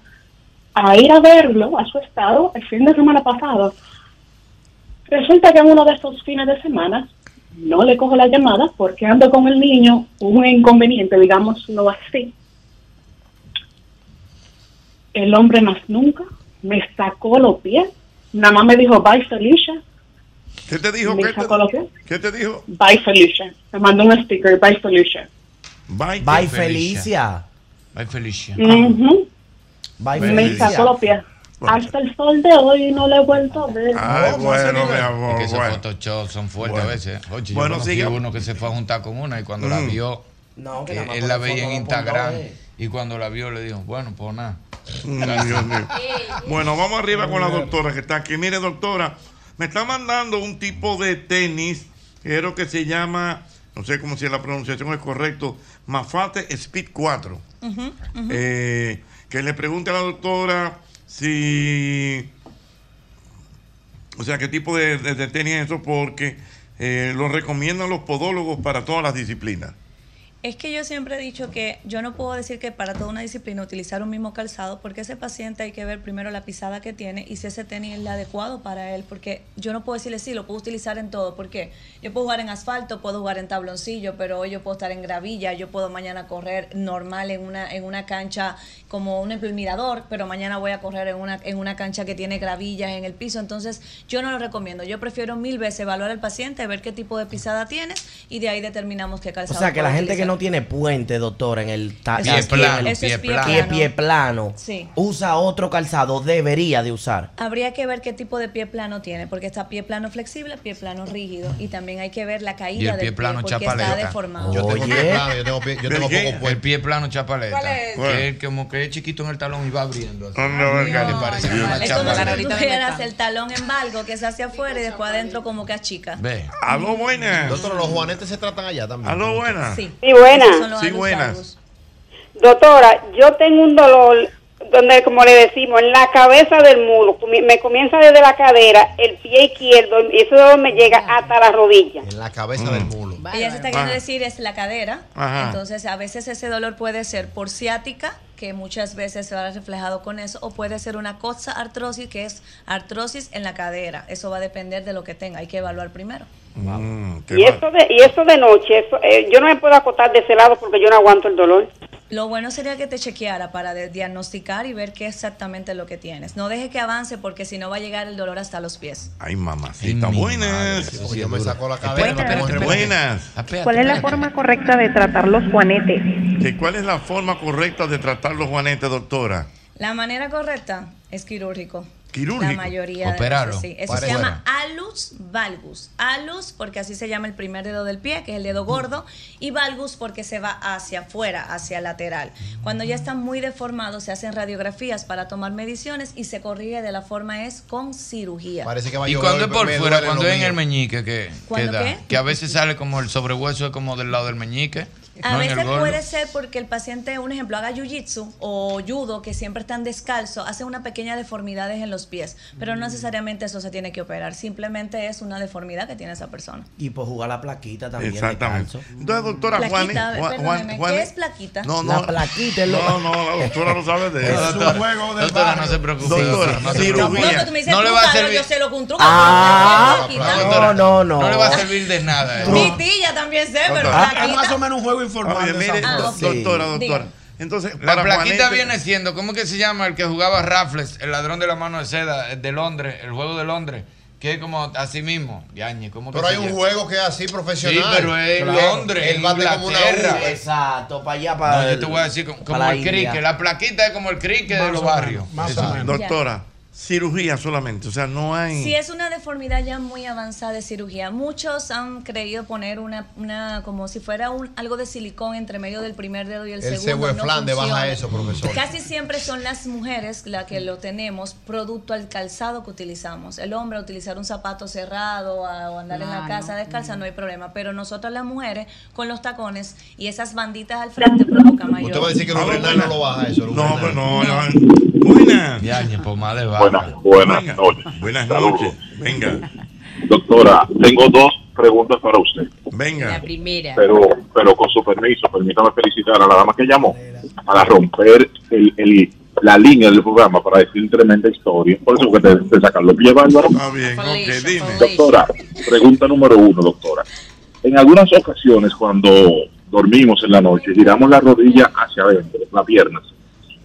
a ir a verlo a su estado el fin de semana pasado. Resulta que en uno de esos fines de semana no le cojo la llamada porque ando con el niño, un inconveniente, digamos, no así. El hombre más nunca me sacó los pies, nada más me dijo, bye Felicia, ¿Qué te dijo? Mi ¿Qué te, chocolate. qué te dijo? Bye, Felicia. Te mando un sticker. Bye, Felicia. Bye, Bye, Felicia. Bye, Felicia. Ujú. Bye, Me Felicia. sacó los pies. Hasta el sol de hoy no le he vuelto a ver. Ay, bueno, mi amor. Es que esos bueno. Photoshop son fuertes Bueno. a veces. Oye, Bueno, yo conocí siga. uno que se fue a juntar con una y cuando la Mm. vio, No, que que nada más él con la el veía Eh, en fondo no Instagram pongo, eh. y cuando la vio le dijo, bueno, pues nada. Mm, Dios mío. Bueno, vamos arriba con la doctora que está aquí. Mire, doctora, me está mandando un tipo de tenis, creo que se llama, no sé cómo si la pronunciación es correcto, Mafate Speed 4. Ujú, ujú. Eh, que le pregunte a la doctora si. O sea, qué tipo de, de- de tenis es eso, porque eh, lo recomiendan los podólogos para todas las disciplinas. Es que yo siempre he dicho que yo no puedo decir que para toda una disciplina utilizar un mismo calzado, porque ese paciente hay que ver primero la pisada que tiene y si ese tenis es el adecuado para él, porque yo no puedo decirle sí, lo puedo utilizar en todo, porque yo puedo jugar en asfalto, puedo jugar en tabloncillo, pero hoy yo puedo estar en gravilla, yo puedo mañana correr normal en una, en una cancha como un ejemplo, el mirador, pero mañana voy a correr en una, en una cancha que tiene gravillas en el piso, entonces yo no lo recomiendo, yo prefiero mil veces evaluar al paciente, ver qué tipo de pisada tienes y de ahí determinamos qué O calzado. sea, que la puede gente que utilizar. no tiene puente, doctor, en el ta- Eso es aquí en plano, el- eso es pie pie- plano. pie plano, Sí. usa otro calzado, debería de usar. Habría que ver qué tipo de pie plano tiene, porque está pie plano flexible, pie plano rígido, y también hay que ver la caída Y el del pie plano porque chapaleta. está deformado. Yo tengo pie plano, yo tengo, pie, yo tengo poco El pie plano chapaleta. ¿Cuál es? Que es como que es chiquito en el talón y va abriendo. Así. no, ¿Qué no, te parece? no, Una eso no chapaleta. Tú vieras el talón en valgo que es hacia afuera y después adentro como que achica. Ve. Aló, buenas. Doctor, los juanetes se tratan allá también. Aló, buenas. Sí. Sí, buenas. Sí, buenas. Doctora, yo tengo un dolor donde, como le decimos, en la cabeza del muro, me me comienza desde la cadera, el pie izquierdo, y ese dolor me llega hasta la rodilla. En la cabeza del mulo. Ella se está queriendo decir es la cadera, Ajá. entonces a veces ese dolor puede ser por ciática, que muchas veces se va reflejado con eso, o puede ser una cosa artrosis, que es artrosis en la cadera. Eso va a depender de lo que tenga, hay que evaluar primero. Mm, qué Y va- eso de, y eso de noche, eso, eh, yo no me puedo acotar de ese lado porque yo no aguanto el dolor. Lo bueno sería que te chequeara para de- diagnosticar y ver qué es exactamente lo que tienes. No deje que avance porque si no va a llegar el dolor hasta los pies. Ay, mamacita, buenas. Oye, me sacó la Espérate, espérate, espérate. Buenas. ¿Cuál es la forma correcta de tratar los juanetes? ¿Que Eh, ¿Cuál es la forma correcta de tratar los juanetes, doctora? La manera correcta es quirúrgico. Quirúrgico. La mayoría de Operarlo. veces, sí. Eso Para se llama alus valgus. Alus porque así se llama el primer dedo del pie, que es el dedo gordo, y valgus porque se va hacia afuera, hacia el lateral. Cuando ya están muy deformados se hacen radiografías para tomar mediciones y se corrige de la forma es con cirugía. Parece que va a Y llover, cuando es por me fuera, duele cuando lo es en mío. el meñique, que, que ¿Cuándo da? qué? Que a veces sale como el sobrehueso, es como del lado del meñique. no A en veces el gordo. puede ser porque el paciente, un ejemplo, haga jiu-jitsu o judo, que siempre están descalzo, hace una pequeña deformidades en los pies, pero no necesariamente eso se tiene que operar, simplemente es una deformidad que tiene esa persona. Y pues jugar la plaquita también. Exactamente. Entonces, doctora Juanes. Plaquita, Juan- Juan- perdóneme, ¿qué Juanes- es plaquita? No, no. La plaquita es lo- No, no, la *laughs* doctora no sabe de No, eso. doctora, doctora, no se preocupe. Doctora, doctora, no se cirugía. preocupe. No, pero tú me dices, No le va a "Trúcalo", servir. yo sé lo que un truco. Ah, pero plaquita. no, no, no. No le va a servir de nada. eh. Mi tía también sé, pero ah, Doctora. plaquita. Es más o menos un juego informal. Oye, de mire, Ah, esa do- forma. doctora, Sí. doctora. Entonces, La para plaquita Juanete- viene siendo, ¿cómo que se llama el que jugaba Raffles, el ladrón de la mano de seda el de Londres, el juego de Londres? Que es como así mismo, Yañe, ¿cómo que Pero se hay un llama? juego que es así profesional. Sí, pero es Claro. Londres, Él bate como una eh. Inglaterra. uva. Exacto, para allá, para. No, yo te voy a decir como, como para el India. cricket, la plaquita es como el cricket de los barrios. Exacto. Doctora, cirugía solamente. O sea, no hay. Si es una deformidad ya muy avanzada de cirugía, muchos han creído poner una, una como si fuera un, algo de silicón entre medio del primer dedo y el, El segundo. no cebueflán de baja funciona. eso, profesor. Casi siempre son las mujeres las que lo tenemos producto al calzado que utilizamos. El hombre utilizar un zapato cerrado a- o andar en Ah, la casa descalza no hay problema, pero nosotras las mujeres con los tacones y esas banditas al frente provoca mayor. Usted va a decir que el urinal no lo Ah, baja eso. No, pues no. Buenas. Yañe, pues más de Buenas, buenas noches. Buenas noches. Venga. Doctora, tengo dos preguntas para usted. Venga. primera. Pero, pero con su permiso, permítame felicitar a la dama que llamó para romper el, el- la línea del programa para decir tremenda historia. Por eso que te, te sacan los pies, Bárbaro. Está bien, ok, dime. Doctora, pregunta número uno, doctora. En algunas ocasiones cuando dormimos en la noche, giramos la rodilla hacia adentro, las piernas,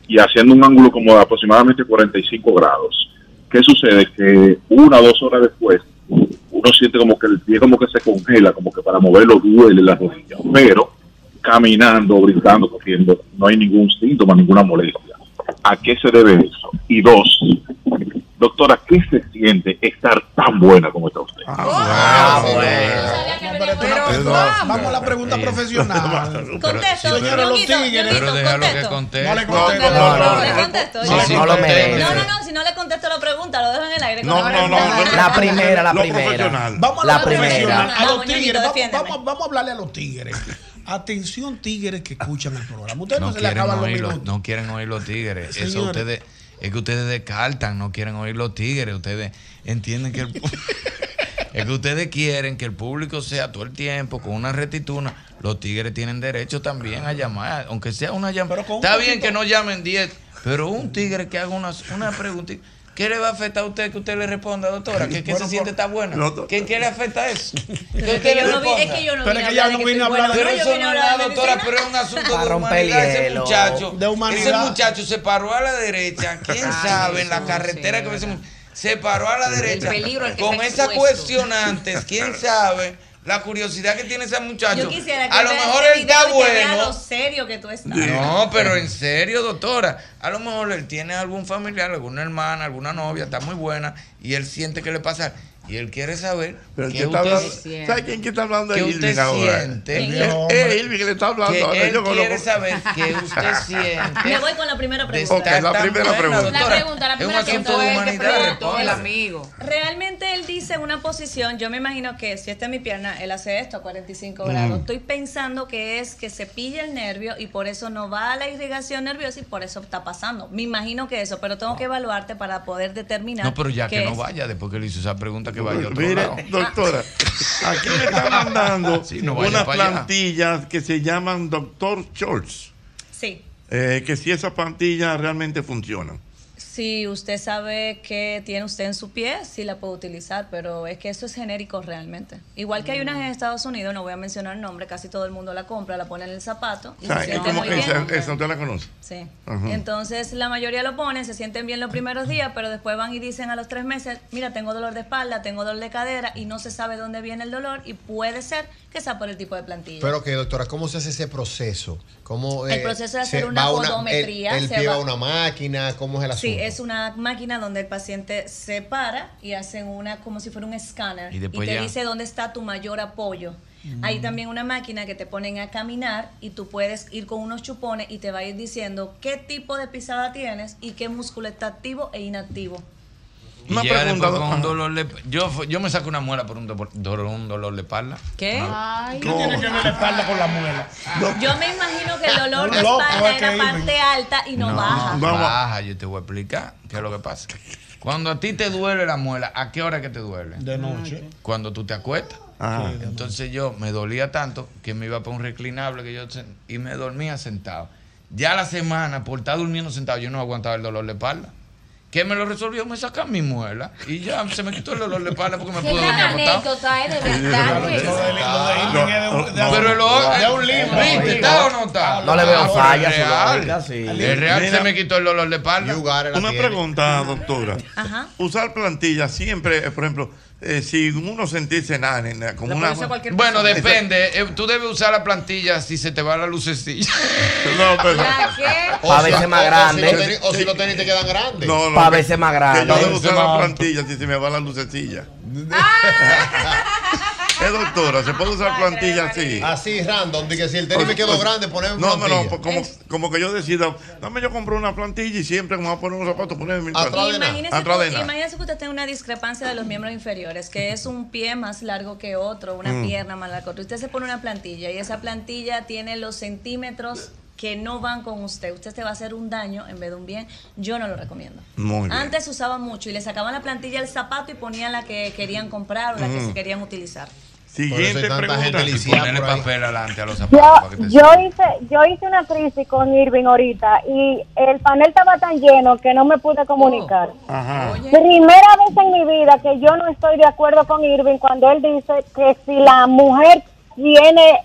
y haciendo un ángulo como de aproximadamente 45 grados. ¿Qué sucede? Que una o dos horas después, uno siente como que el pie como que se congela, como que para moverlo duele la rodilla, pero caminando, brincando, corriendo, no hay ningún síntoma, ninguna molestia. ¿A qué se debe eso? Y dos, doctora, ¿qué se siente estar tan buena como está usted? Ah, Vamos a la pregunta profesional. Contesto, Señores, los Ñonguito, tigres. Pero déjalo que conteste. No le conteste. le contesto. Sí, sí, no lo conteste. merece. No, no, no, si no le contesto la pregunta, lo dejo en el aire. No, Con no, no, pregunta. no. La primera, la Lo primera. profesional. Vamos a La la, primera. profesional, A Vamos, los Ñonguito, tigres. Vamos, defiéndeme. vamos- vamos a hablarle a los tigres. Atención, tigres que escuchan el programa. Ustedes no, No se le quieren, acaban los oír los, minutos. no quieren oír los tigres. Eso Señores. ustedes, es que ustedes descartan, no quieren oír los tigres. Ustedes entienden que el pu- *laughs* es que ustedes quieren que el público sea todo el tiempo con una retituna. Los tigres tienen derecho también a llamar, aunque sea una llamada. un Está bien poquito- que no llamen 10, pero un tigre que haga una, una preguntita. ¿Qué le va a afectar a usted que usted le responda, doctora? ¿Qué, qué se siente tan buena? ¿Qué, qué le afecta eso? Pero es que yo no vi- es que yo no Pero vine es que ya hablar a de no que vine a estoy hablar buena. de Pero eso. eso no es nada, Yo vine a hablar de doctora, medicina. pero es un asunto Para de romper el humanidad. Ese hielo. muchacho, De humanidad. ese muchacho se paró a la derecha. ¿Quién sabe en la carretera que ese muchacho- se paró a la El derecha? peligro al que con está esas expuesto. cuestionantes, ¿quién sabe? La curiosidad que tiene ese muchacho. Yo quisiera que a lo veas mejor este él está video y te veas bueno. Ah, lo serio que tú estás. No, pero en serio, doctora. A lo mejor él tiene algún familiar, alguna hermana, alguna novia, está muy buena y él siente que le pasa. Y él quiere saber Pero qué ¿quién está usted hablando? siente. ¿Sabe quién que está hablando ¿Qué de usted Irving ahora? siente? Es- El Es hombre. Irving que le está hablando Que ahora. él Yo conozco- quiere saber que *laughs* *laughs* usted siente. Me voy con la primera pregunta. Ok, la primera pregunta. doctora. pregunta, la es un primera asunto de pregunta. humanidad. el responda. amigo. Realmente él dice una posición, yo me imagino que si esta es mi pierna, él hace esto a 45 Mm. grados. Estoy pensando que es que se pilla el nervio y por eso no va a la irrigación nerviosa y por eso está pasando. Me imagino que eso, pero tengo que evaluarte para poder determinar. No, pero ya que qué no es. vaya, después que le hizo esa pregunta, que vaya a otro Mire, lado. *laughs* doctora, aquí me están mandando Sí, no vaya unas para allá. plantillas que se llaman Doctor Schultz. Sí. Eh, que si esas plantillas realmente funcionan. Si usted sabe qué tiene usted en su pie, sí la puede utilizar, pero es que eso es genérico realmente. Igual que hay unas en Mm. Estados Unidos, no voy a mencionar el nombre, casi todo el mundo la compra, la pone en el zapato. O y sea, se es siente como muy que bien. esa, esa usted la conoce. Sí. Ajá. Entonces la mayoría lo ponen, se sienten bien los primeros días, pero después van y dicen a los tres meses, mira, tengo dolor de espalda, tengo dolor de cadera y no se sabe dónde viene el dolor y puede ser que sea por el tipo de plantilla. Pero que, doctora, ¿cómo se hace ese proceso? ¿Cómo, eh, El proceso de hacer se- una va podometría, El, el se pie va va- a una máquina, ¿cómo es el asunto? Sí, es una máquina donde el paciente se para y hacen una como si fuera un escáner Y y, después te ya. dice dónde está tu mayor apoyo. Mm. Hay también una máquina que te ponen a caminar y tú puedes ir con unos chupones y te va a ir diciendo qué tipo de pisada tienes y qué músculo está activo e inactivo. Y Una llega pregunta, después con un doctora. dolor de, yo, fu- yo me saco una muela por un dolor, dolor- un dolor de espalda. ¿Qué? ¿Qué tiene que ver la espalda con la muela? Yo me imagino que el dolor de Un loco, espalda es que era dime. parte alta y no, baja. baja, yo te voy a explicar qué es lo que pasa. Cuando a ti te duele la muela, ¿a qué hora que te duele? De Ah, noche. Cuando tú te acuestas. Ah. Sí, Entonces yo me dolía tanto que me iba para un reclinable que yo sen- y me dormía sentado. Ya la semana, por estar durmiendo sentado, yo no aguantaba el dolor de espalda. ¿Qué me lo resolvió? Me sacan mi muela y ya se me quitó el dolor de espalda porque me Qué pude gran dormir acostado. anécdota, ¿eh? De verdad. Luis. Pero el otro. De un libro. ¿Viste? ¿Está o no está? No le veo Ah, falla a su Es real. lógica, sí. Es real. Mira. Se me quitó el dolor de espalda. Una pregunta, doctora. Ajá. Usar plantillas siempre, eh, por ejemplo, eh, si uno sentirse nada, nena, como una. Bueno, depende. Eh, Tú debes usar la plantilla si se te va la lucecilla. *laughs* No, pero. O si- o- o si los tenis- O si los tenis te quedan grandes. No, no, Pa' que- veces más grande. Que yo debo usar la Exacto. plantilla si se me va la lucecilla. Ah. *laughs* Eh, doctora, ¿se puede usar plantilla así? Pues, Así, random, de que si el tenis me quedó grande, ponemos No, plantilla. no, no, como, como que yo decida, dame yo compro una plantilla y siempre me voy a poner unos zapatos, ponerme mi Atrás plantilla. Imagínese, Atrás de tú- nada. imagínese que usted tenga una discrepancia de los miembros inferiores, que es un pie más largo que otro, una Mm. pierna más larga que otra. Usted se pone una plantilla y esa plantilla tiene los centímetros que no van con usted. Usted te va a hacer un daño en vez de un bien. Yo no lo recomiendo. Muy bien. Antes usaban mucho y le sacaban la plantilla del zapato y ponían la que querían comprar o la que Mm. se querían utilizar. Siguiente pregunta. Y ponerle papel adelante a los Yo, zapatos para que te yo hice yo hice una crisis con Irving ahorita y el panel estaba tan lleno que no me pude comunicar. Ajá. Primera vez en mi vida que yo no estoy de acuerdo con Irving cuando él dice que si la mujer tiene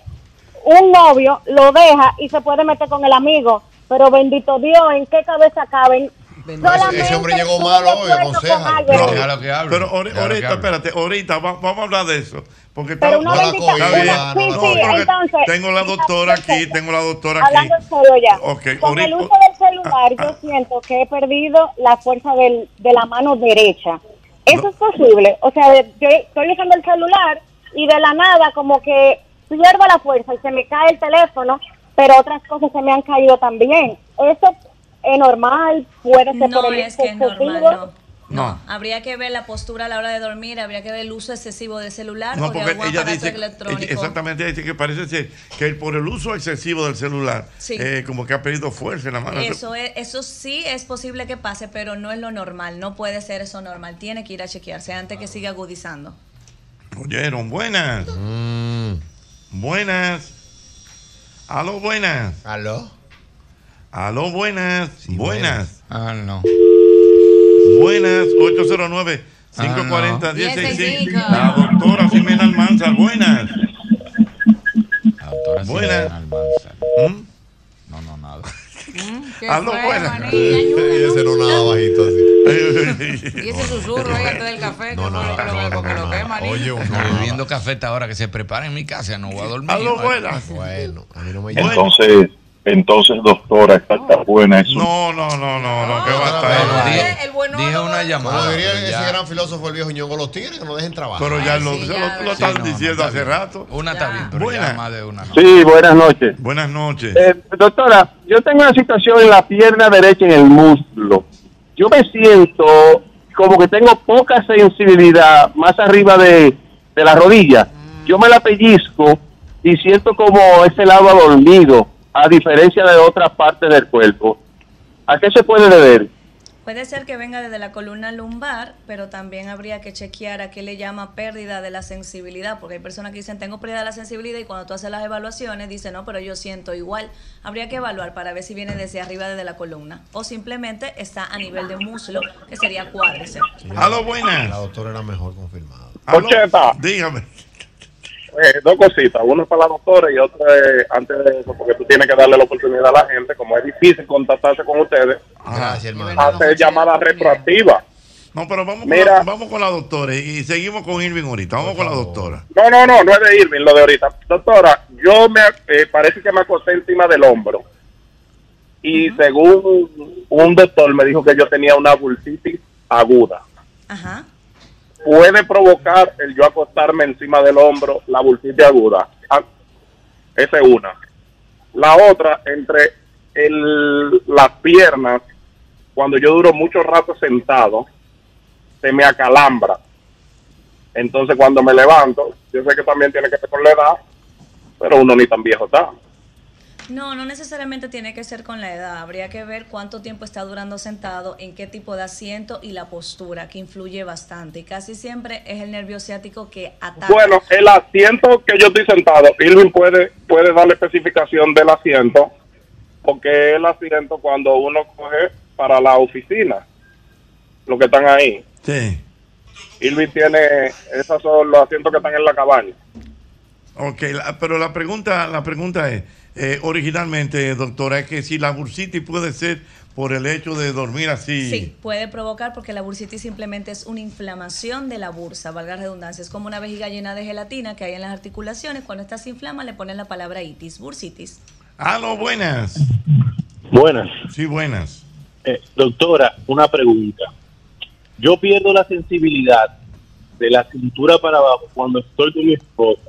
un novio, lo deja y se puede meter con el amigo. Pero bendito Dios, ¿en qué cabeza caben Solamente Ese hombre llegó malo hoy, estoy de acuerdo aconseja. con algo. No, Déjalo que hable. Pero ahori- Déjalo que ahorita, hable. espérate, ahorita va- vamos a hablar de eso. Porque Pero una está- bendita- está una- bien. sí, No, sí, porque entonces, tengo la doctora aquí, tengo la doctora aquí. Hablando en serio ya. Ok, Con el ahorita- Ah, uso del celular, yo siento que he perdido la fuerza del- de la mano derecha. Eso es posible. O sea, de- yo estoy usando el celular y de la nada, como que pierdo la fuerza y se me cae el teléfono, pero otras cosas se me han caído también. Eso es normal, puede ser No por el es uso que es normal, excesivo. no. Habría que ver la postura a la hora de dormir, habría que ver el uso excesivo del celular No, o de porque algún ella aparato dice, electrónico. ella- exactamente, ella dice que parece ser que el- por el uso excesivo del celular, Sí. eh, como que ha perdido fuerza en la mano. Eso, es, eso sí es posible que pase, pero no es lo normal. No puede ser eso normal. Tiene que ir a chequearse antes que siga agudizando. Oyeron, buenas. Buenas. Aló, buenas. Aló. Aló, buenas. buenas. Ah, no. Buenas, 809 Ah, 540 1065 La doctora Jimena Almanzar, buenas. buenas. ¿Mm? Ah, Aló, buenas. Ese no nada bajito Y *laughs* así. ese susurro ahí antes del café. que fue lo que lo- lo que lo quema, niño. Oye, estoy bebiendo café hasta ahora que se prepara en mi casa, no voy a dormir. Aló, Ay, buenas. Bueno, a mí no me Entonces, entonces, doctora, está buena eso. No, no, no, no, no, que va a estar. Dije una llamada. Como diría pero ese ya. gran filósofo el viejo Ñongo, los tigres que no dejen trabajar. Pero ya lo, se lo- lo están diciendo hace rato. Una está bien, pero ya más de una. Sí, buenas noches. Buenas noches. Eh, doctora, yo tengo una situación en la pierna derecha, en el muslo. Yo me *laughs* siento como que tengo poca sensibilidad más arriba de, de la rodilla. Yo me la pellizco y siento como ese lado adormido, a diferencia de otras partes del cuerpo. ¿A qué se puede deber? Puede ser que venga desde la columna lumbar, pero también habría que chequear a qué le llama pérdida de la sensibilidad, porque hay personas que dicen, tengo pérdida de la sensibilidad, y cuando tú haces las evaluaciones, dicen, no, pero yo siento igual. Habría que evaluar para ver si viene desde arriba, desde la columna, o simplemente está a nivel de muslo, que sería cuádriceps. Aló, buenas. La doctora era mejor confirmada. Ocheta. Dígame. Eh, dos cositas, una para la doctora y otra eh, antes de eso, porque tú tienes que darle la oportunidad a la gente, como es difícil contactarse con ustedes, hacer llamadas retroactivas. No, pero vamos, Mira. con la, vamos con la doctora y seguimos con Irving ahorita. Vamos con la doctora. No, no, no, no es de Irving, lo de ahorita. Doctora, yo me eh, parece que me acosté encima del hombro y según un doctor me dijo que yo tenía una bursitis aguda. Ajá. Puede provocar el yo acostarme encima del hombro la bursitis aguda. Ah, Esa es una. La otra, entre el- las piernas, cuando yo duro mucho rato sentado, se me acalambra. Entonces cuando me levanto, yo sé que también tiene que ver con la edad, pero uno ni tan viejo está. No, no necesariamente tiene que ser con la edad. Habría que ver cuánto tiempo está durando sentado, en qué tipo de asiento y la postura, que influye bastante. Y casi siempre es el nervio ciático que ataca. Bueno, el asiento que yo estoy sentado, Irving puede, puede dar la especificación del asiento, porque es el asiento cuando uno coge para la oficina, los que están ahí. Sí. Irving tiene, esos son los asientos que están en la cabaña. Ok, la- pero la pregunta, la pregunta es, eh, originalmente, doctora, es que si la bursitis puede ser por el hecho de dormir así. Sí, puede provocar porque la bursitis simplemente es una inflamación de la bursa, valga la redundancia. Es como una vejiga llena de gelatina que hay en las articulaciones. Cuando esta se inflama, le ponen la palabra itis, bursitis. Aló, buenas. Buenas. Sí, buenas. Eh, doctora, Una pregunta. yo pierdo la sensibilidad de la cintura para abajo cuando estoy con mi esposa,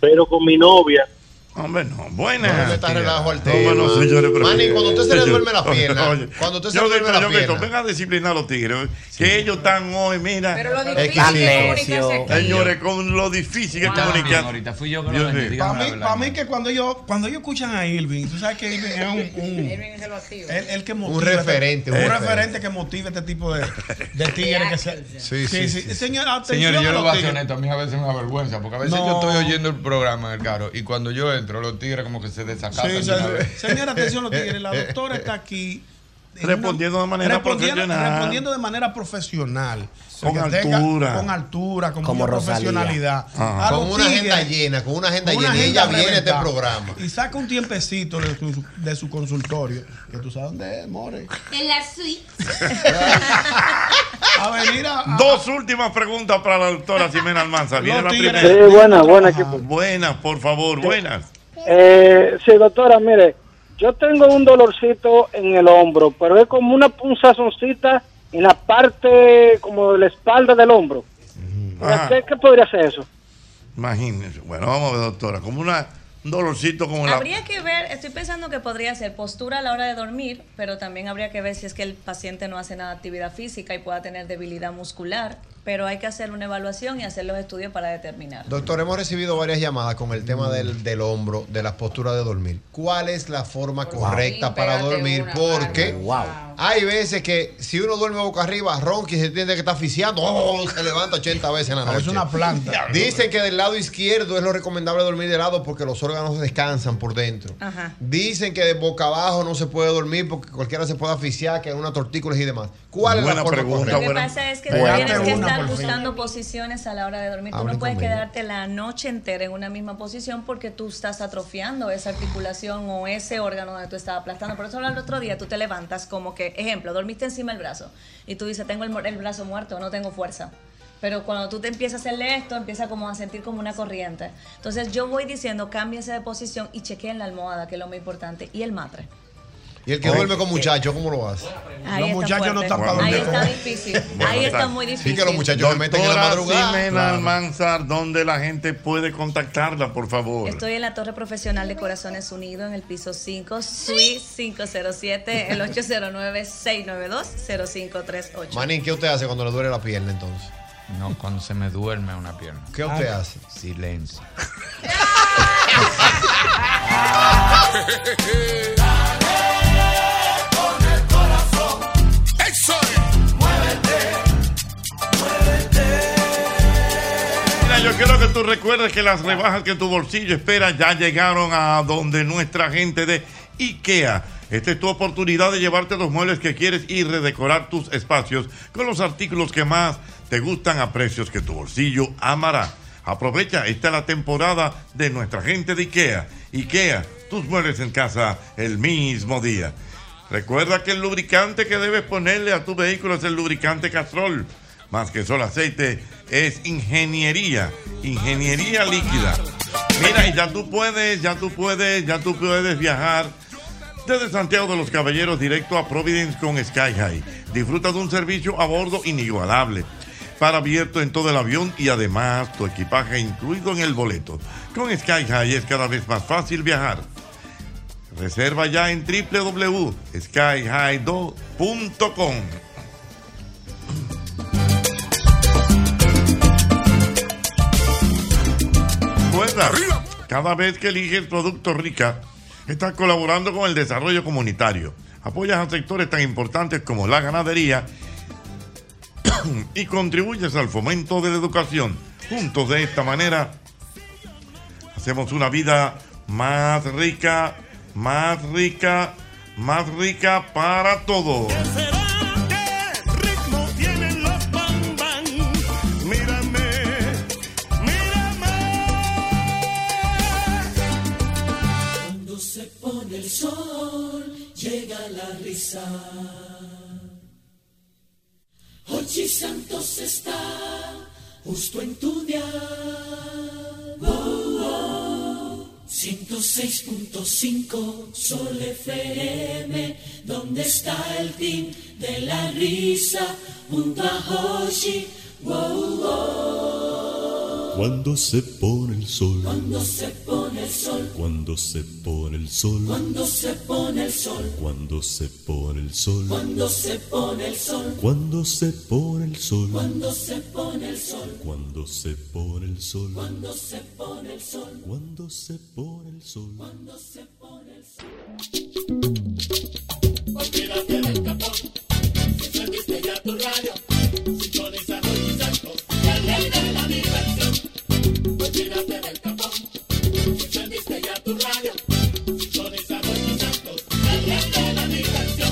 pero con mi novia. Hombre, no, buenas. No le estás relajo al No, tema. bueno, señores, pero- Manny, cuando usted se le Señor, duerme la *laughs* oye, pierna, oye, cuando usted se yo le duerme grito, la yo grito, pierna. Venga a disciplinar a los tigres. Que ellos están hoy, mira. Pero lo exquisitos. difícil que es comunicarse aquí. Señores, con lo difícil que es Está bien, comunicarse. ahorita fui yo que lo Dios vendí, mío. dígame Para la mí, verdad. pa' mí que cuando ellos, cuando ellos escuchan a Irving, tú sabes que Irving es *laughs* un, un- el, el que motiva, referente, un un, referente. referente. que motiva este tipo de, de tigres que se. Sí, sí, sí. Señor, atención Señores, yo a lo los voy a ser tigres. honesto, a mí a veces me da vergüenza, porque a veces No. yo estoy oyendo el programa en el carro y cuando yo entro, los tigres como que se desacatan. Sí, de sí, una vez. Eh, sí. Señora, atención los tigres, la doctora está aquí Respondiendo de manera respondiendo, profesional. respondiendo de manera profesional. Con Que tenga- altura. con altura, con Como mucha Rosalía. profesionalidad. Ajá. A los Con una agenda tigres, llena, con una agenda con una llena. Y agenda ella viene a este reventada. programa. Y saca un tiempecito de su, de su consultorio. Que tú sabes dónde es, More. En la suite. A venir a. Dos últimas preguntas para la doctora Ximena Almanza. Viene la Los tigres. primera. Ah, Sí, buenas, buenas, equipo. Buenas, por favor, buenas. Eh, sí, doctora, mire, yo tengo un dolorcito en el hombro, pero es como una punzazoncita en la parte, como de la espalda del hombro. Ajá. ¿Qué, qué podría ser eso? Imagínense. Bueno, vamos a ver, doctora. Como una, un dolorcito como la. Habría que ver, estoy pensando que podría ser postura a la hora de dormir, pero también habría que ver si es que el paciente no hace nada de actividad física y pueda tener debilidad muscular, pero hay que hacer una evaluación y hacer los estudios para determinar. Doctor, hemos recibido varias llamadas con el tema del, del hombro, de las posturas de dormir. ¿Cuál es la forma correcta para pégate dormir? una, Porque hay veces que si uno duerme boca arriba, ronqui, se entiende que está asfixiando, ¡oh! se levanta 80 veces en la noche. Parece una planta. Dicen que del lado izquierdo es lo recomendable dormir de lado porque los órganos descansan por dentro. Ajá. Dicen que de boca abajo no se puede dormir porque cualquiera se puede asfixiar, que hay unas tortículas y demás. ¿Cuál es la Buena forma pregunta, correcta? Lo que pasa es que tú Pégate tienes que una, estar por fin. buscando posiciones a la hora de dormir. Tú Hablen no puedes conmigo. quedarte la noche entera en una misma posición porque tú estás atrofiando esa articulación o ese órgano donde tú estás aplastando. Por eso al otro día tú te levantas como que, ejemplo, dormiste encima del brazo y tú dices, tengo el, mu- el brazo muerto, no tengo fuerza. Pero cuando tú te empiezas a hacerle esto, empieza como a sentir como una corriente. Entonces yo voy diciendo, cámbiese de posición y chequeen la almohada, que es lo más importante, y el matre. Y el que duerme con muchachos, ¿cómo lo hace? Ahí está fuerte. Ahí está difícil. Ahí está muy difícil. muchachos se meten en la Doctora madrugada. Ximena Claro. Almanzar, ¿dónde la gente puede contactarla, por favor? Estoy en la Torre Profesional de Corazones Unidos, en el piso 5, Suite 507, el 809-692-0538. Manín, ¿qué usted hace cuando le duele la pierna entonces? No, cuando se me duerme una pierna. ¿Qué usted Ah, hace? Silencio. Mira, yo quiero que tú recuerdes que las rebajas que tu bolsillo espera ya llegaron a donde nuestra gente de IKEA. Esta es tu oportunidad de llevarte los muebles que quieres y redecorar tus espacios con los artículos que más te gustan a precios que tu bolsillo amará. Aprovecha, esta es la temporada de nuestra gente de IKEA. IKEA, tus muebles en casa el mismo día. Recuerda que el lubricante que debes ponerle a tu vehículo es el lubricante Castrol. Más que solo aceite, es ingeniería, ingeniería líquida. Mira, y ya tú puedes, ya tú puedes, ya tú puedes viajar desde Santiago de los Caballeros directo a Providence con Sky High. Disfruta de un servicio a bordo inigualable. Para abierto en todo el avión y además tu equipaje incluido en el boleto. Con Sky High es cada vez más fácil viajar. Reserva ya en www.skyhigh2.com. Recuerda, cada vez que eliges Producto Rica, estás colaborando con el desarrollo comunitario. Apoyas a sectores tan importantes como la ganadería y contribuyes al fomento de la educación. Juntos de esta manera hacemos una vida más rica, más rica, más rica para todos. ritmo tienen los bang bang. Mírame, mírame. Cuando se pone el sol, llega la risa. Ochi Santos está justo en tu día. Wow, wow. 106.5 Sol FM, donde está el team de la risa junto a Hochi. Wow, wow. Cuando se pone el sol, Cuando se pone el sol, cuando se pone el sol, cuando se pone el sol, cuando se pone el sol, cuando se pone el sol, cuando se pone el sol, cuando se cuando se pone pone el sol, el sol, cuando se pone el sol, cuando se pone el sol. cuando se pone el sol. Olvídate del tapón, si prendiste ya tu radio, sintoniza Jorge Santos, el rey de la diversión. Olvídate del tapón, si prendiste ya tu radio, sintoniza Jorge Santos, el rey de la diversión.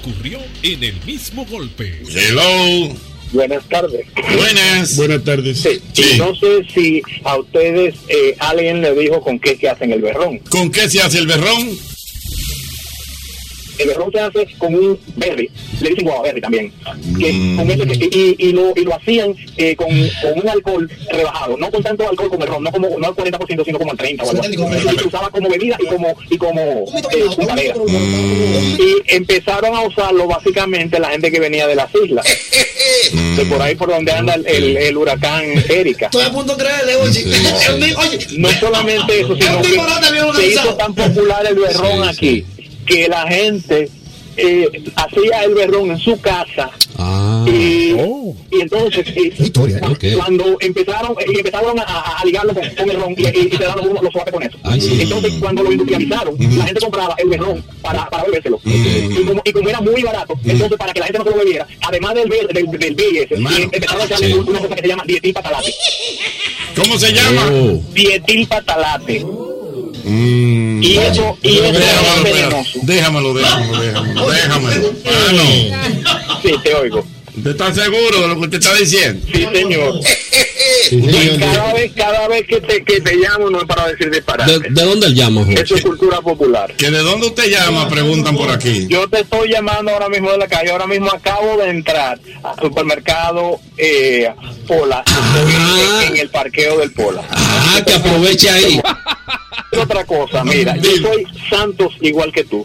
ocurrió en el mismo golpe. Hello. Buenas tardes. Buenas. Buenas tardes. No sé si a ustedes eh, alguien le dijo con qué se hacen el berrón. ¿Con qué se hace el berrón? El berrón se hace con un berry, le dicen guavaberry también. Que Mm. con ese que- y, y lo, y lo hacían eh, con, con un alcohol rebajado, no con tanto alcohol como el ron, no, como, no al 40%, sino como al 30% o algo así. Y se usaba como bebida y como, y como eh, jugadera. Y empezaron a usarlo básicamente la gente que venía de las islas, de por ahí por donde anda el, el- el huracán Erika. Estoy a punto de creerle, oye. Es un di- Oye, No solamente eso, Es sino un disparate bien que se hizo organizado. tan popular el berrón aquí que la gente eh, hacía el berrón en su casa. Y, Ah, oh. y entonces eh, cuando empezaron eh, empezaron a, a- a ligarlo con, con el ron y, y- y se daban los, los suaves con eso entonces cuando lo industrializaron la gente compraba el berrón para, para bebérselo y, como, y como era muy barato entonces para que la gente no se lo bebiera además del beer- del, del beer ese, eh, empezaron a hacer una cosa que se llama dietil patalate ¿Cómo se llama? dietil patalate y eso y eso era Déjamelo, veneno. espérate. déjamelo, déjamelo, déjamelo, déjamelo. Mano. Sí, te oigo. ¿Usted está seguro de lo que usted está diciendo? Sí, *laughs* señor. Y cada vez, cada vez que te, que te llamo no es para decir disparate. ¿De, de dónde él llama, Jorge? Eso es cultura popular. ¿Que de dónde usted llama? Preguntan por aquí. Yo te estoy llamando ahora mismo de la calle. Ahora mismo acabo de entrar al supermercado eh, Pola. Estoy en el parqueo del Pola. Ah, que aproveche ahí. Otra cosa, mira, yo soy Santos igual que tú.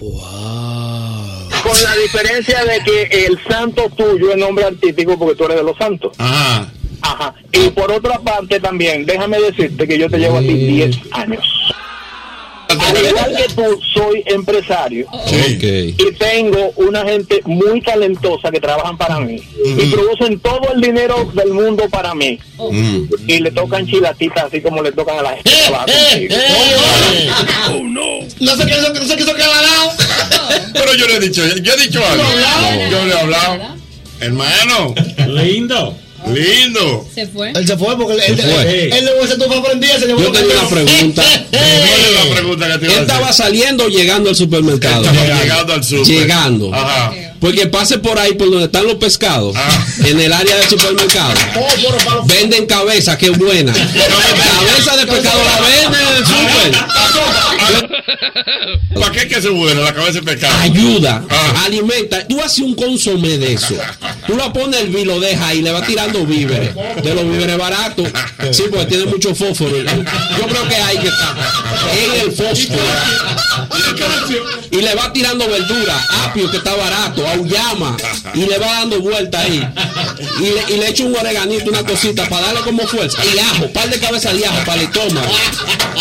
Con la diferencia de que el santo tuyo es nombre artístico porque tú eres de los santos. Ajá. Ajá. Y por otra parte también, déjame decirte que yo te llevo a ti 10 años. Al igual que tú, soy empresario y tengo una gente muy talentosa que trabajan para mí y producen todo el dinero del mundo para mí y le tocan chilatitas así como le tocan a la gente. que trabaja eh, conmigo. No sé qué es no sé qué Pero yo le he dicho, yo he dicho algo. Yo le he hablado. Hermano. Lindo. *laughs* Lindo. Se fue. Él se fue porque él, Se él- fue. él- él le hubiese tuvo aprendida, se llevó Yo el tengo una campeón. pregunta. la pregunta que te Él iba a estaba saliendo o llegando al supermercado. Estaba llegando al super. Llegando. Ajá. Porque pase por ahí, por donde están los pescados, en el área del supermercado. Venden cabeza, qué buena. cabeza de pescado la venden Ah, en el super. ¿Para qué es que se buena la cabeza de pescado? Ah. Ayuda, alimenta. Tú haces un consomé de eso. Tú la pones el vilo, deja ahí, le va tirando víveres. De los víveres baratos. Sí, porque tiene mucho fósforo. Yo creo que hay que estar en el fósforo. Y le va tirando verdura, apio que está barato, auyama. Y le va dando vuelta ahí. Y le, y le echa un oreganito, una cosita, para darle como fuerza. Y ajo, par de cabezas de ajo para el estómago.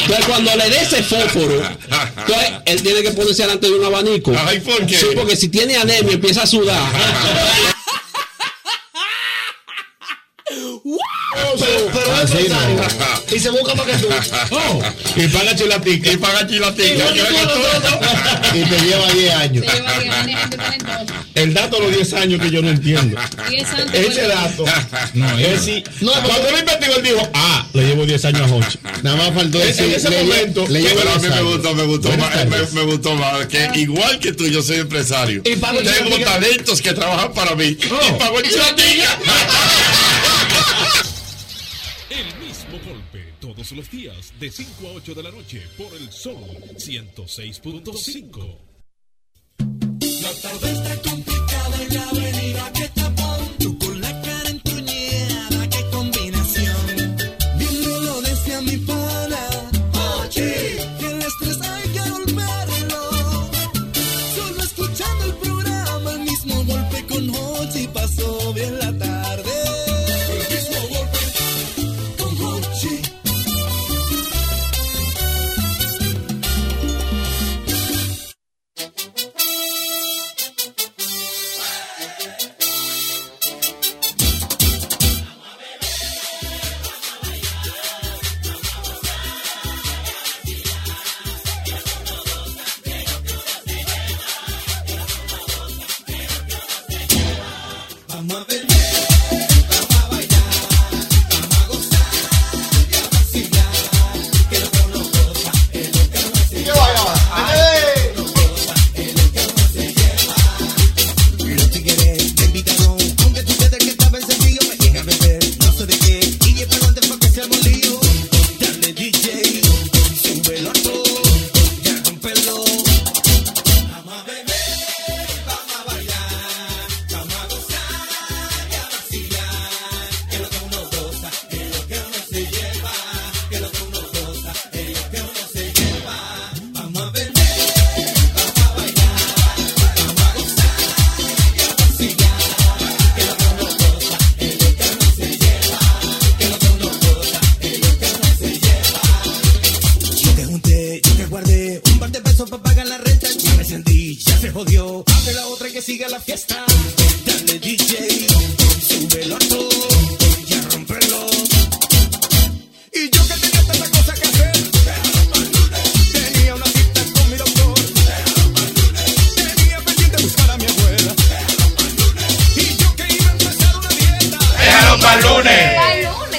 Entonces cuando le dé ese fósforo, *laughs* entonces, él tiene que ponerse delante de un abanico. Ay, ¿por qué? Sí, porque si tiene anemia empieza a sudar. Pero, pero Ah, es empresario. Y se busca para que *laughs* tú. Oh. Y paga chilatica. Y paga chilatica. *laughs* Y te lleva 10 años. El dato de los 10 años que yo no entiendo. 10 años, Ese bueno. dato. No, es decir, No, cuando lo investigó, él dijo, ah, le llevo 10 años a Hochi. Nada más faltó En- decir. E- en ese le- momento, le llevo pero a 10 mí me años. gustó, me gustó Buenas más, me, tardes. me gustó más, que igual que tú, yo soy empresario. Y pago Tengo chilatica. talentos que trabajan para mí. Oh. Y pago chilatica. El mismo golpe todos los días de 5 a 8 de la noche por el Sol 106.5. La tarde está complicada en la avenida que tapón. Tú con la cara entuñada, qué combinación. Viéndolo desde a mi pana. Oye, y el estrés hay que volverlo. Solo escuchando el programa, el mismo golpe con Hochi pasó bien la tarde. El mismo golpe con Hochi. Vamos a beber. a la fiesta. Dale DJ, súbelo a todo y ámbrelo. Y yo que tenía tanta cosa que hacer. Tenía una cita con mi doctor. Tenía pendiente buscar a mi abuela. Y yo que iba a empezar una dieta. Déjalo para lunes.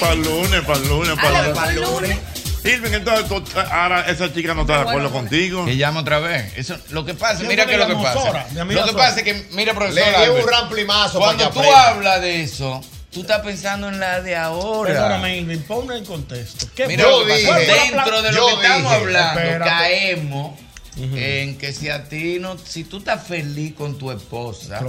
Pa'l Para lunes, para lunes, para lunes. Pa'l lunes. Irving, entonces tú- ahora esa chica no está de acuerdo contigo. Que llama otra vez. Eso, lo que pasa, mira que lo que pasa. Lo que Sora. pasa es que, mira, profesor. Le dio un Albert, ramplimazo para Cuando que tú aprenda. hablas de eso, tú estás pensando en la de ahora. Perdóname, Irving, ponme en contexto. ¿Qué Mira, fue? lo que pasa, ¿Cuál fue la dentro pla- de Yo lo que estamos dije, hablando, espérate. caemos en que si a ti no, si tú estás feliz con tu esposa,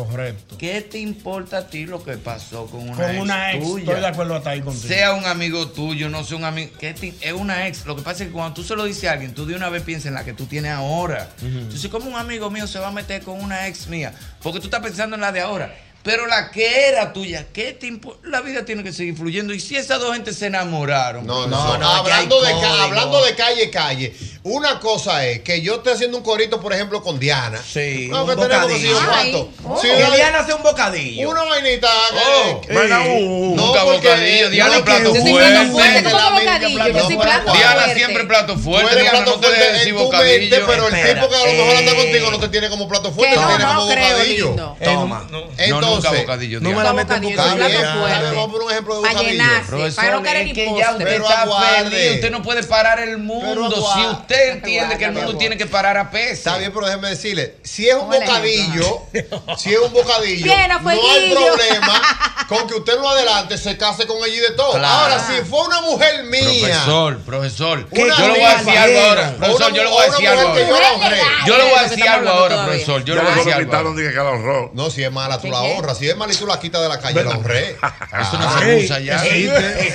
¿qué te importa a ti lo que pasó con una Con ex una ex, tuya? estoy de acuerdo hasta ahí contigo. Sea un amigo tuyo, no sea un amigo. ¿qué te- es una ex. Lo que pasa es que cuando tú se lo dices a alguien, tú de una vez piensas en la que tú tienes ahora. Entonces, ¿cómo un amigo mío se va a meter con una ex mía? Porque tú estás pensando en la de ahora. Pero la que era tuya, ¿qué te impo- La vida tiene que seguir fluyendo. Y si esas dos gentes se enamoraron. No, profesor, no, aquí no, hay hablando de, ca- código. hablando de calle, calle. Una cosa es que yo esté haciendo un corito, por ejemplo, con Diana. Sí. No, un que tenemos que bocadillo. decir Ay, cuánto. oh. Sí, Que una- Diana hace un bocadillo. Una vainita. Oh, vaina, uh, uh, no, nunca porque- bocadillo, Diana, no, plato que- fuerte. Yo como América, bocadillo, yo plato soy fuerte. plato Diana fuerte. siempre plato fuerte, Tú eres Diana, plato no te fuerte dejes decir en tu bocadillo. mente, pero el Espera, tipo que a lo mejor anda eh. contigo no te tiene como plato fuerte, te tiene como bocadillo. Toma. Eh, no, nunca Entonces, bocadillo, no me Diana. la metas en tu Está cabeza. bien, Diana, vamos por un ejemplo de Pa' bocadillo. llenarse, Profesor, para no querer es ni que postre. ya usted Pero está aguarde. perdido, usted no puede parar el mundo. Si usted entiende que el mundo tiene que parar a peso. Está bien, pero déjeme decirle, si es un Ponle bocadillo, *laughs* si es un bocadillo, Llena, no hay fueguillo. problema con que usted lo adelante se case con ella y de todo. Claro. Ahora, si fue una mujer mía. Profesor, profesor, Una yo le voy a decir algo compañera. ahora. Profesor, Una yo le voy a mu- decir una algo mujer que ahora. yo la honré. Yo le voy a Eso que decir estamos algo hablando ahora, todavía. profesor. Yo Ya le voy a lo decir algo. quitaron, ahora. que la honró. No, si es mala, tú la honras. Si es mala y tú la quitas de la calle, la *laughs* honré. Ah, Eso no se usa ya. Señores,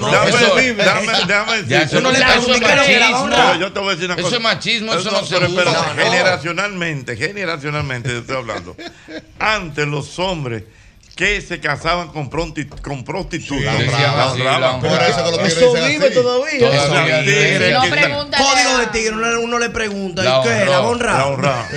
dame- dame- dame decir- Ya, eso no le Pero pasó yo te voy a machismo. decir una Eso cosa. Eh, es machismo, eso no se pero usa. espérate, No, no. Generacionalmente, generacionalmente estoy hablando. Antes los hombres que se casaban con, pronti- con prostitutas. Sí, la sí, honraban, sí, la honraban. la honraban. Por eso que los Eso tigres dicen vive así. todavía. Todavía Esos vive. tigres No que- Código de tigre, uno, uno le pregunta, La ¿y qué? ¿La honró, honra? la honra.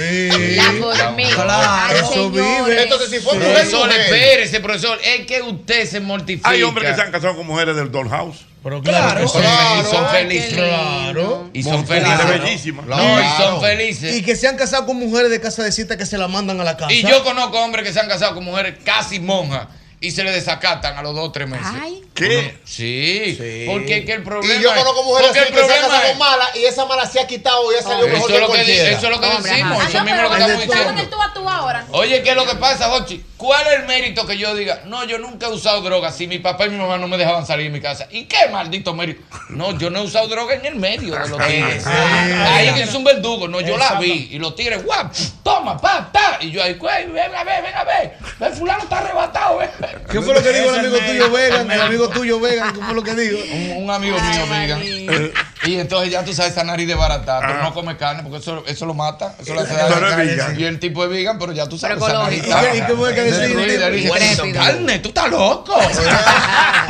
Claro, Eso vive. Entonces, si fue mujer, Profesor, mujer. espérese, profesor. Es que usted se mortifica. Hay hombres que se han casado con mujeres del dollhouse. Pero Claro, que sí, y son Ay, felices. qué lindo. Y son Mujeres felices. bellísimas. No, y son felices. Y que se han casado con mujeres de casa de cita que se la mandan a la casa. Y yo conozco hombres que se han casado con mujeres casi monjas y se le desacatan a los dos o tres meses. ¿Qué? Sí, porque es que el problema. Y yo conozco mujeres porque así el que se han problema casado es- mala y esa mala se ha quitado y ha salido mejor Eso es que lo que, di- cualquiera. eso es lo que decimos, ajá. eso Ah, no, mismo es lo que pero estamos estamos en diciendo. el tú a tú ahora. Oye, ¿qué es lo que pasa, Jochi? ¿Cuál es el mérito que yo diga? No, yo nunca he usado droga. Si mi papá y mi mamá no me dejaban salir de mi casa. ¿Y qué maldito mérito? No, yo no he usado droga en el medio de los tigres. Sí. Ahí que es un verdugo. No, yo la vi. Y los tigres, guap, toma, pa, ta. Y yo ahí, güey, ven a ver, ven a ver. Ven, fulano está arrebatado, ven. ¿Qué fue lo que dijo el amigo tuyo Vegan? El amigo tuyo Vegan, ¿qué fue lo que dijo? Un, un amigo mío, amiga. Eh, Y entonces ya tú sabes esa nariz de barata, pero no come carne porque eso, eso lo mata, eso le hace daño. Pero es vegan. Y el tipo es vegan, pero ya tú sabes Pero esa ecológico. nariz. ¿Y qué- y qué fue que decía el Destruida, tipo? le dice, "Eso es Intrépido. carne, tú estás loco.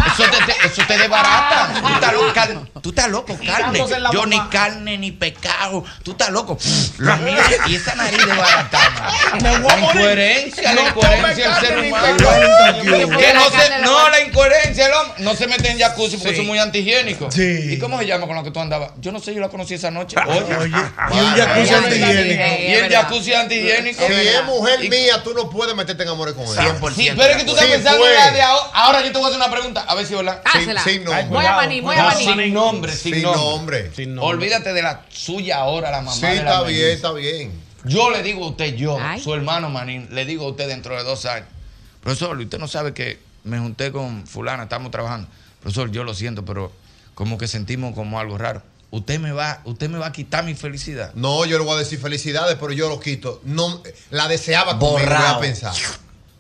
eso, te, te- eso te desbarata. Tú estás loco, carne. Tú estás loco, carne. Quitándose la Yo mamá. ni carne ni pecado. Tú estás loco. Lo mira y esa nariz de barata. Me voy a La morir. incoherencia, la No incoherencia come del ser carne ni humano. pecado. Que no, Carne se, de la no, mano. la incoherencia del hombre. No se mete en jacuzzi porque Sí. eso es muy antihigiénico. ¿Y cómo se llama con la que tú andabas? Yo no sé, yo la conocí esa noche. Oye, y un jacuzzi antihigiénico. Y el jacuzzi antihigiénico. Si es mujer Y- mía, tú no puedes meterte en amores con ella. Sí, pero es que tú estás Sí pues. pensando en puedes. la de ahora. Ahora yo te voy a hacer una pregunta, a ver si es verdad. Sin- Hácela. sin nombre. Voy a parir, voy a No, parir. Sin nombre, sin, Sin nombre. Sin nombre. Olvídate de la suya ahora, la mamá. Sí, de la está bien, melliza. está bien. Yo le digo a usted, yo, su hermano Manín, le digo a usted dentro de dos años, profesor, usted no sabe que me junté con fulana, estamos trabajando. Profesor, yo lo siento, pero como que sentimos como algo raro. Usted me va, usted me va a quitar mi felicidad. No, yo le voy a decir felicidades, pero yo lo quito. No, la deseaba conmigo, voy Borrao. a pensar.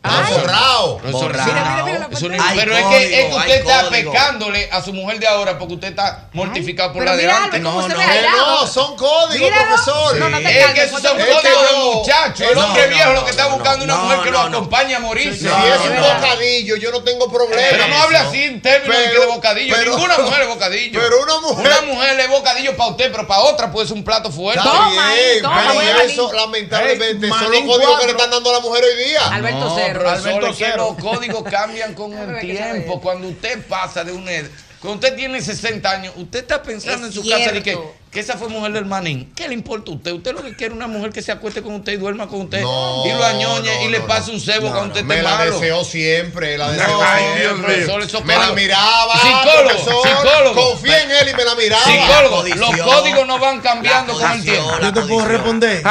Pero borrao. Profesor, Borrao. mira, mira, mira la Eso no pantalla. es- pero es que, es que usted está pecándole a su mujer de ahora porque usted está mortificado por Pero la de mira, antes. Albert, cómo se ve allá. No, son códigos, Míralo. profesor. No, no te es que calmes, esos son es que códigos de yo- muchachos. El No, hombre no, viejo no, lo que está no, buscando es una no, mujer que lo acompaña a morirse. Si es un bocadillo, yo no tengo problema. Pero no habla así en términos de que de bocadillo. pero- *laughs* Ninguna mujer es bocadillo. pero una mujer- Una mujer es bocadillo para usted, pero para otra puede ser un plato fuerte. Está bien, pero eso lamentablemente Ey, son los manín códigos que cuatro. le están dando a la mujer hoy día. No, profesor, es que los códigos *laughs* cambian con el tiempo. Cuando usted pasa de una edad, cuando usted tiene 60 años, usted está pensando Es en su casa de que, cierto. que esa fue mujer del manín. ¿Qué le importa a usted? Usted lo que quiere es una mujer que se acueste con usted y duerma con usted No, y lo añoñe no, y le no, pase un cebo no, cuando no. usted Me esté la malo. deseó siempre, la No, deseó ay, siempre. Dios mío. Profesor, eso Me palo. la miraba. Psicólogo, profesor. psicólogo. Confía en él y me la miraba. Psicólogo, los códigos no van cambiando con el tiempo. Yo te puedo responder.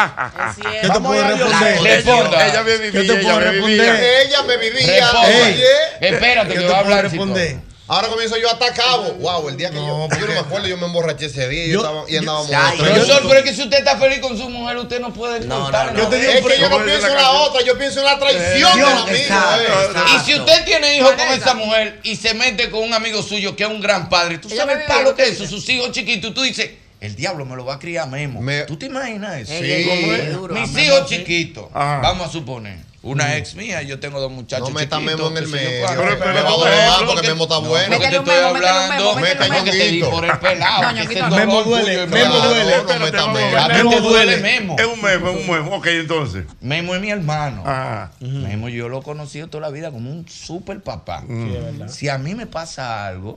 Yo te puedo responder. Responda. Yo te puedo responder. Ella me vivía. Responda. oye. Espérate, Yo que te va a puedo hablar el responder. Ahora comienzo yo hasta cabo. Wow, el día que yo, yo no me acuerdo, yo me emborraché ese día yo, estaba, y andábamos Ay, Profesor, pero es que si usted está feliz con su mujer, usted no puede contar. Yo te digo, es que yo no pienso en la otra, yo pienso en la traición del amigo. eh. Y si usted tiene hijos con esa mujer y se mete con un amigo suyo que es un gran padre, tú sabes el palo que es eso, sus hijos chiquitos, y tú dices, el diablo me lo va a criar Memo. ¿Tú te imaginas eso? Sí. ¿Cómo es? Duro. Mis A Memo, hijos sí. chiquitos, Ajá. vamos a suponer, una ex mía, yo tengo dos muchachos No meta chiquitos. Memo en el qué sé yo medio. cuánto. Pero, pero, Memo, por ejemplo, porque que- Memo está no, bueno. Porque te Métele un estoy Memo, métele un hablando, Memo, métele un que te di Ñonguito. por el pelado. No, que ese Ñonguito, no. dolor Memo tuyo duele, es Memo verdad. duele. No, no, meta Memo. A ti te duele Memo. Es un memo, es un memo. Ok, entonces. Ah. Memo es mi hermano. Memo yo lo he conocido toda la vida como un super papá. Mm. Sí, es verdad. Si a mí me pasa algo,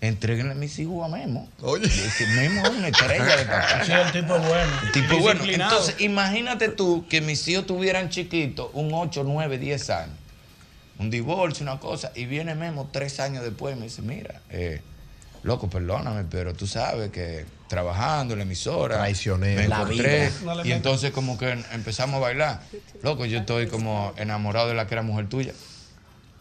entréguenle a mis hijos a Memo. Oye. Memo es una estrella de papá. Sí, el tipo es bueno. El tipo es bueno. Disciplinado. Entonces, imagínate tú que mis hijos tuvieran chiquitos, un 8, 9, 10 años. Un divorcio, una cosa. Y viene Memo tres años después y me dice, mira, eh, loco, perdóname, pero tú sabes que trabajando en la emisora. Traicionero. Me La encontré. vida. No le Y metas. entonces como que empezamos a bailar. Loco, yo estoy como enamorado de la que era mujer tuya.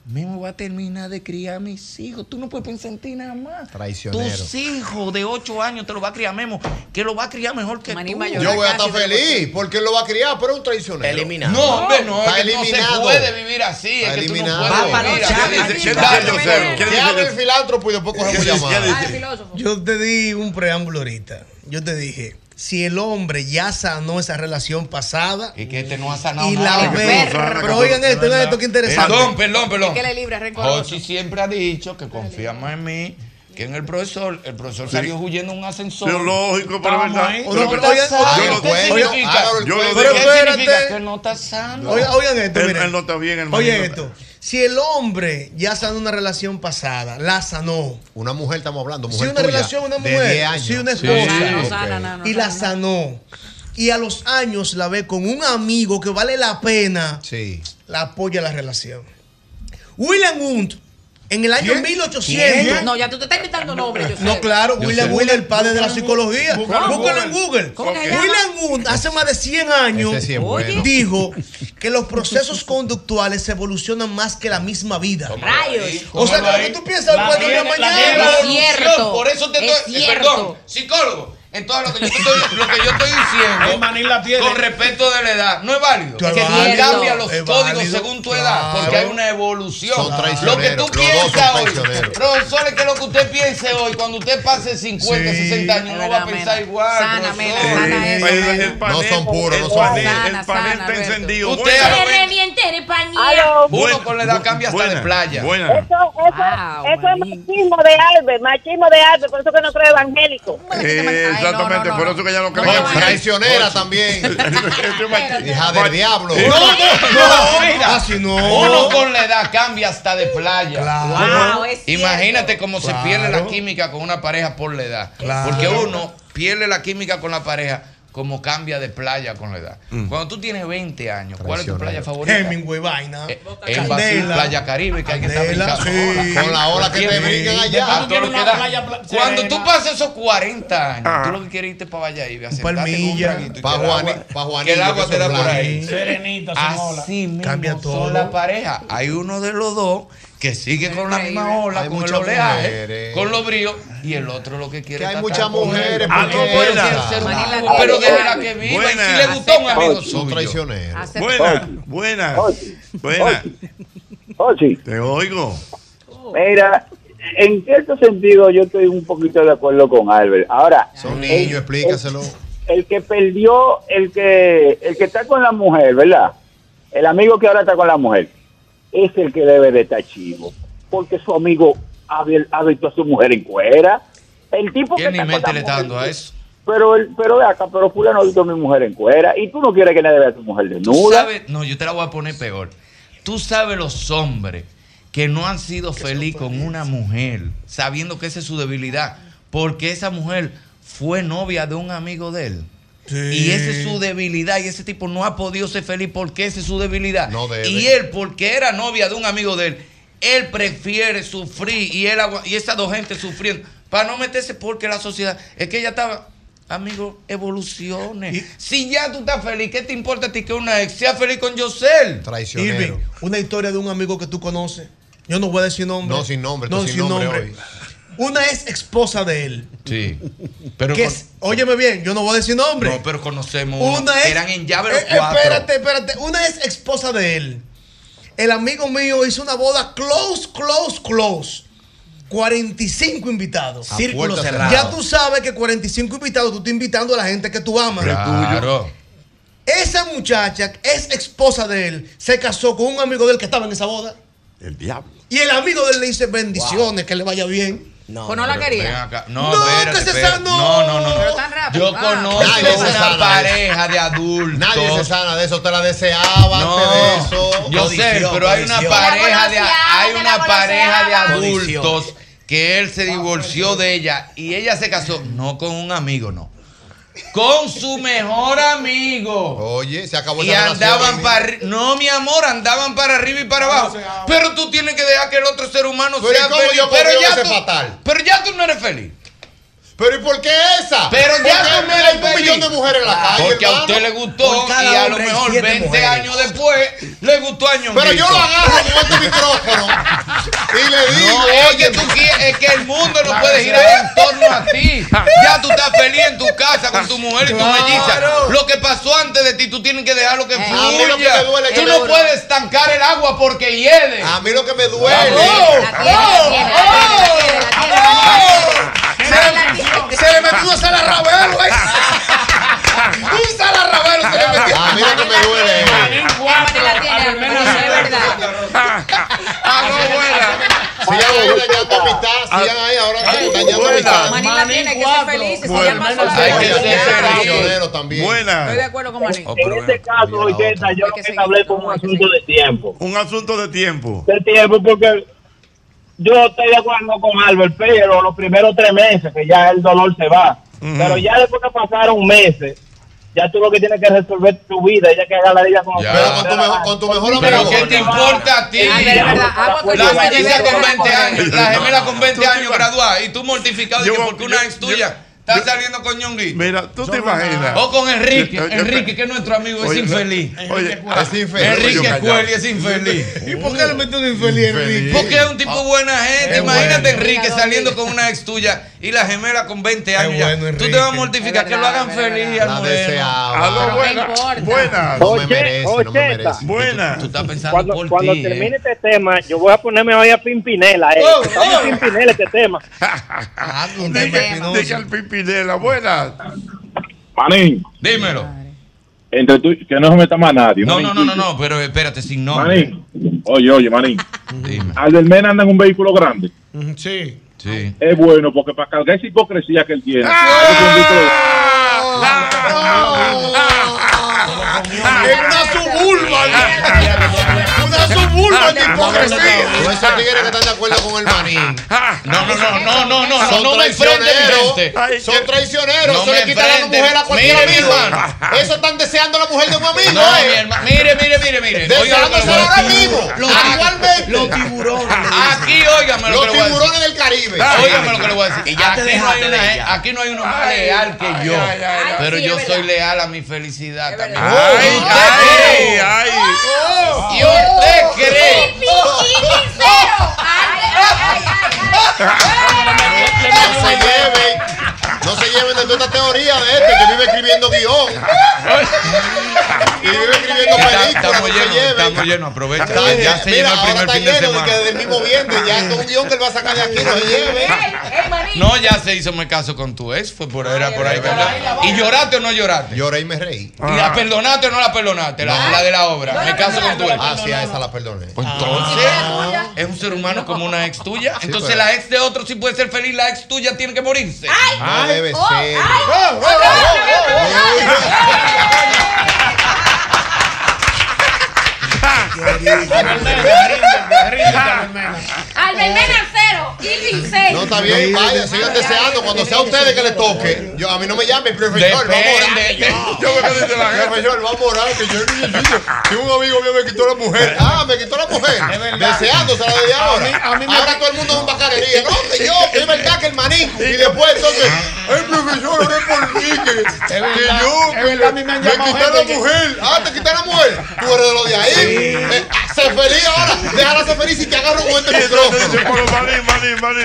Memo va a terminar de criar a mis hijos. Tú no puedes pensar en ti nada más. Traicionero. Tus hijos de 8 años te lo va a criar Memo, que lo va a criar mejor que tú. Yo voy a estar feliz porque él lo va a criar, pero es un traicionero. Eliminado. No, hombre, no, es Está que no se eliminado. puede vivir así. Es que tú no Eliminado. puedes vivir así. Que hable el filántropo y después cogemos llamadas. Yo te di un preámbulo ahorita. Yo te dije, si el hombre ya sanó esa relación pasada. Y que este no ha sanado Y nada. la Que tú no ve- sanas, Pero que oigan tú- esto, oigan esto que interesante. Perdón, perdón, perdón. Es que le libra, es rencoroso. Jochi siempre ha dicho que confía más en mí que en el profesor. El profesor salió huyendo en un ascensor. Pero lógico, pero Estamos verdad. ahí. Pero- No pero- está oigan, sano. yo lo- ¿Qué oigan, significa? hágalo el Yo lo ¿Qué digo. significa? Espérate. Que no está sano. Oiga- oigan esto, Él, miren. él no está bien, hermano. Oye esto, si el hombre ya sanó una relación pasada, la sanó. Una mujer estamos hablando, si mujer una tuya, relación, una de mujer, 10 años. si una Sí, esposa, ok. y la sanó, y a los años la ve con un amigo que vale la pena, Sí. la apoya la relación. William Hunt, en el año ¿Quién? 1800. ¿Quién? No, ya tú te estás inventando nombres. yo sé. No, claro, Yo William sé. Hunt, el padre de la psicología. Búscalo en Búscalo en Google. Google. ¿Cómo que se llama? William Hunt, hace más de 100 años, Ese sí es bueno. dijo que los procesos conductuales evolucionan más que la misma vida. Rayos. O sea, que lo que tú piensas La al cuatro de la tiene, la tiene mañana. la evolución, Por eso te Es estoy. eh, perdón, psicólogo. Entonces, lo que yo te estoy, lo que yo estoy diciendo con respecto de la edad no es válido. Claro, que tú válido, cambias los es códigos válido, según tu edad, claro. porque hay una evolución. Son Lo que traicioneros, tú los dos son piensas hoy, traicioneros. profesor, es que lo que usted piense hoy, cuando usted pase 50, 60 años, no va a pensar igual. profesor. No son puros, no son puros. El panel está encendido. Usted a los Me reviente de Aló. panía. Uno con la edad cambia hasta de Buena, playa. buena. Eso, eso, eso es machismo de Albert, machismo de Albert, por eso que no creo evangélico. Eh, exactamente, por eso que ya no creen. Traicionera *laughs* también. Hija del diablo. eh, No, no, no, mira. Así no. Uno con la edad cambia hasta de playa. Claro. Uno- es cierto. Imagínate cómo Claro. se pierde la química con una pareja por la edad. Claro. Porque uno pierde la química con la pareja como cambia de playa con la edad. Cuando tú tienes 20 años, ¿cuál es tu playa favorita? Eh, Hemingway, vaina. En Brasil, Candela. Playa Caribe, que hay que estar Candela, brincando sí. olas. Con la ola que te Siempre. brincan allá. Después tú A tienes todo lo una que da. playa pla- Cuando tú serena. pasas esos 40 años, Ah. tú lo que quieres es irte para Valladolid, a sentarte con un palmilla. traguito y Pa' que el Juani- agua- pa' que el Juanillo, agua que te da son por ahí. blancas. Serenita, son olas. Así mismo Cambia son todo. la pareja. Hay uno de los dos que sigue con la misma ola, Hay con el muchas oleaje, mujeres. con los bríos, y el otro lo que quiere Que hay es muchas tratar con Ah, mujeres, él. porque Algo bueno esa- quiere ser Manila humano, tiene- Pero déjela que viva. Y si le gustó un amigo Son suyo. traicioneros. Acepta. Buena, buena. Buena. Te oigo. Oh, Mira, en cierto sentido yo estoy un poquito de acuerdo con Albert. Ahora, Son el- niños, explícaselo. El, el que perdió, el que el que está con la mujer, ¿verdad? El amigo que ahora está con la mujer es el que debe de estar chivo, porque su amigo ha, vi- ha visto a su mujer en cuera. El tipo que ¿Quién ni está con la mente le está dando a eso? Pero, el, pero ve acá, pero fulano ha visto a mi mujer en cuera y tú no quieres que nadie vea a tu mujer ¿Tú desnuda. sabes? No, yo te la voy a poner peor. Tú sabes los hombres que no han sido feliz con una mujer, sabiendo que esa es su debilidad, porque esa mujer fue novia de un amigo de él. Y esa es su debilidad. Y ese tipo no ha podido ser feliz porque esa es su debilidad. Y él, porque era novia de un amigo de él, él prefiere sufrir y, él, agua- y esas dos gentes sufriendo para no meterse porque la sociedad. Es que ella estaba. Amigo, evolucione. Si ya tú estás feliz, ¿qué te importa a ti que una ex sea feliz con Yosel? Irving, una historia de un amigo que tú conoces. Yo no voy a decir nombre. No, sin nombre, tú sin nombre hoy. Una ex esposa de él. Sí. Pero que con- es- óyeme bien, yo no voy a decir nombre. No, pero conocemos. Una uno. ex- Eran en llave los Eh, cuatro. Espérate, espérate. Una ex esposa de él. El amigo mío hizo una boda close, close, close. 45 invitados. A Círculo puerta cerrada. Ya tú sabes que 45 invitados, tú estás invitando a la gente que tú amas. Claro. Esa muchacha, ex esposa de él, se casó con un amigo de él que estaba en esa boda. El diablo. Y el amigo de él le dice bendiciones, que le vaya bien. No, Pues no la pero quería. ven acá. No, espérate, que se espérate. sanó. No, no, no, no. Pero ah. tan Yo conozco Nadie se sana de una eso. pareja de adultos. Nadie se sana de eso, te la deseaba antes de eso. Yo sé, pero hay una pareja de hay una pareja de adultos que él se divorció de ella y ella se casó no con un amigo, no. Con su mejor amigo. Oye, se acabó Y esa relación, andaban amigo. para arri- no, mi amor, andaban para arriba y para abajo. Pero tú tienes que dejar que el otro ser humano Pero ¿y sea cómo feliz, yo pero puedo ya ser tú- fatal? Pero ya tú no eres feliz. Pero ¿y por qué esa? Pero ¿Por ya qué tú no hay eres un millón de mujeres en la calle, Porque a hermano? usted le gustó Por cada y a lo hombre hay mejor siete 20 mujeres. años después le gustó a Ñonguito. Pero yo lo agarro con este micrófono y le digo. No, es que tú quieres- es que el mundo no puede girar en torno a ti. Ya tú estás feliz en tu casa con tu mujer y tu Claro. melliza. Lo que pasó antes de ti, tú tienes que dejarlo que a mí lo que fluya. me duele es Tú que no me- puedes estancar el agua porque hiede. A mí lo que me duele. Oh, Se le metió una sala rabelo, güey. Un sala rabelo se le metió. A mí lo que me duele es. Ah, no, buena. Si ya voy dañando amistad, sigan ahí ahora dañando amistad. Manila tiene que ser feliz. se Bueno, llama menos Soledad. hay que ser feliz. Estoy de Buena. acuerdo con Manila. En este caso, Oyenta, yo lo que hablé con un asunto de tiempo. Un asunto de tiempo. De tiempo, porque yo estoy de acuerdo con Albert, pero los primeros tres meses, que ya el dolor se va. Ujú. Pero ya después que pasaron meses, ya tú lo que tienes que resolver tu vida, ya que haga la vida con Pero con tu mejor, con tu mejor amigo. Pero ¿qué te importa a ti? Ah, Ay, pero es verdad, agua pues, con La lluvia, melliza lluvia, con 20 lluvia. años, la gemela con 20 años graduada y tú mortificado de que porque una ex tuya está saliendo con Ñonguito. Mira, tú te imaginas. O con Enrique, Yo- yo- Enrique que es nuestro amigo, es Oye, infeliz. oye, es Enrique Cueli es infeliz. ¿Y por qué le metió un infeliz Enrique? Porque es un tipo buena gente. es Imagínate bueno. Enrique Mira, saliendo con una ex tuya y la gemela con 20 años. ya. tú te vas a mortificar que lo hagan feliz al La moreno. deseaba. Aló, No buena. Buena. No me merece, no me merece. Buena. Tú estás pensando Cuando, por cuando ti. ¿eh? termine este tema, yo voy a ponerme hoy a Pimpinela. Eh. Oh, Estamos en Pimpinela este tema. Diga al Pimpinela, buena. Manín, Dímelo. entre tú, que no se meta más nadie. No, no, no, no, no, pero espérate, sin nombre. Manín, oye, oye, Manín. Albert Mena anda en un vehículo grande. Sí. Sí. Es bueno, porque para cargar esa hipocresía que él tiene. hay que ser un vehículo grande. En una suburban. Una Ah, suburban de hipocresía. Todos esos tigres que están de acuerdo con el manín. No, no, no, no, no, no, no, Son no me enfrentes a mi traicioneros. gente. Son traicioneros. No Eso me le quitan la enfrente. mujer a cualquier Mire, mi amigo. hermano. Eso están deseando la mujer de un amigo, No, mi ¿eh? hermano, mire, mire, mire, mire. Deseándose ahora mismo. Actualmente. Los tiburones. Aquí, óigame lo Los que le voy a decir. tiburones del Caribe. Óigame lo que le voy a decir. Y ya Aquí te no hay dejaste una de gen- ella. aquí no hay uno más Ay, leal que ay, yo. ay, ay, ay. Pero Sí, yo es soy leal a mi felicidad también. Ay, Usted ay, cree- ay. Oh, ¿Y usted cree? oh. No se lleven. No se lleven de tu inventó esta teoría de este que vive escribiendo guión. *laughs* y vive escribiendo películas. Estamos llenos, estamos llenos, aprovecha. Ya, ya se Mira, llenó el ahora primer está fin de lleno de semana. que del mismo viento. Ya con un guión que él va a sacar de aquí no se lleve. No, ya se hizo me caso con tu ex, fue por, era por ahí, ¿verdad? ¿Y lloraste o no lloraste? Lloré y me reí. ¿Y la perdonaste o no la perdonaste? La, No. la de la obra. No Ah. la me caso con tu ex. Ah, sí, a esa la perdoné. Entonces, es un ser humano como una ex tuya. Sí, Entonces, pero- la ex de otro sí puede ser feliz, la ex tuya tiene que morirse. No debe ser. Ah, Al Belmena cero, Irving seis. No está bien, vaya, sigan deseando. Cuando sea a ustedes que les toque, yo, a mí no me llamen profesor, vamos a orar. *laughs* Yo me quedé de la gente. Profesor, vamos a orar, que yo que un amigo mío me quitó la mujer. Ah, me quitó la mujer. Deseándosela desde ahora. ahora todo el mundo es un bacanería. No, que yo, que es verdad que el maní. Y después entonces, ay, profesor, ore por mí, que, que yo, que me, me quité la mujer. Ah, te quité la mujer. Tú eres de lo de ahí. Eh, sé feliz ahora. Déjala ser feliz y te agarro con este micrófono.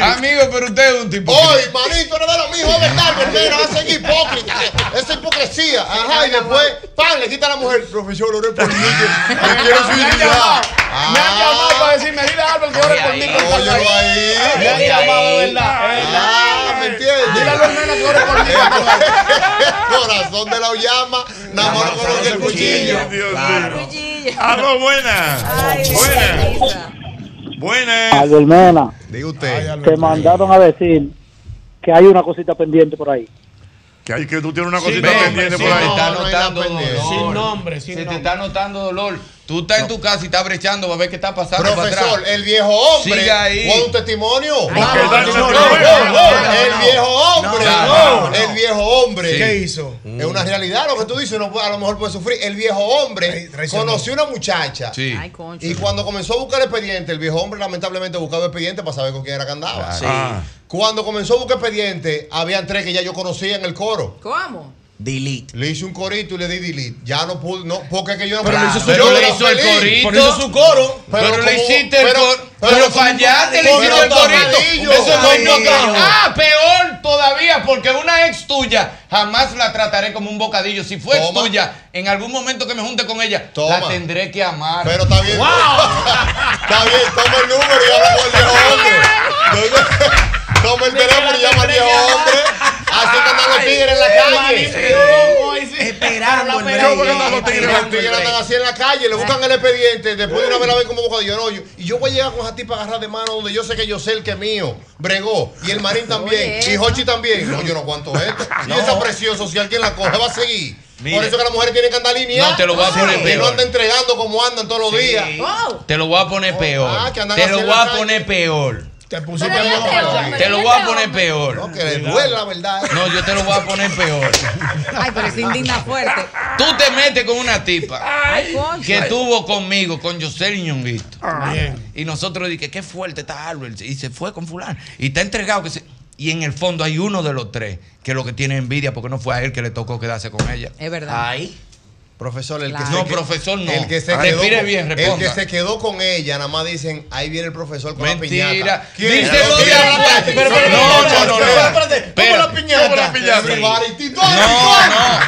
Amigo, pero usted es un tipo. Hoy, manito, no de lo mismo, es verdad, mentira, va a ser hipócrita. Esa hipocresía. Ajá, y después, pan, le quita a la mujer. Profesor, oré por mí. *laughs* que Me quiero suicidar. Me Ah. han llamado para decirme, dile a Albert que ore por mí. que está Óyelo ahí". ahí. Me han llamado, de verdad. de verdad. Ah, ¿me entiendes? Dile a los nenes que ore por mí. que está ahí. *laughs* Corazón de la llama, enamorado con el cuchillo. Aló, buenas. Buenas. Buenas. Albermena, Diga usted. te mandaron a decir que hay una cosita pendiente por ahí. Que, hay, que tú tienes una Sí, cosita ven, pendiente sí, por ahí. Te está no hay notando nada pendiente. dolor. Sin nombre, Se te está notando dolor. Tú estás en tu casa y estás brechando, va a ver qué está pasando para Profesor, atrás. el viejo hombre. Siga ahí. ¿Cuál un testimonio? Porque No, da- no, no, no, no, no, no, no, no, El no. viejo hombre. No, no, no, El viejo hombre. Sí. ¿Qué hizo? Es una Mm. realidad lo que tú dices. uno puede- a lo mejor puede sufrir. El viejo hombre conoció una muchacha. Sí. Ay, Y cuando comenzó a buscar expediente, el viejo hombre lamentablemente buscaba expediente para saber con quién era que andaba. Claro. Sí. Ah. Cuando comenzó a buscar expediente, habían tres que ya yo conocía en el coro. ¿Cómo? Delete. Le hice un corito y le di delete. Ya no pude, no, porque es que yo no Pero le hizo su- yo pero le era hizo el feliz. corito. Pero hizo su coro. Pero le hiciste el cor- pero como- fallaste, le hiciste el tan corito. malillo. Eso no es Malillo. bocadillo. Ah, peor todavía, porque una ex tuya jamás la trataré como un bocadillo. Si fue ex tuya, en algún momento que me junte con ella, la tendré que amar. Pero está bien. *laughs* Está bien, toma el número y habla con el viejo hombre. Toma el teléfono y llama al viejo hombre. Así que andan los tigres en la calle. Esperando. break. porque andan los tigres? Los Esperando el tigres andan break. así en la calle, le buscan Eh. el expediente, después de una vez la ven como bocadillo. No, yo- y yo voy a llegar con esa tipa agarrada de mano donde yo sé que yo sé el que es mío. Bregó. Y el Marín también. Oye, Y Hochi también. No, yo no aguanto esto. Y esa presión social, ¿quién la coge? Va a seguir. Por eso que las mujeres tienen que andar lineal. No, te lo voy a poner Y no peor. anda entregando como andan todos los Sí. días. Te lo voy a poner peor. ah, que andan Te así lo en voy la a calle. poner peor. Te Te peor. lo voy a poner peor. No, que le duele la verdad. No, yo te lo voy a poner peor. Ay, pero es indigna fuerte. Tú te metes con una tipa Ay, concha. que tuvo conmigo, con Yosel Ñonguito. Y nosotros dije, qué fuerte está Albert. Y se fue con fulano. Y está entregado. Que se... Y en el fondo hay uno de los tres que lo que tiene envidia porque no fue a él que le tocó quedarse con ella. Es verdad. Ay. Profesor, el No, profesor, no. Ah, El que se Respire quedó, con- bien, el que responda. se quedó con ella, nada más dicen, ahí viene el profesor con la Mentira. piñata. ¿Quién? Dice lo de Mira, ahí. espérate, Pero, pero, espérate, no, espérate, no, no, no. espérate, espérate, ¿cómo Espera. la piñata? ¿Cómo la piñata? Everybody, tú- tú- No,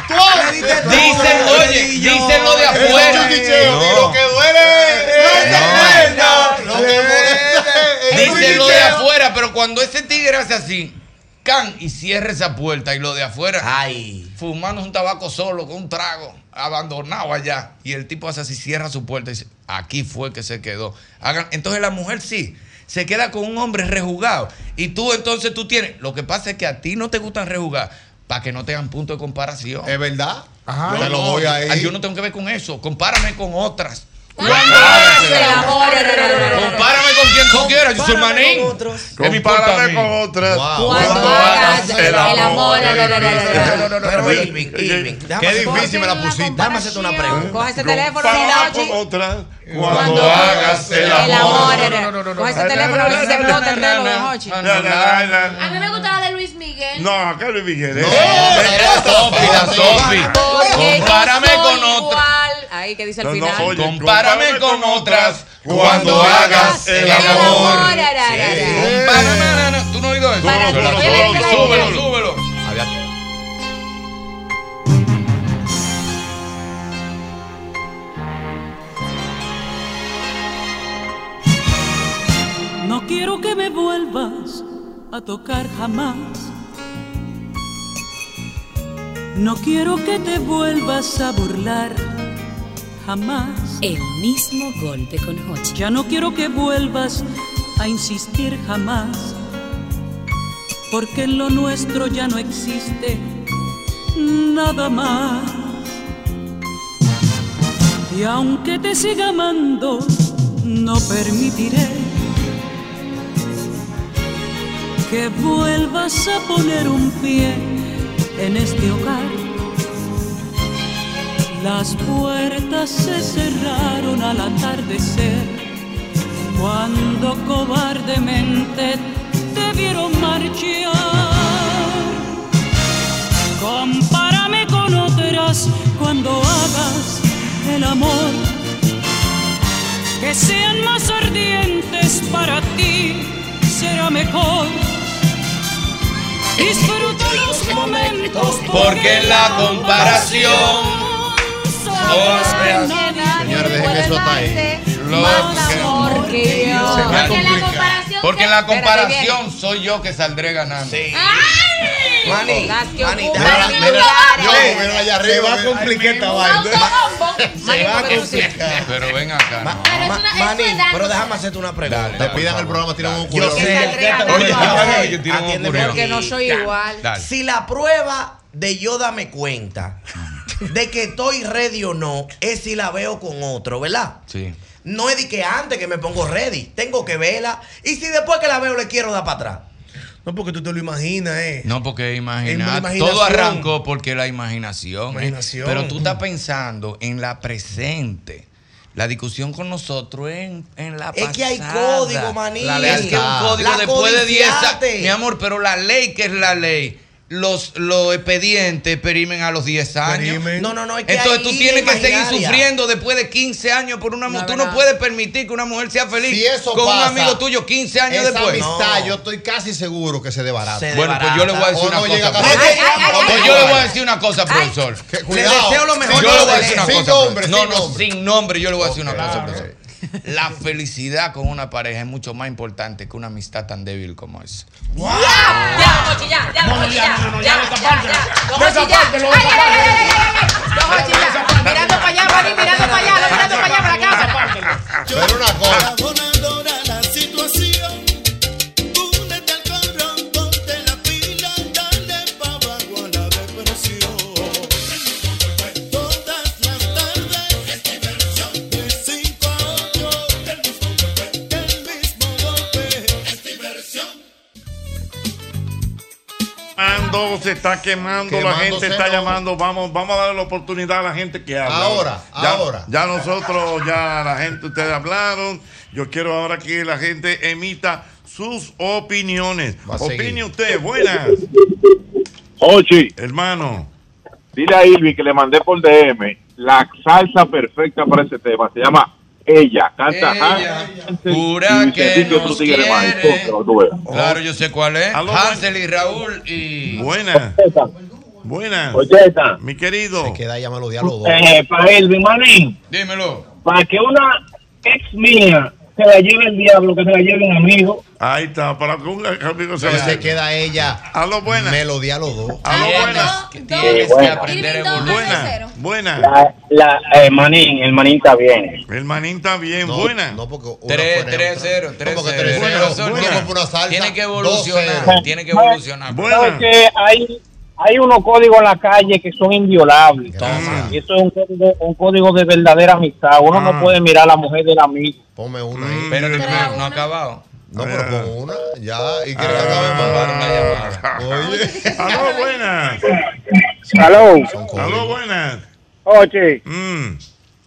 tú- tú- tú- Dicen, tú- oye, dicen lo de Eso es afuera. chuchicheo, No. y Lo que duele. No te Dice lo de afuera, pero cuando ese tigre hace así, can y cierra esa puerta y lo de afuera, ay, fumando un tabaco solo con un trago, abandonado allá. Y el tipo hace así, cierra su puerta y dice, aquí fue que se quedó. Hagan, entonces la mujer sí. Se queda con un hombre rejugado. Y tú entonces tú tienes. Lo que pasa es que a ti no te gustan rejugar para que no tengan punto de comparación. Es verdad. Ajá. Yo te lo voy ahí. ay, Yo no tengo que ver con eso. Compárame con otras. Compárame con quien tú quieras. Yo soy manín. ¿Qué me importa a mí? Compárame con otras. Cuando hagas el amor. Pero Qué difícil me la pusiste. Dame hacerte una pregunta. Coge ese teléfono, Compárame Linochi. con otras. Cuando hagas el amor. No, no, no, no, no. Coge ese teléfono, que se explota el dedo de Hochi. No, no, no, no. A mí me gustaba la de Luis Miguel. No, acá Luis Miguel. ¿eh? Sofi, la Sofi. Porque yo Compárame soy con otras. igual. Ahí que dice al final. Compárame con otras cuando hagas el amor. Compárame. Tú no has oído eso. Súbelo, súbelo. quiero que me vuelvas a tocar jamás. No quiero que te vuelvas a burlar jamás. El mismo golpe con Hochi. Ya no quiero que vuelvas a insistir jamás. Porque en lo nuestro ya no existe nada más. Y aunque te siga amando, no permitiré que vuelvas a poner un pie en este hogar. Las puertas se cerraron al atardecer, cuando cobardemente te vieron marchar. Compárame con otras cuando hagas el amor, que sean más ardientes para ti, será mejor. Disfruta los momentos Porque en la comparación. sabes que nadie Señores, dejen eso hasta ahí. Lo más que- amor que Se me yo. ha Porque la complicado. comparación- Porque en la Espérate, comparación soy yo que saldré ganando. Mani, Mani, Mira, déjala- mira, déjala- yo, déjala- mira allá Se arriba, va mira, a ahí complicar esta mismo. vaina. Se va a porque tú sí. complicar. Pero ven acá. no. Pero es una- es Mani, una edad, pero no sé. déjame hacerte una pregunta. Dale, dale, Te pidan por el programa, tiran un Yo curioso. sé, Oye, ya te- oye, ya ya te- te- tiran un atiéndeme, ocurrido. porque no soy Ya, igual. dale. Si la prueba de yo dame cuenta de que estoy ready o no es si la veo con otro, ¿verdad? Sí. No es de que antes que me pongo ready, tengo que verla. Y si después que la veo le quiero dar para atrás. No, porque tú te lo imaginas, eh. No, porque Es imagina, mi todo imaginación. arrancó porque la imaginación. ¿eh? Imaginación. Pero tú estás pensando en la presente. La discusión con nosotros es en, en la Es que hay pasada. código, maní. La ley es que un La código después de 10 codiciaste. años. Mi amor, pero la ley que es la ley. Los, los expedientes perimen a los 10 años. No, no, no, es que Entonces hay tú ida tienes que seguir imaginaria. sufriendo después de 15 años por una mujer. Tú no verdad. puedes permitir que una mujer sea feliz Si eso con pasa, un amigo tuyo 15 años esa después. amistad, yo estoy casi seguro que se debarata. Se Bueno, pues yo le voy a decir O una no llega cosa. casi- Ay, ay, ay, ay, Pues yo le voy a decir una cosa, profesor. cuidado. Le deseo lo mejor. Sin Yo le voy a nombre, decir una sin cosa. profesor. nombre, sin no, no, nombre. sin nombre yo le voy a decir una Ok, cosa, claro. profesor. La felicidad con una pareja es mucho más importante que una amistad tan débil como esa. Ya, Jochi, ya, ya, Jochi, ya, ya, ya, ya. Don Jochi, Esa ya. parte no, Ay, esa parte. ay, ay, ay, ay, ay. Don Jochi, ya. Mirando para allá, Mani, mirando para allá, mirando para allá, para acá. Pero una cosa. Abonadora la situación. Únete al corro, ponte la pila, dale pa' abajo a la depresión. Todas las tardes, de 5 a 8, el mismo golpe, el mismo golpe. Es diversión. Quemando, se está quemando, la Quemándose, gente está no. llamando. Vamos, vamos a darle la oportunidad a la gente que habla. Ahora, ya, ahora. Ya nosotros, ya la gente, ustedes hablaron. Yo quiero ahora que la gente emita sus opiniones. Va a seguir. Opine usted, buenas. Ochi. Hermano. Dile a Irving que le mandé por DM la salsa perfecta para ese tema. Se llama Ella. Canta Pura que nos Claro, yo sé cuál es. Hansel y Raúl y. Buena. Buenas. Mi querido. Se queda ya melodía los Eh, para Irving, manín. Dímelo. Para que una ex mía se la lleve el diablo, que se la lleve un amigo. Ahí está, para que un amigo se Ahí vaya. se queda ella. A lo buenas. Melodía a los dos. A lo buenas. tienes que buenas. aprender a evolucionar. Buenas. Buenas. La, la, eh, manín, el manín está bien. El manín está bien, buena. No, porque 3-0, eh, 3-0. Tiene que evolucionar. Tiene que evolucionar. Sabes que hay, hay unos códigos en la calle que son inviolables. Y eso es un código, un código de verdadera amistad. Uno Ah. no puede mirar a la mujer del amigo. Ponme una ahí. Pero no ha acabado. No, pero pon una. Ya. Y que *laughs* Oye. Aló, buenas. Aló. Aló, buenas. Oye. Mm.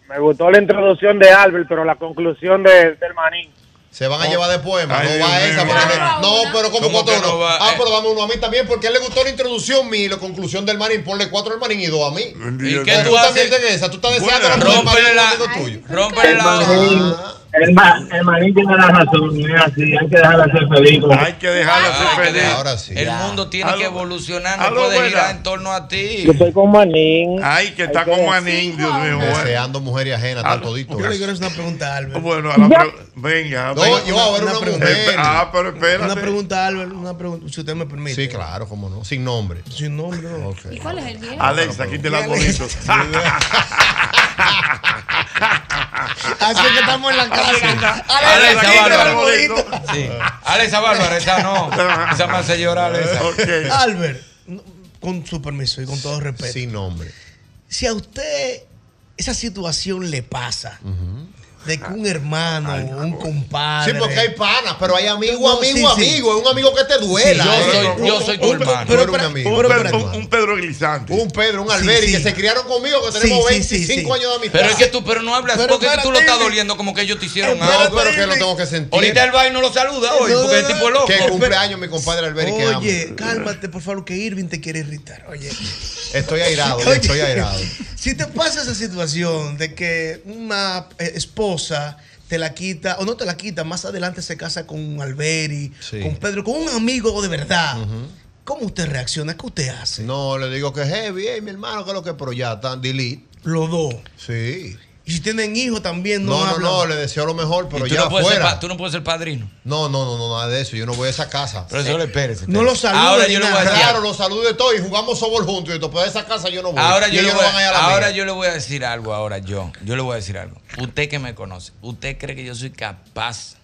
Me gustó la introducción de Albert, pero la conclusión de, del manín. Se van a llevar de poema. Ay, no Dios va mío. esa. porque Claro, no, una. pero como ¿Cómo cuatro que no no. va? Ah, Eh. pero dame uno a mí también, porque a él le gustó la introducción mía y la conclusión del marín. Ponle cuatro al marín y dos a mí. ¿Y qué Pero tú también haces? tenés esa. Tú estás deseando Buena. la mujer Rómpele del marín, la- amigo tuyo. Rómpele la Manín, El, ma- el manín tiene la razón, es así, hay que dejarla hacer películas. Hay que dejarla hacer películas. Ahora sí. El mundo tiene que evolucionar, no aló, puede buena. girar en torno a ti. Yo estoy con Manín. Ay, que está con Manín, Dios mío. Deseando mujeres ajenas, tal todito. Yo le quiero hacer una pregunta a Albert. Bueno, a la pre- venga. No, venga. yo ahora una pregunta. mujer. Ah, pero espérate. Una pregunta, Albert, una pregunta, si usted me permite. Sí, claro, cómo no. Sin nombre. pues, Sin nombre. ¿Y cuál es el bien? Alexa, quítate las *laughs* bonitos. Así que estamos en la Alexa casa. *laughs* Alexa, quítale Bárbara. los bonitos. Sí. Alexa Bárbara, esa *laughs* no. Esa me hace llorar, esa. Albert, no, con su permiso y con todo respeto. Sin nombre. Si a usted esa situación le pasa, de que un hermano, un compadre. Sí, porque hay panas, pero hay amigo, No, sí, amigo, sí. amigo. Es un amigo que te duela. Sí, eh. yo soy- yo soy tu Un- hermano. Pero, Tú eres un espera, amigo. un Pero Pedro- espera, un- un Pedro Grisante. Un Pedro, un Sí, Alberi, que sí. se criaron conmigo, que tenemos Sí, sí, sí, 25 sí. años de amistad. Pero es que tú, pero no hablas Pero porque es que tú lo espérate, estás dime. doliendo como que ellos te hicieron Espérate, algo. pero que lo tengo que sentir. Ahorita el baile no lo saluda hoy, porque el tipo es loco. Que cumpleaños mi compadre Alberi que amo. Oye, cálmate, por favor, que Irving te quiere irritar. Oye. Estoy airado, *laughs* Oye, estoy airado. Si te pasa esa situación de que una eh, esposa te la quita o no te la quita, más adelante se casa con Alberi, Sí. con Pedro, con un amigo de verdad. ¿Cómo usted reacciona? ¿Qué usted hace? No, le digo que heavy, hey, mi hermano, que lo que, pero ya están delete. Los dos. Sí. Y si tienen hijos también, no No, no, hablan. no, le deseo lo mejor, pero Y tú ya no puedes ser afuera. pa- Tú no puedes ser padrino. No, no, no, no, nada de eso. Yo no voy a esa casa. Pero Eh, eso le espérese. No lo saluda Ahora ni yo le nada. voy a decir Claro, algo. lo saludo de todo y jugamos softball juntos. Y después de esa casa yo no voy. Ahora Y yo, le ellos voy, no van allá a la a, ahora mía. yo le voy a decir algo, ahora yo. Yo le voy a decir algo. Usted que me conoce, ¿usted cree que yo soy capaz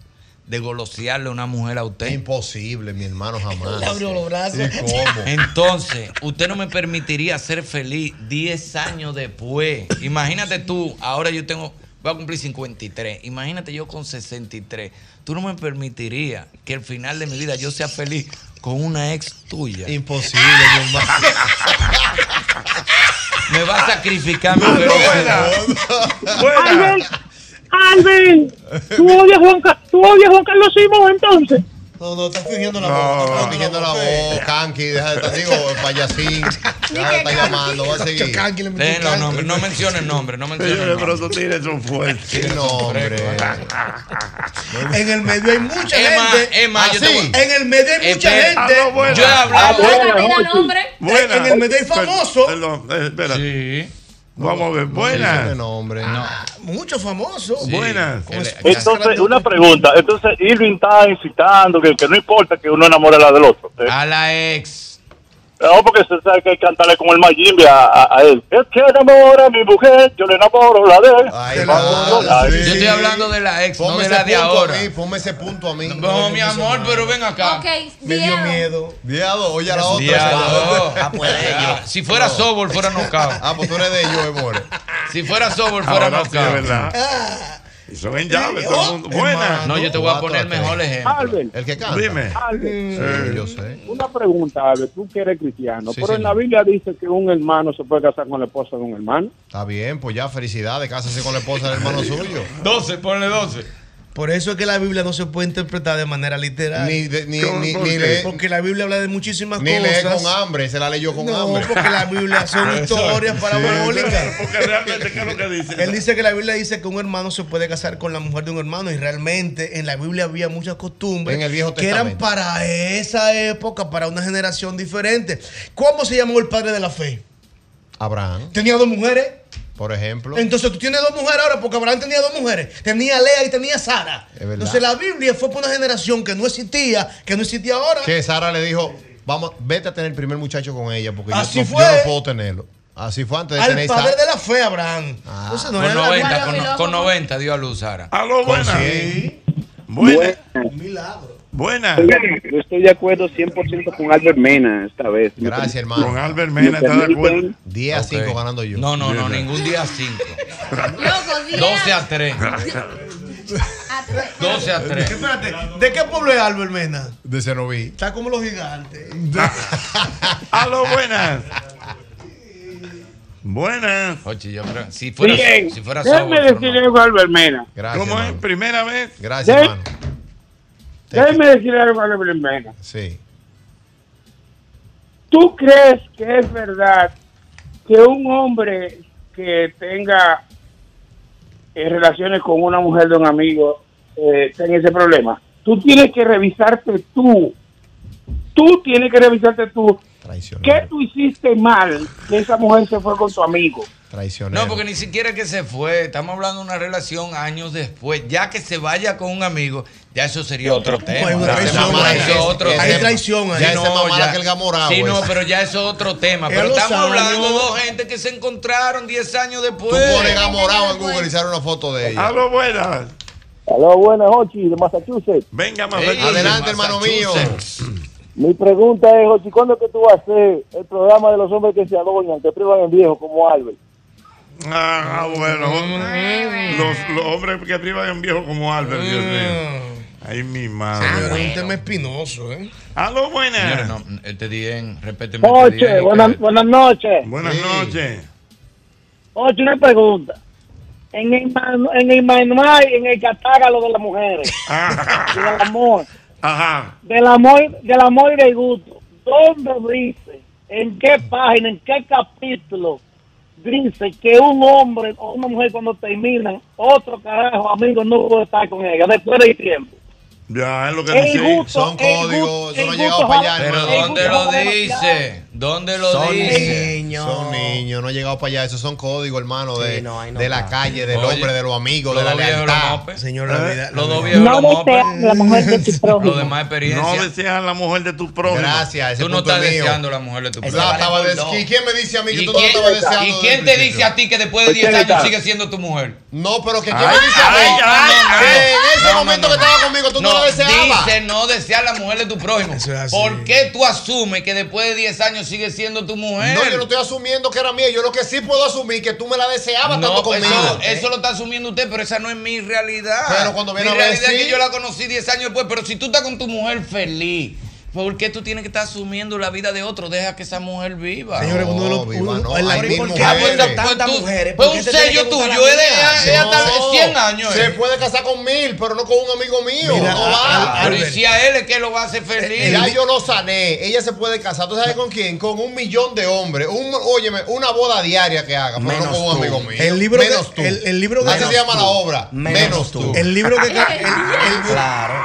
de golosearle a una mujer a usted? Imposible, mi hermano, *laughs* jamás. Le Ah, abrió los brazos. ¿Y *laughs* cómo? *laughs* Entonces, usted no me permitiría ser feliz 10 años después. Imagínate tú, ahora yo tengo, voy a cumplir 53. Imagínate yo con 63. Tú no me permitirías que al final de mi vida yo sea feliz con una ex tuya. Imposible, mi hermano. Me va a sacrificar mi felicidad. Alvin, Alvin, tú odias a Juan, Ca- tú odias a Juan Carlos Simón entonces. No, no, estás fingiendo la voz. Estás fingiendo la voz, Kanki. Oh, Deja de estar, digo, *laughs* payasín. Deja de estar llamando, va a seguir. Dejen los nombres, no mencionen nombres, no mencionen Señores, pero nombres. esos tigres son fuertes. Sí, no, hombre. En el medio hay mucha Es más, gente. Ah, es más, yo te voy a- En el medio Eh, hay mucha Espera. gente. Ah, no, bueno. Yo he hablado- Ah, bueno, Mira, Jochi. nombre. Buena. En el medio hay famosos. Perdón, eh, espera. Vamos a ver. De Buenas. nombre. Muchos famosos. Buenas. Entonces, una pregunta. Entonces, Irving está incitando que, que no importa que uno enamore a la del otro. ¿eh? A la ex. No, porque se sabe que hay que cantarle como el Mayimbe a, a, a él. Es que enamora a mi mujer, yo le enamoro la de él. Vamos, ay, Yo estoy hablando de la ex, no Ponme de ese la de punto ahora. a mí, ponme ese punto a mí. No, mi amor, pero ven acá. Ok, Me dio Diego. miedo. Diado, oye a la otra. Diablo. Ah, pues, Ah, Si fuera Sobol, fuera nocao. Ah, pues tú eres de ellos, amor. *laughs* Si fuera Sobol, fuera Ahora sí, nocao. es verdad. Y Son en llave, todo el mundo. Buenas. oh, No, yo te voy a poner el mejor ejemplo. Ah, Albert, El que Dime. Albert, Yo sé. una pregunta, Albert. Tú que eres cristiano, Sí, pero en señor. la Biblia dice que un hermano se puede casar con la esposa de un hermano. Está bien, pues ya, felicidades. Cásase con la esposa del hermano suyo. 12, ponle 12. Por eso es que la Biblia no se puede interpretar de manera literal. Ni de- ni- ¿Cómo? ni- ¿Por ni qué? leer- Porque la Biblia habla de muchísimas Ni cosas. lee con hambre, se la leyó con no, hambre. porque la Biblia *laughs* son Eso. historias parabólicas. Porque realmente, ¿qué es lo que dice? Él dice que la Biblia dice que un hermano se puede casar con la mujer de un hermano y realmente en la Biblia había muchas costumbres En el Viejo que eran Testamento. para esa época, para una generación diferente. ¿Cómo se llamó el padre de la fe? Abraham, Tenía dos mujeres. por ejemplo. Entonces tú tienes dos mujeres ahora porque Abraham tenía dos mujeres. Tenía Lea y tenía Sara. Es verdad. Entonces la Biblia fue por una generación que no existía, que no existía ahora. Que Sara le dijo, vamos, vete a tener el primer muchacho con ella, porque yo Así no- yo, fue. no puedo tenerlo. Así fue antes de Al tener padre Sara. de la fe, Abraham. Ah. Entonces no Con era la Biblia. 90, con, con 90 dio a luz Sara. Aló, Pues, buenas. Buenas. Buenas. Yo estoy de acuerdo 100% con Albert Mena esta vez. Gracias, hermano. Con Albert Mena, ¿está de acuerdo? 10 a 5 ganando yo. No, no, no, Bien. ningún día 5. Loco, Diego. 12 a 3. 12 a 3. Eh, Espérate, ¿de qué pueblo es Albert Mena? De Cenoví. Está como los gigantes. *laughs* Aló, buenas. Buenas. Oye, yo creo. Si fuera- Miren, si fuera déjenme Sauber, decirle algo a Albert Mena. ¿Cómo es? ¿Primera vez? Gracias, Dé- hermano. Déjenme decirle algo a Albert Mena. Sí. ¿Tú crees que es verdad que un hombre que tenga en eh, relaciones con una mujer de un amigo eh, tenga ese problema. Tú tienes que revisarte tú. Tú tienes que revisarte tú. ¿Qué tú hiciste mal que esa mujer se fue con tu amigo? No, porque ni siquiera que se fue. Estamos hablando de una relación años después. Ya que se vaya con un amigo, ya eso sería otro, tema. hay una Ya traición, ese mamá, hay- eso es otro hay tema. traición ahí. Ya Ese no, mamá ya- la que él pues. gamorao, Sí, no, ese. pero ya eso es otro tema. Él Pero lo estamos sabe, hablando de ¿no? dos gente que se encontraron 10 años Tú después. pones Ah, enamorado en Google y sale una foto de ella. Aló, buenas. Aló, buenas, Hochi, de Massachusetts. Venga, Massachusetts. Adelante, hermano mío. Mi pregunta es, Hochi, ¿cuándo es que tú vas a hacer el programa de los hombres que se adoñan, que privan en viejo, como Albert? Ah, bueno. Los, los hombres que privan en viejo como Albert, Mm. Dios mío. Ay, mi Un madre. tema espinoso, ¿eh? Aló, buenas. Ah, Señores, no, este día, respéteme. este Hochi, día. buenas, buenas noches. Buenas noches. Hochi, una pregunta. En el, manu- en el manual, en el catálogo de las mujeres, del amor, Ah, *laughs* Ajá. del amor, del amor y del gusto, ¿dónde dice, en qué página, en qué capítulo dice que un hombre o una mujer cuando terminan, otro carajo amigo no puede estar con ella después del tiempo? Ya, es lo que El dice. gusto, Son el códigos, gusto, eso no el ha llegado gusto para allá, jamás- Pero hermano. el ¿dónde gusto lo jamás- dice? ¿Dónde lo Son dice? niños. Son niños, no ha llegado para allá. Esos son códigos, hermano, de, de la calle, del Oye, hombre, de los amigos, los de la dos viejos los lealtad. mopes. Señor, la vida. Los dos viejos los mopes. la mujer de tu pues. *laughs* Lo demás experiencia. No deseas la mujer de tu prójimo. Gracias, ese Tú no punto estás es mío. deseando la mujer de tu Ese prójimo. vale estaba por des- dos. ¿Y quién me dice a mí que tú no estabas deseando ¿Y desde quién el te principio? dice a ti que después de Pues, 10 ¿quién años está? sigue siendo tu mujer? No, pero que ¿quién quién me dice a mí que en ese momento que estaba conmigo tú no, la deseabas. Dice no desear la mujer de tu prójimo. ¿Por qué tú asumes que después de 10 años sigue siendo tu mujer? No, yo no estoy asumiendo que era mía. Yo lo que sí puedo asumir que tú me la deseabas tanto pues conmigo. Eso, eso lo está asumiendo usted, pero esa no es mi realidad. Pero cuando viene Ah, mi a ver, realidad es sí. que yo la conocí 10 años después, pero si tú estás con tu mujer feliz, ¿por qué tú tienes que estar asumiendo la vida de otro? Deja que esa mujer viva. Señores, uno de los. uno- no, el- hay ¿por mil qué mujeres. aguanta Pues tantas tú- mujeres? pues Eh, ¿Por un qué te tiene sello que gustar la tuyo, es de- mía? es hasta No. 100 años, eh. Se Se puede casar con mil, pero no con un amigo mío. Mira, no va. Pero y si a él es que lo va a hacer Eh, feliz. Ya yo lo sané. Ella se puede casar. ¿Tú sabes con quién? Con un millón de hombres. Un, óyeme, una boda diaria que haga. Pero no con un amigo mío. El libro Menos que, tú. El, el libro que Así se llama la obra. Menos, Menos tú. tú. El libro *laughs* que. el- el- Claro.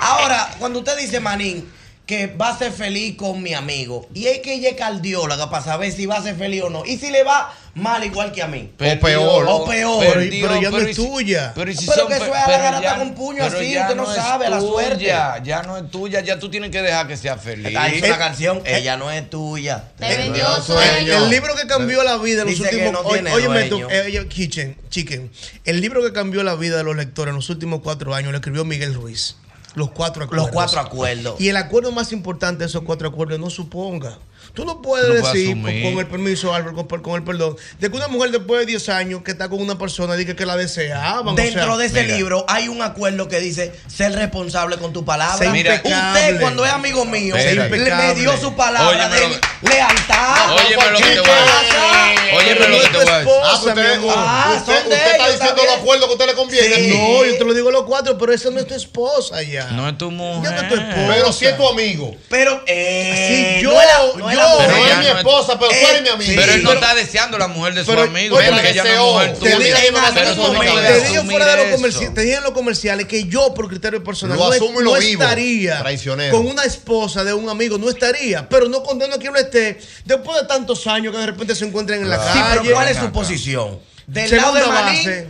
Ahora, cuando usted dice, Manín, que va a ser feliz con mi amigo, y es que ella es cardióloga para saber si va a ser feliz o no, y si le va mal igual que a mí. O peor. O peor. Pero- Perdió, pero ya no y es si- tuya. Pero, y si Pero son que pe- eso es pero agarrar ya hasta con no- puño pero así, ya usted no es sabe la tuya, suerte. Ya no es tuya, ya tú tienes que dejar que sea feliz. Hay una canción, ella no es tuya. Te el- el libro que cambió la vida en los Dice que últimos. no tiene oye, óyeme tú, dueño. eh, oye, Kitchen, Chicken. El libro que cambió la vida de los lectores en los últimos cuatro años lo escribió Miguel Ruiz. Los cuatro acuerdos. Los cuatro acuerdos. Y el acuerdo más importante de esos cuatro acuerdos no suponga. Tú no puedes No puede decir, con, asumir. con el permiso, Álvaro, con, per- con el perdón, de que una mujer después de 10 años que está con una persona diga que la deseaban. o Dentro sea, de ese mira. libro hay un acuerdo que dice ser responsable con tu palabra. Ser Mira. impecable. usted cuando es amigo mío Ser le- me impecable. dio su palabra Óyeme de Ah, lealtad. Óyeme lo que te voy a decir. Óyeme lo que te voy a decir. Ah, pues usted, ah, Ah, usted- son de usted está ellos diciendo también. los acuerdos que usted le conviene. Sí. No, yo te lo digo a los cuatro, pero esa no es tu esposa ya. No es tu mujer. Ya no es tu esposa. Pero si es tu amigo. Pero, eh, si yo, Eh, no era- no yo, era mujer. Eh, no Pero es ya mi no es- esposa, pero tú eres mi amigo. Pero él no está deseando la mujer de su Pero- amigo. oye, porque ella no es deseo. mujer Te tuya. dije en Pero algún tú no momento, puedes te dije fuera de los asumir comerci- te dije en los comerciales que yo, por criterio personal, Lo no, es- asumo y lo no vivo. estaría Traicionero. con una esposa de un amigo, no estaría. Pero no condeno a quien lo esté después de tantos años que de repente se encuentren en la Sí, calle. pero ¿cuál es su posición? ¿Del Segunda lado de Manín? base.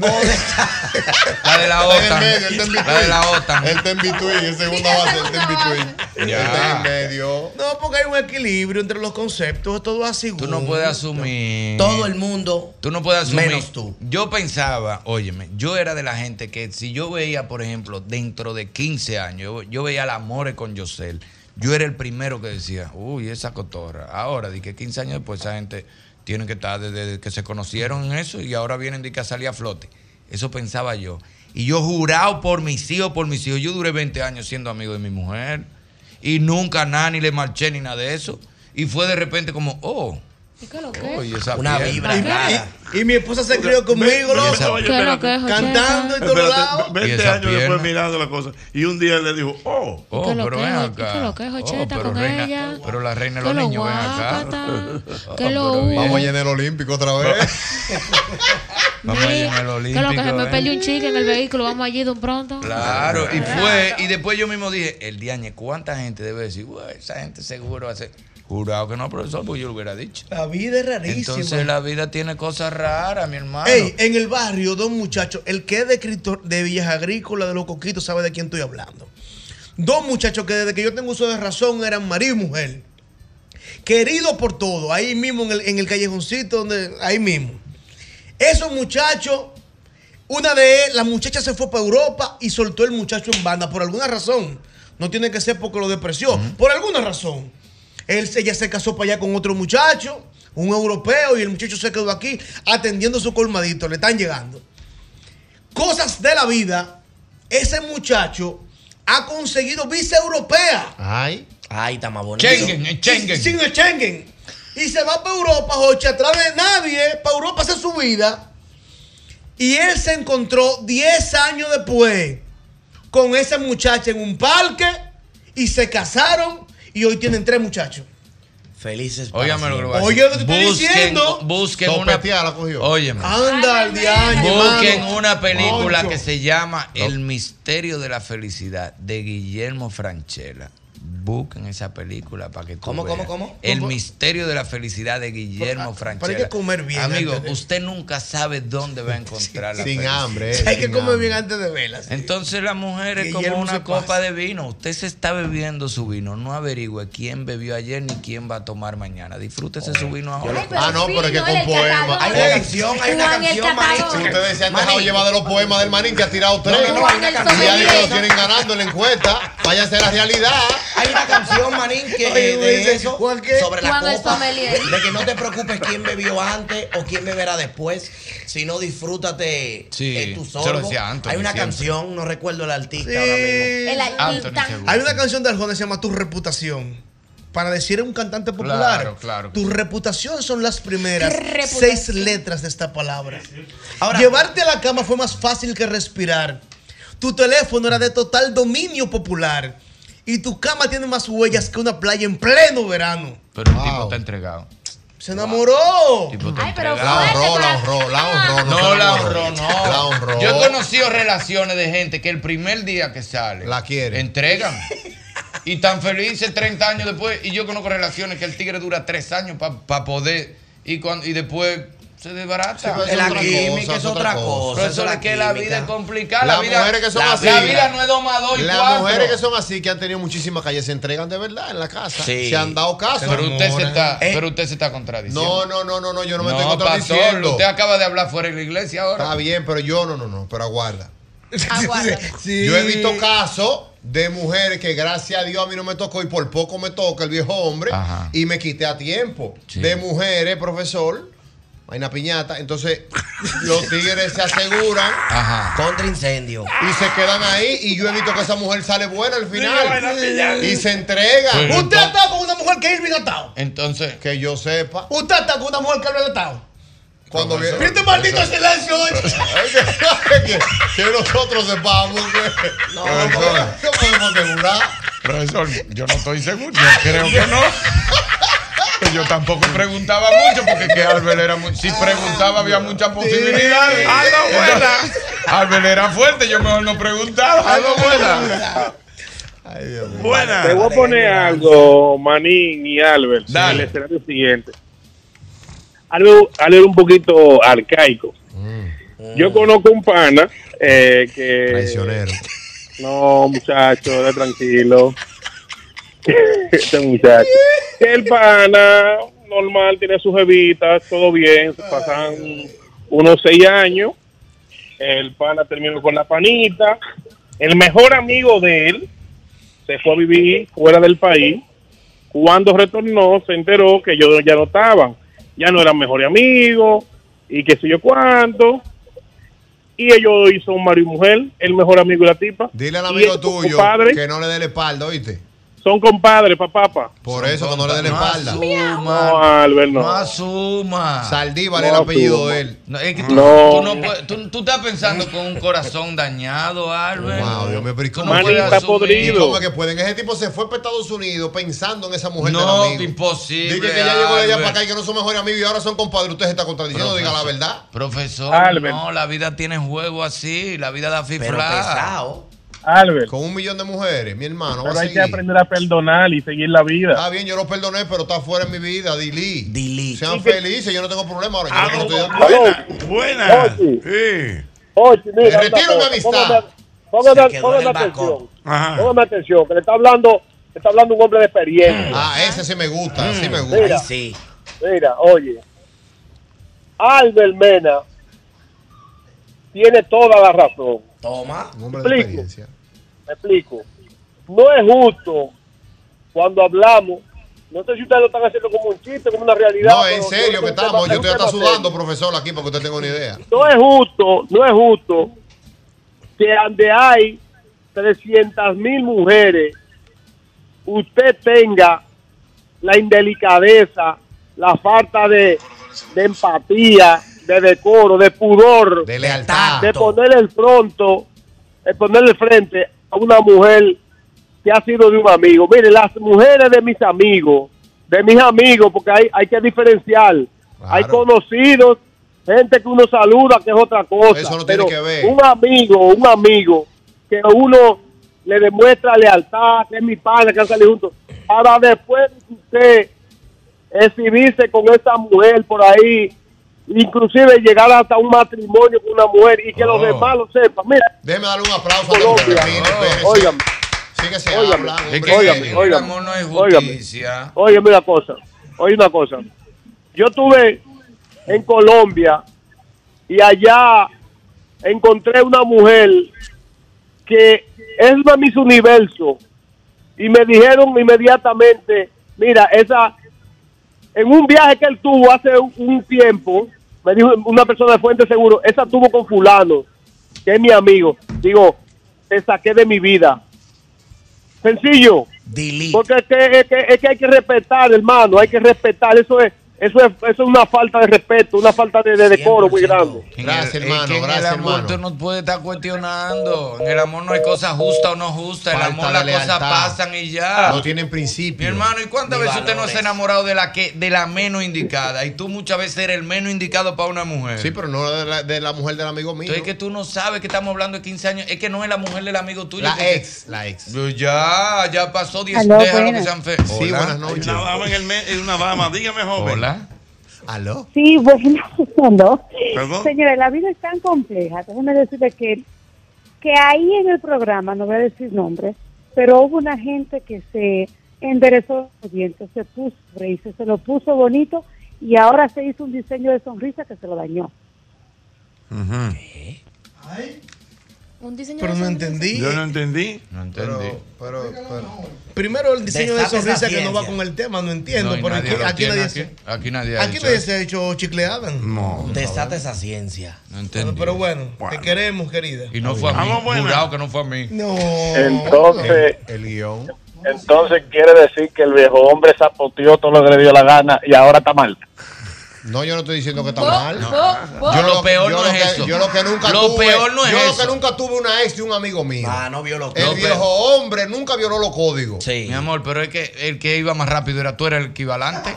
*laughs* La de la Está en el OTAN. medio, él está en La de la between. OTAN. Él está en between, en segunda base, él está en between. Él Ya. está en medio. No, porque hay un equilibrio entre los conceptos, todo así. Tú no puedes asumir. Todo el mundo. Tú no puedes asumir. Menos tú. Yo pensaba, óyeme, yo era de la gente que si yo veía, por ejemplo, dentro de 15 años, yo, yo veía el amor con Yosel, yo era el primero que decía, uy, esa cotorra. Ahora, di que 15 años después, esa gente tiene que estar desde que se conocieron en eso y ahora vienen de que a salir a flote. Eso pensaba yo. Y yo jurado por mis hijos, por mis hijos. Yo duré 20 años siendo amigo de mi mujer y nunca nada, ni le marché ni nada de eso. Y fue de repente como, oh, Oye, esa Una piel. vibra rara. Y mi esposa se crió conmigo, loco. Cantando y todo lo lado. 20 años después mirando la cosa. Y un día le dijo, oh, Oh, ¿Qué pero ven acá. Oh, Jocheta, pero, con reina- ella? pero la reina de Que los lo niños, ven acá. Oh, que lo pero bien. Vamos a llenar el olímpico otra *laughs* vez. Vamos a llenar el Que lo que se me Olímpico, perdió ¿eh? un chique en el vehículo, vamos allí de un pronto. Claro, y fue, y después yo mismo dije, el diañe, ¿cuánta gente debe decir? "Ué, esa gente seguro hace. Jurado que no, profesor, pues yo lo hubiera dicho. La vida es rarísima. Entonces la vida tiene cosas raras, mi hermano. Ey, en el barrio, dos muchachos, el que es de, Cristo- de Villas Agrícolas, de los Coquitos, sabe de quién estoy hablando. Dos muchachos que desde que yo tengo uso de razón eran marido y mujer. Queridos por todo, ahí mismo en el, en el callejoncito, donde, ahí mismo. Esos muchachos, una de ellas, la muchacha se fue para Europa y soltó el muchacho en banda por alguna razón. No tiene que ser porque lo depreció, por alguna razón. Él, se- ella se casó para allá con otro muchacho, un europeo, y el muchacho se quedó aquí atendiendo su colmadito. Le están llegando. Cosas de la vida. Ese muchacho ha conseguido visa europea. Ay. Ay, está más bonito. Schengen, Chengen. Sí, no es Schengen. Y se va para Europa, Joche, atrás de nadie, para Europa hacer su vida. Y él se encontró 10 años después con esa muchacha en un parque y se casaron y hoy tienen tres muchachos. Felices. Óigame lo que le voy a Oye, decir. lo que te estoy diciendo. Busquen una. Óyeme. Anda al diaño, Busquen mano. una película Ocho. que se llama El misterio de la felicidad de Guillermo Franchella. Busquen esa película para que tú ¿Cómo, veas. cómo, cómo? El ¿Cómo? misterio de la felicidad de Guillermo Franchella. hay que comer bien Amigo, antes de- usted nunca sabe dónde va a encontrar *laughs* la Sin felicidad. hambre, Hay que comer bien antes de velas. Entonces la mujer es como Guillermo se una copa de vino. Usted se está bebiendo su vino. No averigüe quién bebió ayer ni quién va a tomar mañana. Disfrútese su vino ahora. Ah, no, pero es que con poemas. Hay una canción, hay una Juan el canción, Marín. catador. Ustedes se han Marín. dejado llevar de los poemas del Marín que ha tirado tres. no, hay una canción. Y ya que lo tienen ganando en la encuesta. Vaya a ser la realidad. Hay una canción, Marín, que Oye, de dice, eso, sobre la Juan el copa, sommelier. de que no te preocupes quién bebió antes o quién beberá después, sino disfrútate Sí, eh, tu se lo sorbo. decía Anthony Hay una siempre. canción, no recuerdo el artista Sí. ahora mismo. Hay una canción de Arjona que se llama Tu reputación. Para decir a un cantante popular, Claro, claro. tu reputación son las primeras Reputación. seis letras de esta palabra. Ahora, llevarte a la cama fue más fácil que respirar. Tu teléfono era de total dominio popular. Y tu cama tiene más huellas que una playa en pleno verano. Pero el tipo está entregado. Se enamoró. Ay, pero La honró, la honró, la honró. No se la enamoró. honró, no. La honró. Yo he conocido relaciones de gente que el primer día que sale. La quiere. Entregan. Y tan felices 30 años después. Y yo conozco relaciones que el tigre dura 3 años para poder. Y, cuando, y después se desbarata. pero eso Es es la otra química, cosa, es es otra otra cosa. cosa, Pero eso eso es es que la la química. vida es complicada. Las la vida, mujeres que son la, así. La vida no es domador y Las cuatro. mujeres que son así, que han tenido muchísimas calles, se entregan de verdad en la casa. Se han dado caso. Pero usted, se está, Eh, pero usted se está contradiciendo. No, no, no, no, no, yo no me No, estoy pastor, contradiciendo. usted acaba de hablar fuera de la iglesia ahora. Está bien, pero yo no, no, no, pero aguarda. *laughs* Aguarda. Yo he visto casos de mujeres que gracias a Dios a mí no me tocó y por poco me toca el viejo hombre y me quité a tiempo. De mujeres, profesor, hay una piñata, entonces los tigres se aseguran Contra incendio. y se quedan ahí y yo he visto que esa mujer sale buena al Sí, buena final piñata. y se entrega. Pero Usted ha estado con una mujer que Irving ha estado. Entonces. Que yo sepa. Usted ha estado con una mujer que Irving ha estado. Cuando viene. Mira este maldito silencio, oye. que, *laughs* que nosotros sepamos que. No, no podemos asegurar. Profesor, yo no estoy seguro. Yo creo que *laughs* no. Pues Yo tampoco preguntaba mucho porque que Albert era muy, Ah. si preguntaba había muchas posibilidades. A lo buena. Entonces, Albert era fuerte, yo mejor no preguntaba. Ah, A lo buena. Buena. Te voy a poner algo, Manín y Albert, en el escenario siguiente. Albert, Albert un poquito arcaico. Yo conozco un pana eh, que... Traicionero. No, muchacho, de tranquilo. *laughs* este muchacho. El pana normal tiene sus evitas, todo bien, se pasan unos seis años. El pana terminó con la panita. El mejor amigo de él se fue a vivir fuera del país. Cuando retornó, se enteró que yo ya no estaban, ya no eran mejores amigos y qué sé yo cuánto. Y ellos dos son marido y mujer, el mejor amigo de la tipa. Dile al Y amigo el tuyo compadre- que no le dé la espalda, ¿oíste? Son compadres, papá, papá. Por eso, que no le den la espalda. No, Albert, no. No asuma. Saldívar era el No apellido asuma. de él. No, es que tú, No. tú no puedes- tú- tú estás pensando con un corazón dañado, Albert. Wow, Dios mío, pero ¿y Tú cómo no pueden puedes asumir? asumir. ¿Y cómo es que pueden? Ese tipo se fue para Estados Unidos pensando en esa mujer del No, amigo. imposible. Dije que ya llegó de allá Albert. para acá y que no son mejores amigos y ahora son compadres. Usted se está contradiciendo, diga la verdad. Profesor, Albert. no, la vida tiene juego así, la vida da Pero fifla. pesado. Albert. Con un millón de mujeres, mi hermano. Pero va a hay que seguir. aprender a perdonar y seguir la vida. Está bien, yo lo perdoné, pero está fuera de mi vida. Dili. Dili. Sean ¿Y qué- felices, yo no tengo problema ahora. Yo no estoy de acuerdo. Buena, buena. Oh. Sí. Oye, mira, Me retiro una mi cosa, amistad. Póngame, Se póngame- quedó póngame en el atención. balcón. Ajá. Póngame atención, que le está hablando, le está hablando un hombre de experiencia. Ah, ese sí me gusta, sí Mira. me gusta. Ay, sí. Mira, oye. Albert Mena tiene toda la razón. Toma. Me explico. Me explico. No es justo cuando hablamos. No sé si ustedes lo están haciendo como un chiste, como una realidad. No, pero en serio que es un tema- estamos. Yo es un estoy hasta tema serio. sudando, profesor, aquí para que usted tenga una idea. no es justo, no es justo que donde hay 300 mil mujeres, usted tenga la indelicadeza, la falta de, de empatía, de decoro, de pudor, de lealtad, de poner el pronto, de poner el frente a una mujer que ha sido de un amigo. Mire, las mujeres de mis amigos, de mis amigos, porque hay, hay que diferenciar. Hay conocidos, gente que uno saluda, que es otra cosa. Eso no tiene pero que ver. un amigo, un amigo, que uno le demuestra lealtad, que es mi padre, que han salido juntos, para después usted exhibirse con esa mujer por ahí, inclusive llegar hasta un matrimonio con una mujer y que los demás lo sepan. Mira, Oh. Déjeme darle un aplauso Colombia. Óigame. Sí que se Óigame, habla, Es que óigame, el óigame, amor no es óigame. justicia. Oye, mira cosa. Oye una cosa. Yo estuve en Colombia y allá encontré una mujer que es una Miss Universo y me dijeron inmediatamente, mira, esa en un viaje que él tuvo hace un, un tiempo, me dijo una persona de Fuente Seguro, esa tuvo con fulano, que es mi amigo. Digo, te saqué de mi vida. Sencillo. Porque es que, es que- es que hay que respetar, hermano, hay que respetar. Eso es, eso es, eso es una falta de respeto, una falta de, de decoro muy grande. Gracias, hermano, es que gracias, en el amor hermano. tú no puedes estar cuestionando. En el amor no hay cosa justa o no justa. En el amor las de cosas lealtad. pasan y ya. No tienen principio. Mi hermano, ¿y cuántas Ni veces usted no valores. se ha enamorado de la que de la menos indicada? Y tú muchas veces eres el menos indicado para una mujer. Sí, pero no de la, de la mujer del amigo mío. Entonces es que tú no sabes que estamos hablando de 15 años. Es que no es la mujer del amigo tuyo. La porque- ex, la ex. Pues Ya, ya pasó 10 Aló, Déjalo buenas. que sean fe. Sí, buenas noches. Una dama en el me- una dama, dígame, joven. Hola. ¿Aló? Sí, bueno, *laughs* no. ¿Perdón? Señora, la vida es tan compleja. Déjeme decirle que, que ahí en el programa, no voy a decir nombres, pero hubo una gente que se enderezó los dientes, se puso braces, se lo puso bonito y ahora se hizo un diseño de sonrisa que se lo dañó. Un diseño Pero de no sonrisa. entendí. Yo no entendí. No entendí. Pero, pero- Primero el diseño de Destape esa sonrisa que no va ciencia. con el tema, no No, entiendo. y pero nadie aquí, lo aquí tiene, nadie aquí- se- aquí nadie ha aquí hecho nadie eso. se ha hecho chicleada. No. Desata esa ciencia. No entendí. Pero bueno, te queremos, querida. Y no fue a mí. Vamos, buena. Jurado que no fue a mí. No. Oh, Entonces, el guión. Entonces quiere decir que el viejo hombre zapoteó todo lo que le dio la gana y ahora está mal. No, yo no estoy diciendo que está Bo- mal. bo- bo- Yo Lo peor yo no lo es que- eso. Yo lo que nunca Lo tuve. peor no es yo eso. lo que nunca tuve una ex de un amigo mío. Ah, no violó. El Lo viejo peor. hombre nunca violó los códigos. Mi amor, pero es que el que iba más rápido era tú, era el *laughs* equivalente.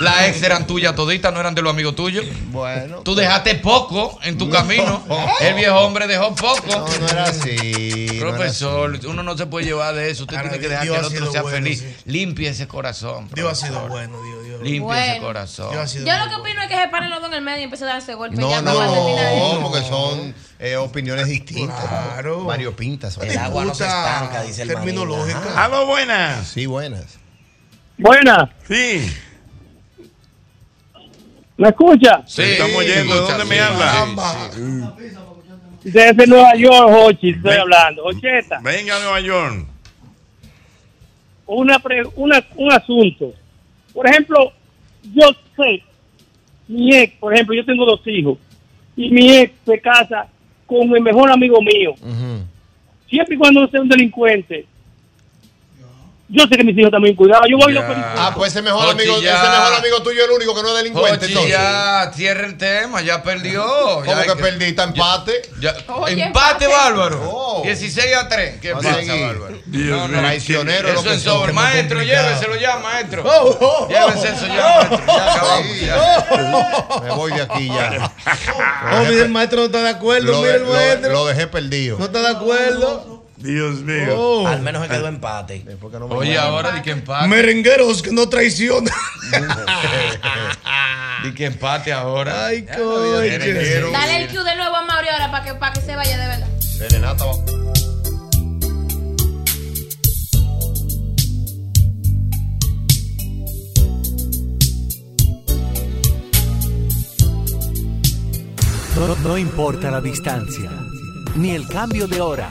Las ex eran tuyas toditas, no eran de los amigos tuyos. *laughs* Bueno. Tú dejaste poco en tu *laughs* camino. El viejo hombre dejó poco. No, no era así. no era Profesor, uno no se puede llevar de eso. Usted tiene que dejar Dios que el ha otro sido sea bueno, feliz. sí. Limpie ese corazón. Dios ha sido profesor. bueno, Dios, Dios. Limpie ese Bueno. corazón. Yo lo que opino es que se paren los dos en el medio y empiecen a darse golpes. No, pues ya, no, para terminar esto. porque son eh, opiniones distintas. Claro. Mario Pintas. El agua no se estanca, dice el Terminológica. Aló, buenas. Sí, buenas. Buenas. Sí. ¿Me escucha? Estamos yendo. ¿De dónde me habla? Desde Nueva York, Hochi, estoy Ven- hablando. Ocheta, Venga a Nueva York. una pre- una, un asunto. Por ejemplo, yo sé, mi ex, por ejemplo, yo tengo dos hijos, y mi ex se casa con el mejor amigo mío. Siempre y cuando no sea un delincuente. Yo sé que mis hijos también cuidaban. Yo voy y los Ah, pues ese mejor Jochi, amigo, ese ya. mejor amigo tuyo es el único que no es delincuente. Jochi, entonces. ya cierra el tema, ya perdió. ¿Cómo ya que perdiste? ¿Empate? Ya- Oye, empate, empate. bárbaro. Oh. 16 a 3. ¿Qué Va a pasa, seguir. bárbaro? Dios mío. Traicionero lo Eso que es son, sobre. que más Maestro, complicado. lléveselo ya, maestro. Oh, oh, oh. Llévese eso ya, maestro. Ya acabamos. ya. Me *laughs* voy de aquí ya. Oh, mira, el maestro no está de acuerdo. Lo, mira, de- el lo- maestro. lo dejé perdido. No está de acuerdo. Dios mío. Oh. Al menos se quedó empate. Oye, ahora di que empate. Merengueros que no traicionan. Di que empate ahora. Ay, coño. Dale el cue de nuevo a Mauri ahora para que, para que se vaya de verdad. Serenata va- No, no importa la distancia, ni el cambio de hora,